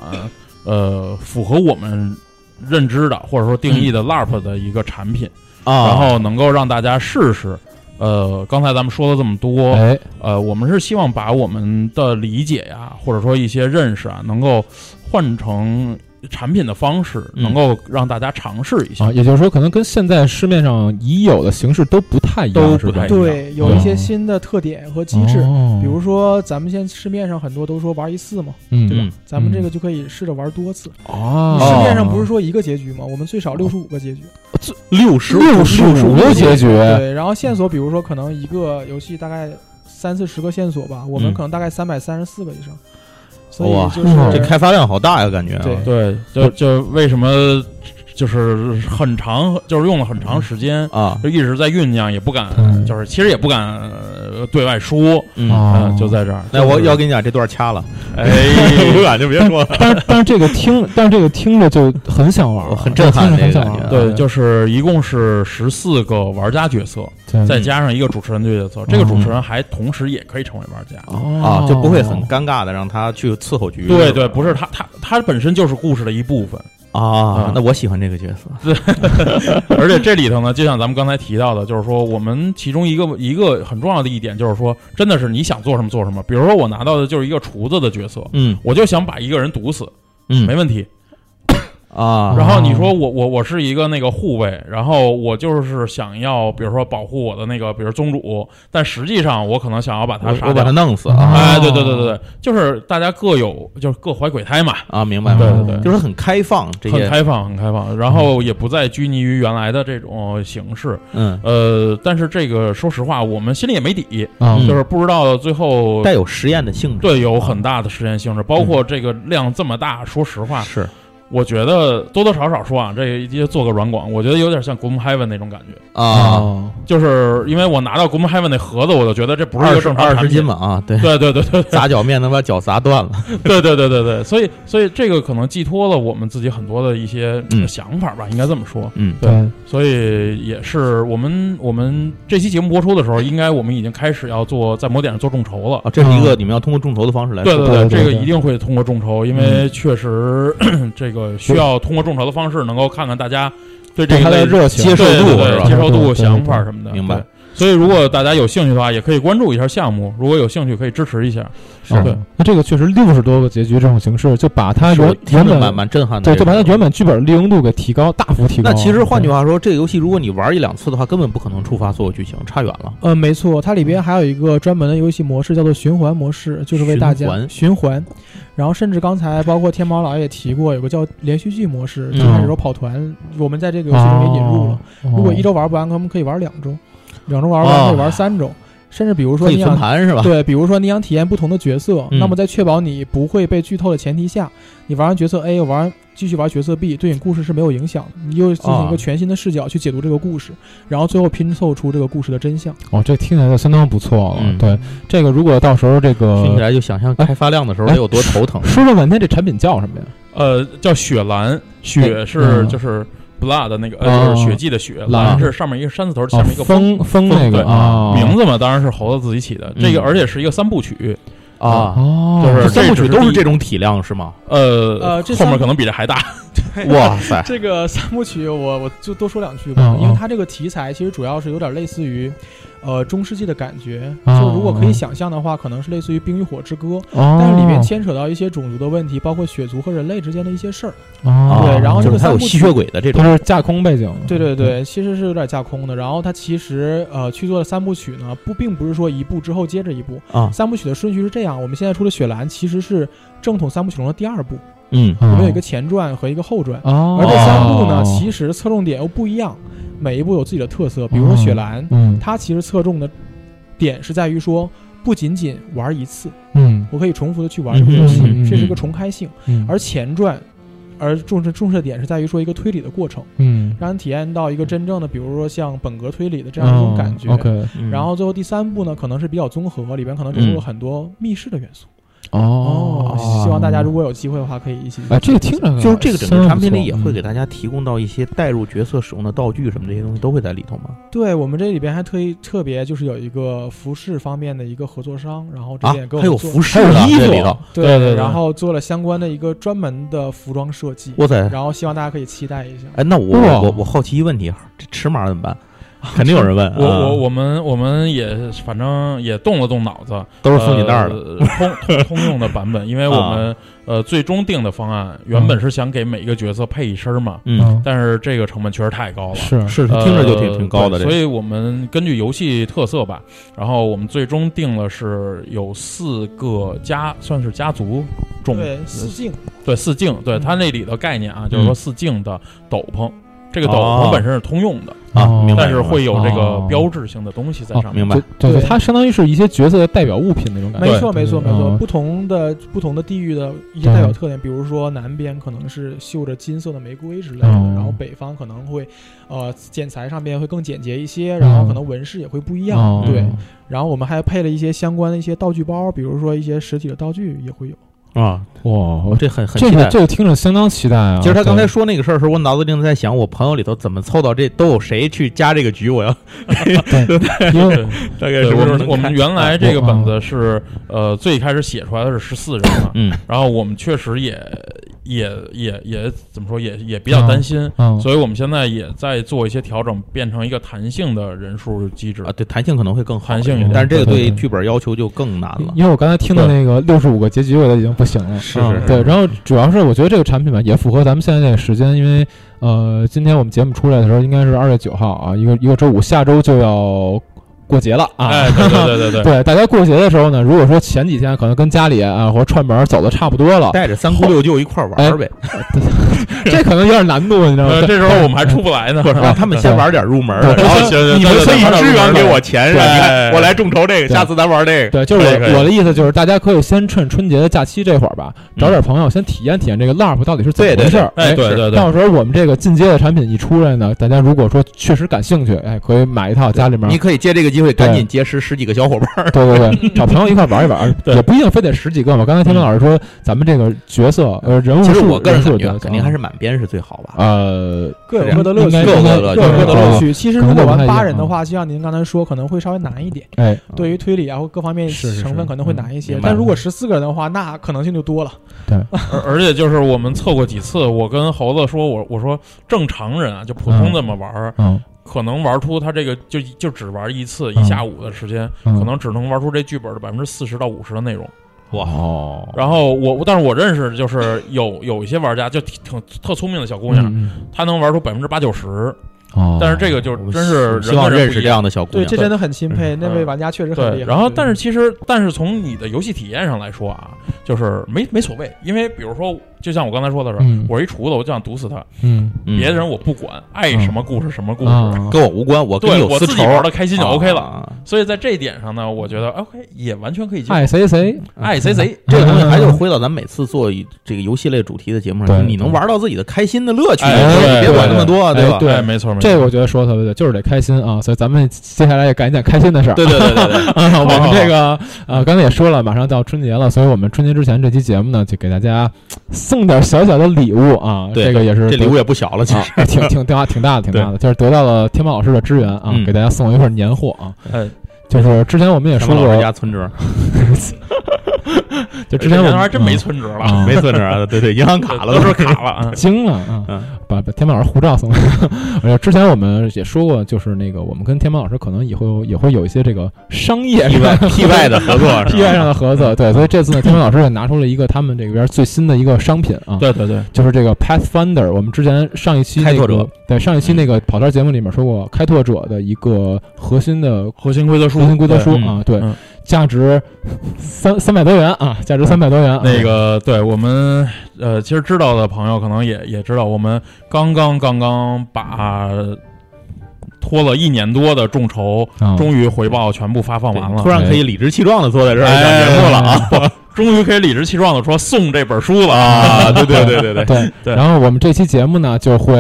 D: 呃符合我们认知的或者说定义的 LARP 的一个产品，
A: 啊，
D: 然后能够让大家试试。呃，刚才咱们说了这么多，
B: 哎
D: 呃，我们是希望把我们的理解呀，或者说一些认识啊，能够换成产品的方式，
A: 嗯
D: 能够让大家尝试一下。
B: 啊，也就是说，可能跟现在市面上已有的形式都不太一样，
D: 都
B: 是
D: 不
B: 吧
D: 太哎？
C: 对，有
B: 嗯
C: 一些新的特点和机制，
B: 哦
C: 比如说咱们现在市面上很多都说玩一次嘛，
B: 嗯
A: 嗯，
C: 咱们
B: 嗯
C: 这个就可以试着玩多次。
B: 哦，
C: 市面上不是说一个结局吗？我们最少六十五个结局。
A: 六十
B: 六十哦五个结局，
C: 对，然后线索，比如说可能一个游戏大概三四十个线索吧，我们
A: 嗯
C: 可能大概三百三十四个以上，所
A: 哇
C: 以就是
A: 这开发量好大呀，感觉啊。
C: 对
D: 对，就就为什么就是很长，就是用了很长时间，
A: 啊，
D: 就一直在酝酿，也不敢，
B: 嗯
D: 就是其实也不敢呃对外说，
A: 嗯，
B: 啊
D: 嗯、，就在这儿。
A: 那我
D: 就是
A: 要跟你讲，这段掐了，
D: 哎，
A: 不敢就别说了。
B: 但但是这个听，但是这个听着就很想玩
A: 我
B: 儿，啊
A: 很震撼
B: 听着
A: 这个
B: 很想
A: 感
B: 玩儿。啊
A: 觉
D: 对，就是一共是十四个玩家角色，
B: 对
D: 再加上一个主持人角色，这个主持人还同时也可以成为玩家。
A: 啊，
B: 啊
A: 就不会很尴尬的让他去伺候局。
D: 对
A: 吧
D: 对，不是他，他他本身就是故事的一部分，
A: 啊
D: 嗯，
A: 那我喜欢这个角色。
D: 而且这里头呢，就像咱们刚才提到的，就是说我们其中一个一个很重要的一点，就是说真的是你想做什么做什么。比如说我拿到的就是一个厨子的角色，
A: 嗯
D: 我就想把一个人毒死，
A: 嗯
D: 没问题。
A: 啊，
D: 然后你说我我我是一个那个护卫，然后我就是想要，比如说保护我的那个，比如宗主，但实际上我可能想要把他
A: 我
D: 杀
A: 我把他
D: 掉。
A: 弄死
B: 哦
A: 啊
D: 哎，对对对对对，就是大家各有，就是各怀鬼胎嘛。
A: 啊，明白了，
D: 对对对
A: 就是很开放这嗯
D: 很
A: 些，
D: 开放，很开放，然后也不再拘泥于原来的这种形式。
A: 嗯，
D: 呃，但是这个说实话，我们心里也没底，
B: 啊
A: 嗯
D: 就是不知道最后
A: 带有实验的性质。嗯
D: 对有很大的实验性质，包括这个量这么大，说实话，
A: 是
D: 我觉得多多少少说啊，这一做个软广，我觉得有点像 Gloom Heaven 那种感觉，
A: 啊，，
D: 就是因为我拿到 Gloom Heaven 那盒子，我就觉得这不是一
A: 二
D: 个
A: 十
D: 正常
A: 二
D: 产
A: 十斤
D: 品。
A: 吧啊， 对，
D: 对对对对
A: 砸脚面能把脚砸断了，
D: 对对对对对，所以所以这个可能寄托了我们自己很多的一些
A: 嗯
D: 想法吧，应该这么说。
A: 嗯
B: 对，
D: 所以也是我们我们这期节目播出的时候，应该我们已经开始要做在某点上做众筹了。
A: 啊，这是一个你们要通过众筹的方式来
D: 对
A: 说，
D: 对，
B: 对对
D: 这个
B: 对
D: 一定会通过众筹，因为确实这个需要通过众筹的方式，能够看看大家对
B: 对
D: 这个
B: 它的
D: 类
B: 热情
A: 接受
D: 对
A: 度
D: 对
A: 是吧
D: 对接受
B: 对
D: 度、
B: 对对
D: 想法什么的，
A: 明白
D: 对。所以，如果大家有兴趣的话，也可以关注一下项目。如果有兴趣，可以支持一下。
B: 嗯
D: 对
B: 那这个确实六十多个结局这种形式，就把它
A: 是我
B: 原
A: 听
B: 原
A: 着蛮
B: 本
A: 蛮震撼的
B: 对，就
A: 这个，
B: 把它原本剧本利用度给提高，大幅提高。
A: 那其实换句，话说，这个游戏如果你玩一两次的话，根本不可能触发所有剧情，差远了。
C: 呃，没错，它里
A: 嗯
C: 边还有一个专门的游戏模式，叫做循环模式，就是为大家
A: 循环
C: 然后甚至刚才包括天猫老爷也提过，有个叫连续剧模式，
A: 嗯
C: 最开始时候跑团，我们在这个游戏中也引入了。
B: 哦
C: 如果一周玩不完，他们可以玩两周，两周玩不完可以玩三周，甚至比如说
A: 哦可以
C: 你
A: 存
C: 想
A: 盘是吧？
C: 啊对，比如说你想体验不同的角色，
A: 嗯
C: 那么在确保你不会被剧透的前提下，你玩完角色 A，玩完继续玩角色 B，对你故事是没有影响的。你又进行一
A: 啊
C: 个全新的视角去解读这个故事，然后最后拼凑出这个故事的真相。
B: 哦，这听起来就相当不错了。
A: 嗯
B: 对，这个如果到时候这
A: 听起
B: 个
A: 来就想象开发量的时候
B: 哎
A: 得有多头疼。
B: 说了半天，这产品叫什么呀？
D: 呃，叫雪蓝，雪是
B: 嗯
D: 就是 blood 的那个，
B: 哦
D: 呃，就是血迹的血，
B: 蓝
D: 蓝是上面一个山字头，
B: 哦
D: 下面一，个风。
B: 风风那
D: 对
B: 个啊，
D: 名字嘛，当然是猴子自己起的。这个
A: 嗯
D: 而且是一个三部曲，
A: 啊，
B: 哦，
D: 就是
A: 这
D: 这
A: 三部
D: 只
A: 曲
D: 是
A: 都
D: 第
A: 是
D: 一
A: 这种体量是吗？
D: 呃
C: 呃这，
D: 后
C: 三
D: 面
C: 部
D: 可能比这还
A: 啊
D: 大。
A: 哇塞，
C: 这个三部曲我，我就多说两句吧
B: 嗯，嗯
C: 因为它这个题材其实主要是有点类似于，呃，中世纪的感觉。
B: 嗯
C: 就如果可
B: 嗯
C: 以想象的话，可能是类似于《冰与火之歌》，
B: 哦，
C: 但是里面牵扯到一些种族的问题，包括血族和人类之间的一些事儿。
B: 哦，
C: 对然后
A: 啊就
C: 这
A: 是
C: 个
A: 它有
C: 三部
A: 吸
C: 曲
A: 血鬼的这
B: 它
A: 种
B: 是架空背景，
C: 对对对，嗯其实是有点架空的。然后它其实呃去做了三部曲呢，不并不是说一部之后接着一部，
A: 啊，
C: 三部曲的顺序是这样。我们现在出的《雪蓝》其实是正统三部曲中的第二部，
A: 嗯
B: 嗯，
C: 我
B: 我
C: 们有一个前传和一个后传。
B: 哦，
C: 而这三部呢，其实侧重点又不一样，每一部有自己的特色。比如说《雪蓝》，
B: 嗯
C: 它其实侧重的点是在于说，不仅仅玩一次，
B: 嗯
C: 我可以重复的去玩这个游戏，
B: 嗯嗯嗯
C: 这是一个重开性。
B: 嗯，
C: 而前传，而重视重视的点是在于说一个推理的过程。
B: 嗯
C: 让人体验到一个真正的，比如说像本格推理的这样一种感觉。
B: 哦 OK，
A: 嗯
C: 然后最后第三部呢，可能是比较综合，里边可能融入了很多密室的元素。
B: 嗯哦，
C: 希望大家如果有机会的话，可以一起。
B: 哎，这个听着
A: 就是这个整个产品里也会给
B: 他
A: 大家提供到一些带入角色使用的道具什么这些东西都会在里头吗？
C: 对我们这里边还特意特别就是有一个服饰方面的一个合作商，然后这
A: 啊
C: 点给，我
A: 还有
C: 们做、
A: 服饰
B: 还有
A: 啊，
B: 衣
A: 这
B: 服
A: 里头，
C: 对
B: 对对对
C: 然后做了相关的一个专门的服装设计，
A: 哇塞！
C: 然后希望大家可以期待一下。
A: 哎，那我
B: 哇
A: 我我好奇一问题，啊这尺码怎么 办？肯定有人问，
D: 我
A: 啊
D: 我我们我们也反正也动了动脑子，
A: 都是松紧带儿的，啊
D: 呃通通通用的版本，因为我们、呃最终定的方案原本是想给每一个角色配一身儿嘛，
A: 嗯，
D: 但是这个成本确实太高了。
B: 是
A: 是
D: 呃
A: 听着就挺挺高的，
D: 对
A: 这
D: 所
A: 个
D: 以我们根据游戏特色吧，然后我们最终定了是有四个家，算是家族种
C: 对，四镜
D: 对四镜，对
C: 嗯
D: 它那里的概念啊，就是说
A: 嗯
D: 四镜的斗篷，这个
A: 哦
D: 斗篷本身是通用的，
A: 啊，明白
D: 但是
A: 明白
D: 会有这个
B: 哦
D: 标志性的东西在
B: 哦
D: 上面。
A: 明白
B: 就对，它相当于是一些角色的代表物品那种感觉，
C: 没错，没错，没错。
B: 嗯
C: 不同的不同的地域的一些代表特点，比如说南边可能是绣着金色的玫瑰之类的，
B: 嗯
C: 然后北方可能会，呃，剪裁上面会更简洁一些，然后可能纹饰也会不一样。
B: 哦
C: 对，然后我们还配了一些相关的一些道具包，比如说一些实体的道具也会有。
A: 啊，
B: 哇，
A: 我
B: 我
A: 这很很
B: 这
A: 期
B: 个
A: 待。
B: 这个听着相当期待啊！
A: 其实他刚才
B: 对
A: 说那个事儿的时候，我脑子里在想，我朋友里头怎么凑到这都有谁去加这个局？我要
B: 因 为
D: 对
A: 大概
D: 对，
A: 什么
D: 我
A: 时候
D: 们
A: 能
D: 我们
A: 看
D: 原来这个
B: 我
D: 本子是呃最开始写出来的是十四人嘛，
A: 嗯
D: 然后我们确实也也也也怎么说也也比较担心，
A: 哦
B: 嗯，
D: 所以我们现在也在做一些调整，变成一个弹性的人数机制
A: 啊，。对，弹性可能会更好
D: 弹
A: 一
D: 性
A: 点
D: 一点嗯
A: 但是这个
B: 对对
A: 对
B: 对
A: 剧本要求就更难了。
B: 因为我刚才听的那个六十五个结局，我都已经不行了。
A: 是
B: 嗯
A: 是是
B: 对，然后主要是我觉得这个产品吧，也符合咱们现在这个时间，因为呃，今天我们节目出来的时候应该是二月九号啊，一个一个周五，下周就要过节了啊。
D: 哎，对对 对对对，
B: 对，大家过节的时候呢，如果说前几天可能跟家里啊或者串门走的差不多了，
A: 带着三姑六舅一块儿玩儿呗，
B: 这可能有点难度，你知道吗？
D: 呃，这时候我们还出不来呢，
A: 不是让啊他们先玩点入门的，
B: 对
A: 然后
D: 行行
A: 你们
D: 对对
A: 可以
D: 对
A: 支援给我钱是吧？
D: 对
A: 你看
D: 对
A: 我来众筹这
B: 对
A: 个，下次咱玩这个。
B: 对，就是
D: 可以可以
B: 我我的意思就是，大家可以先趁春节的假期这会儿吧，找
A: 嗯
B: 点朋友先体验体验这个 LARP 到底是怎么
A: 对对
B: 回事儿。
D: 哎，
B: 哎
D: 对
A: 是
D: 对对，
B: 到时候我们这个进阶的产品一出来呢，大家如果说确实感兴趣，哎，可以买一套家里面
A: 你，可以借这个机会赶紧结识十几个小伙伴儿，
B: 对对对，找朋友一块玩一玩，
D: 对
B: 也不一定非得十几个嘛。刚才天明老师说，咱们这个角色呃人物
A: 其实
B: 数
A: 我个人
B: 人
A: 感
B: 数
A: 觉啊
B: 的
A: 肯定还是满编是最好吧。
B: 呃，
C: 各有各的乐
B: 应该
C: 趣，
A: 各有各的
C: 各
A: 乐
C: 有
A: 趣
C: 各的乐
B: 嗯
C: 趣。其实如果玩八人的话，就像您刚才说，可能会稍微难一点，
B: 哎，
A: 哦
C: 对于推理啊或各方面
B: 是是是
C: 成分可能会难一些
A: 嗯。
C: 但如果十四个人的话，那可能性就多了。
D: 而而且就是我们测过几次，我跟猴子说，我我说正常人啊，就普通这么玩儿，
B: 嗯
D: 可能玩出他这个就就只玩一次
B: 嗯
D: 一下午的时间，
B: 嗯，
D: 可能只能玩出这剧本的百分之四十到五十的内容。
A: 哇，
B: 哦，
D: 然后我，但是我认识就是有有一些玩家就挺挺特聪明的小姑娘，
B: 嗯，
D: 她能玩出百分之八九十，
B: 嗯哦，
D: 但是这个就真是
A: 希
D: 人
A: 望
D: 跟
A: 认
D: 人不
A: 识
D: 一
A: 这
D: 样。
A: 样的小姑
C: 对，
A: 娘
C: 这。真的很钦佩那位玩家，确实很厉
D: 对，
C: 害。
D: 然后
C: 对
D: 但是其实，但是从你的游戏体验上来说啊，就是没没所谓，因为比如说，就像我刚才说的是，
B: 嗯
D: 我是一厨子，我就想毒死他，
B: 嗯
A: 嗯
D: 别人我不管，爱什么故事什么故事，
B: 啊，
A: 跟我无关，我跟你
D: 对
A: 有
D: 我
A: 私
D: 自己
A: 仇，
D: 玩的开心就 OK 了。
A: 啊
D: 所以在这一点上呢，我觉得 OK 也完全可以接受。
B: 爱谁谁，
A: 嗯
D: 爱谁谁，
A: 这个东西还就是回到咱们每次做一这个游戏类主题的节目
B: 对
A: 上，你能玩到自己的开心的乐趣，
D: 哎
A: 你别
D: 对
A: 管那么多，
B: 对
A: 吧？
B: 对
D: 哎没错没错，
B: 这个我觉得说的特别对，就是得开心啊，所以咱们接下来也干一件开心的事儿。
A: 对对对对 对，
B: 啊，我
D: 好
B: 们这个呃，刚才也说了，马上到春节了，所以我们春节之前这期节目呢，就给大家送点小小的礼物啊。
A: 对
B: 这个也是
A: 这礼物也不小了，其
B: 啊
A: 实。，
B: 挺挺大挺大的，挺大的，就是得到了天猫老师的支援啊，
A: 嗯
B: 给大家送一份年货啊。
D: 哎
B: 就是之前我们也
A: 什
B: 说
A: 么老
B: 过
A: 人，家存折，
B: 就之前我们
D: 这人还真没
B: 嗯
D: 存折
B: 啊
D: 了，
A: 没存折啊，对对，银行卡了
D: 都
A: 都
D: 是
A: 是。
D: 卡 了啊。
B: 惊了啊！
A: 嗯
B: 把把天猫老师护照送了。 而且之前我们也说过，就是那个我们跟天猫老师可能以后也会有一些这个商业
A: 意
B: 上
A: 外意 外的合作是吧
B: P 外上的合作，对，所以这次呢，天猫老师也拿出了一个他们这边最新的一个商品啊，
D: 对对对，
B: 就是这个 Pathfinder。我们之前上一期那
A: 开
B: 个
A: 拓者，嗯
B: 对上一期那个跑团节目里面说过，开拓者的一个核心的
D: 核心规则书
B: 核心规则书
A: 对
B: 啊，对
D: 嗯，
B: 价值三三百多元啊，价值三百多元啊，
D: 那个，对我们呃，其实知道的朋友可能也也知道，我们刚刚刚刚把拖了一年多的众筹，
B: 啊
D: 终于回报全部发放完了
A: 突。然
B: 哎
A: 可以理直气壮的坐在这儿讲
D: 哎
A: 节目了啊！
D: 终于可以理直气壮的说送这本书了
A: 啊，！对对对对 对，
B: 对，
D: 对
B: 然后我们这期节目呢，就会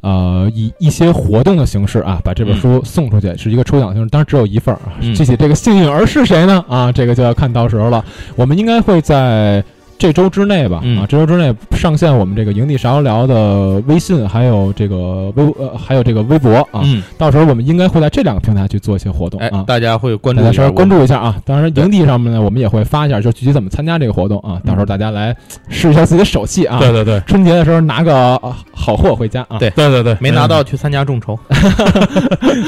B: 呃以一些活动的形式啊，把这本书送出去，是一个抽奖的形式，当然只有一份儿啊。
A: 嗯
B: 具体这个幸运儿是谁呢？啊，这个就要看到时候了。我们应该会在。这周之内吧，
A: 嗯
B: 啊，这周之内上线我们这个营地啥聊聊的微信，还有这个微呃，还有这个微博啊，
A: 嗯，
B: 到时候我们应该会在这两个平台去做一些活动
A: 哎
B: 啊，，
A: 大家会关注
B: 大家
A: 一
B: 稍
A: 下
B: 微
A: 我
B: 关
A: 们，
B: 注一下啊。当然，
A: 对
B: 营地上面呢，我们也会发一下，就具体怎么参加这个活动啊，
A: 嗯
B: 到时候大家来试一下自己的手气啊。
D: 对对对
B: 春节的时候拿个啊好货回家啊。
A: 对
D: 对对对，哎
A: 没拿到去参加众筹，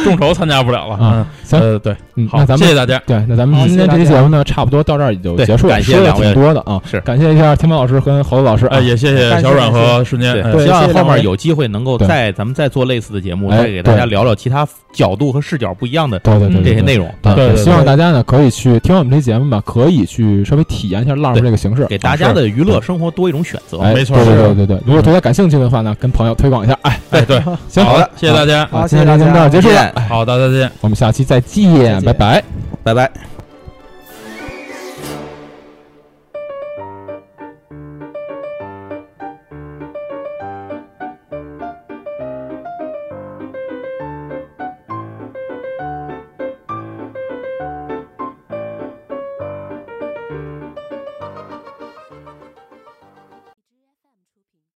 D: 众筹参加不了了。
B: 啊
D: 嗯，
B: 行，
D: 呃，对，
B: 嗯
D: 好
B: 那，咱
D: 谢
B: 们
D: 谢大家。
B: 对，那咱
C: 好
B: 们今天
C: 谢
B: 这
C: 谢
B: 期
C: 大
B: 节
C: 家
B: 目呢，差不多到这儿也就
A: 对
B: 结束了，
A: 感谢
B: 说了
A: 两位
B: 挺多的啊，
A: 是
B: 感谢一下天猫老师和侯子老师啊
D: 哎，。也谢谢小软和瞬间。哎
B: 对
A: 希望
C: 谢谢
A: 后
C: 两
A: 面
C: 位
A: 有机会能够
B: 对
A: 再咱们再做类似的节目，
B: 哎
A: 再给大家
B: 对
A: 聊聊其他角度和视角不一样的
B: 对对对，
A: 这些
B: 容。
A: 内容，
B: 啊
D: 对对对
B: 希望大家呢可以去听我们这期节目吧，可以去稍微体验一下 LARP
A: 对
B: 这个形式，
A: 给大
B: 啊
A: 家
B: 是
A: 的娱乐生活多一种选择。
B: 哎
D: 没错
B: 对对对
D: 是
B: 对对。如果大家感兴趣的话呢，跟朋友推广一下。哎，
D: 对对，
B: 行，
A: 好的，
D: 谢谢大家。
B: 好，
C: 好
B: 今天这期
C: 谢谢
B: 节目到这儿结束
A: 再
B: 了哎
A: 见，
D: 好，大家再见。
B: 我们下期再
C: 再
B: 见，
C: 见
B: 拜拜。
A: 拜拜。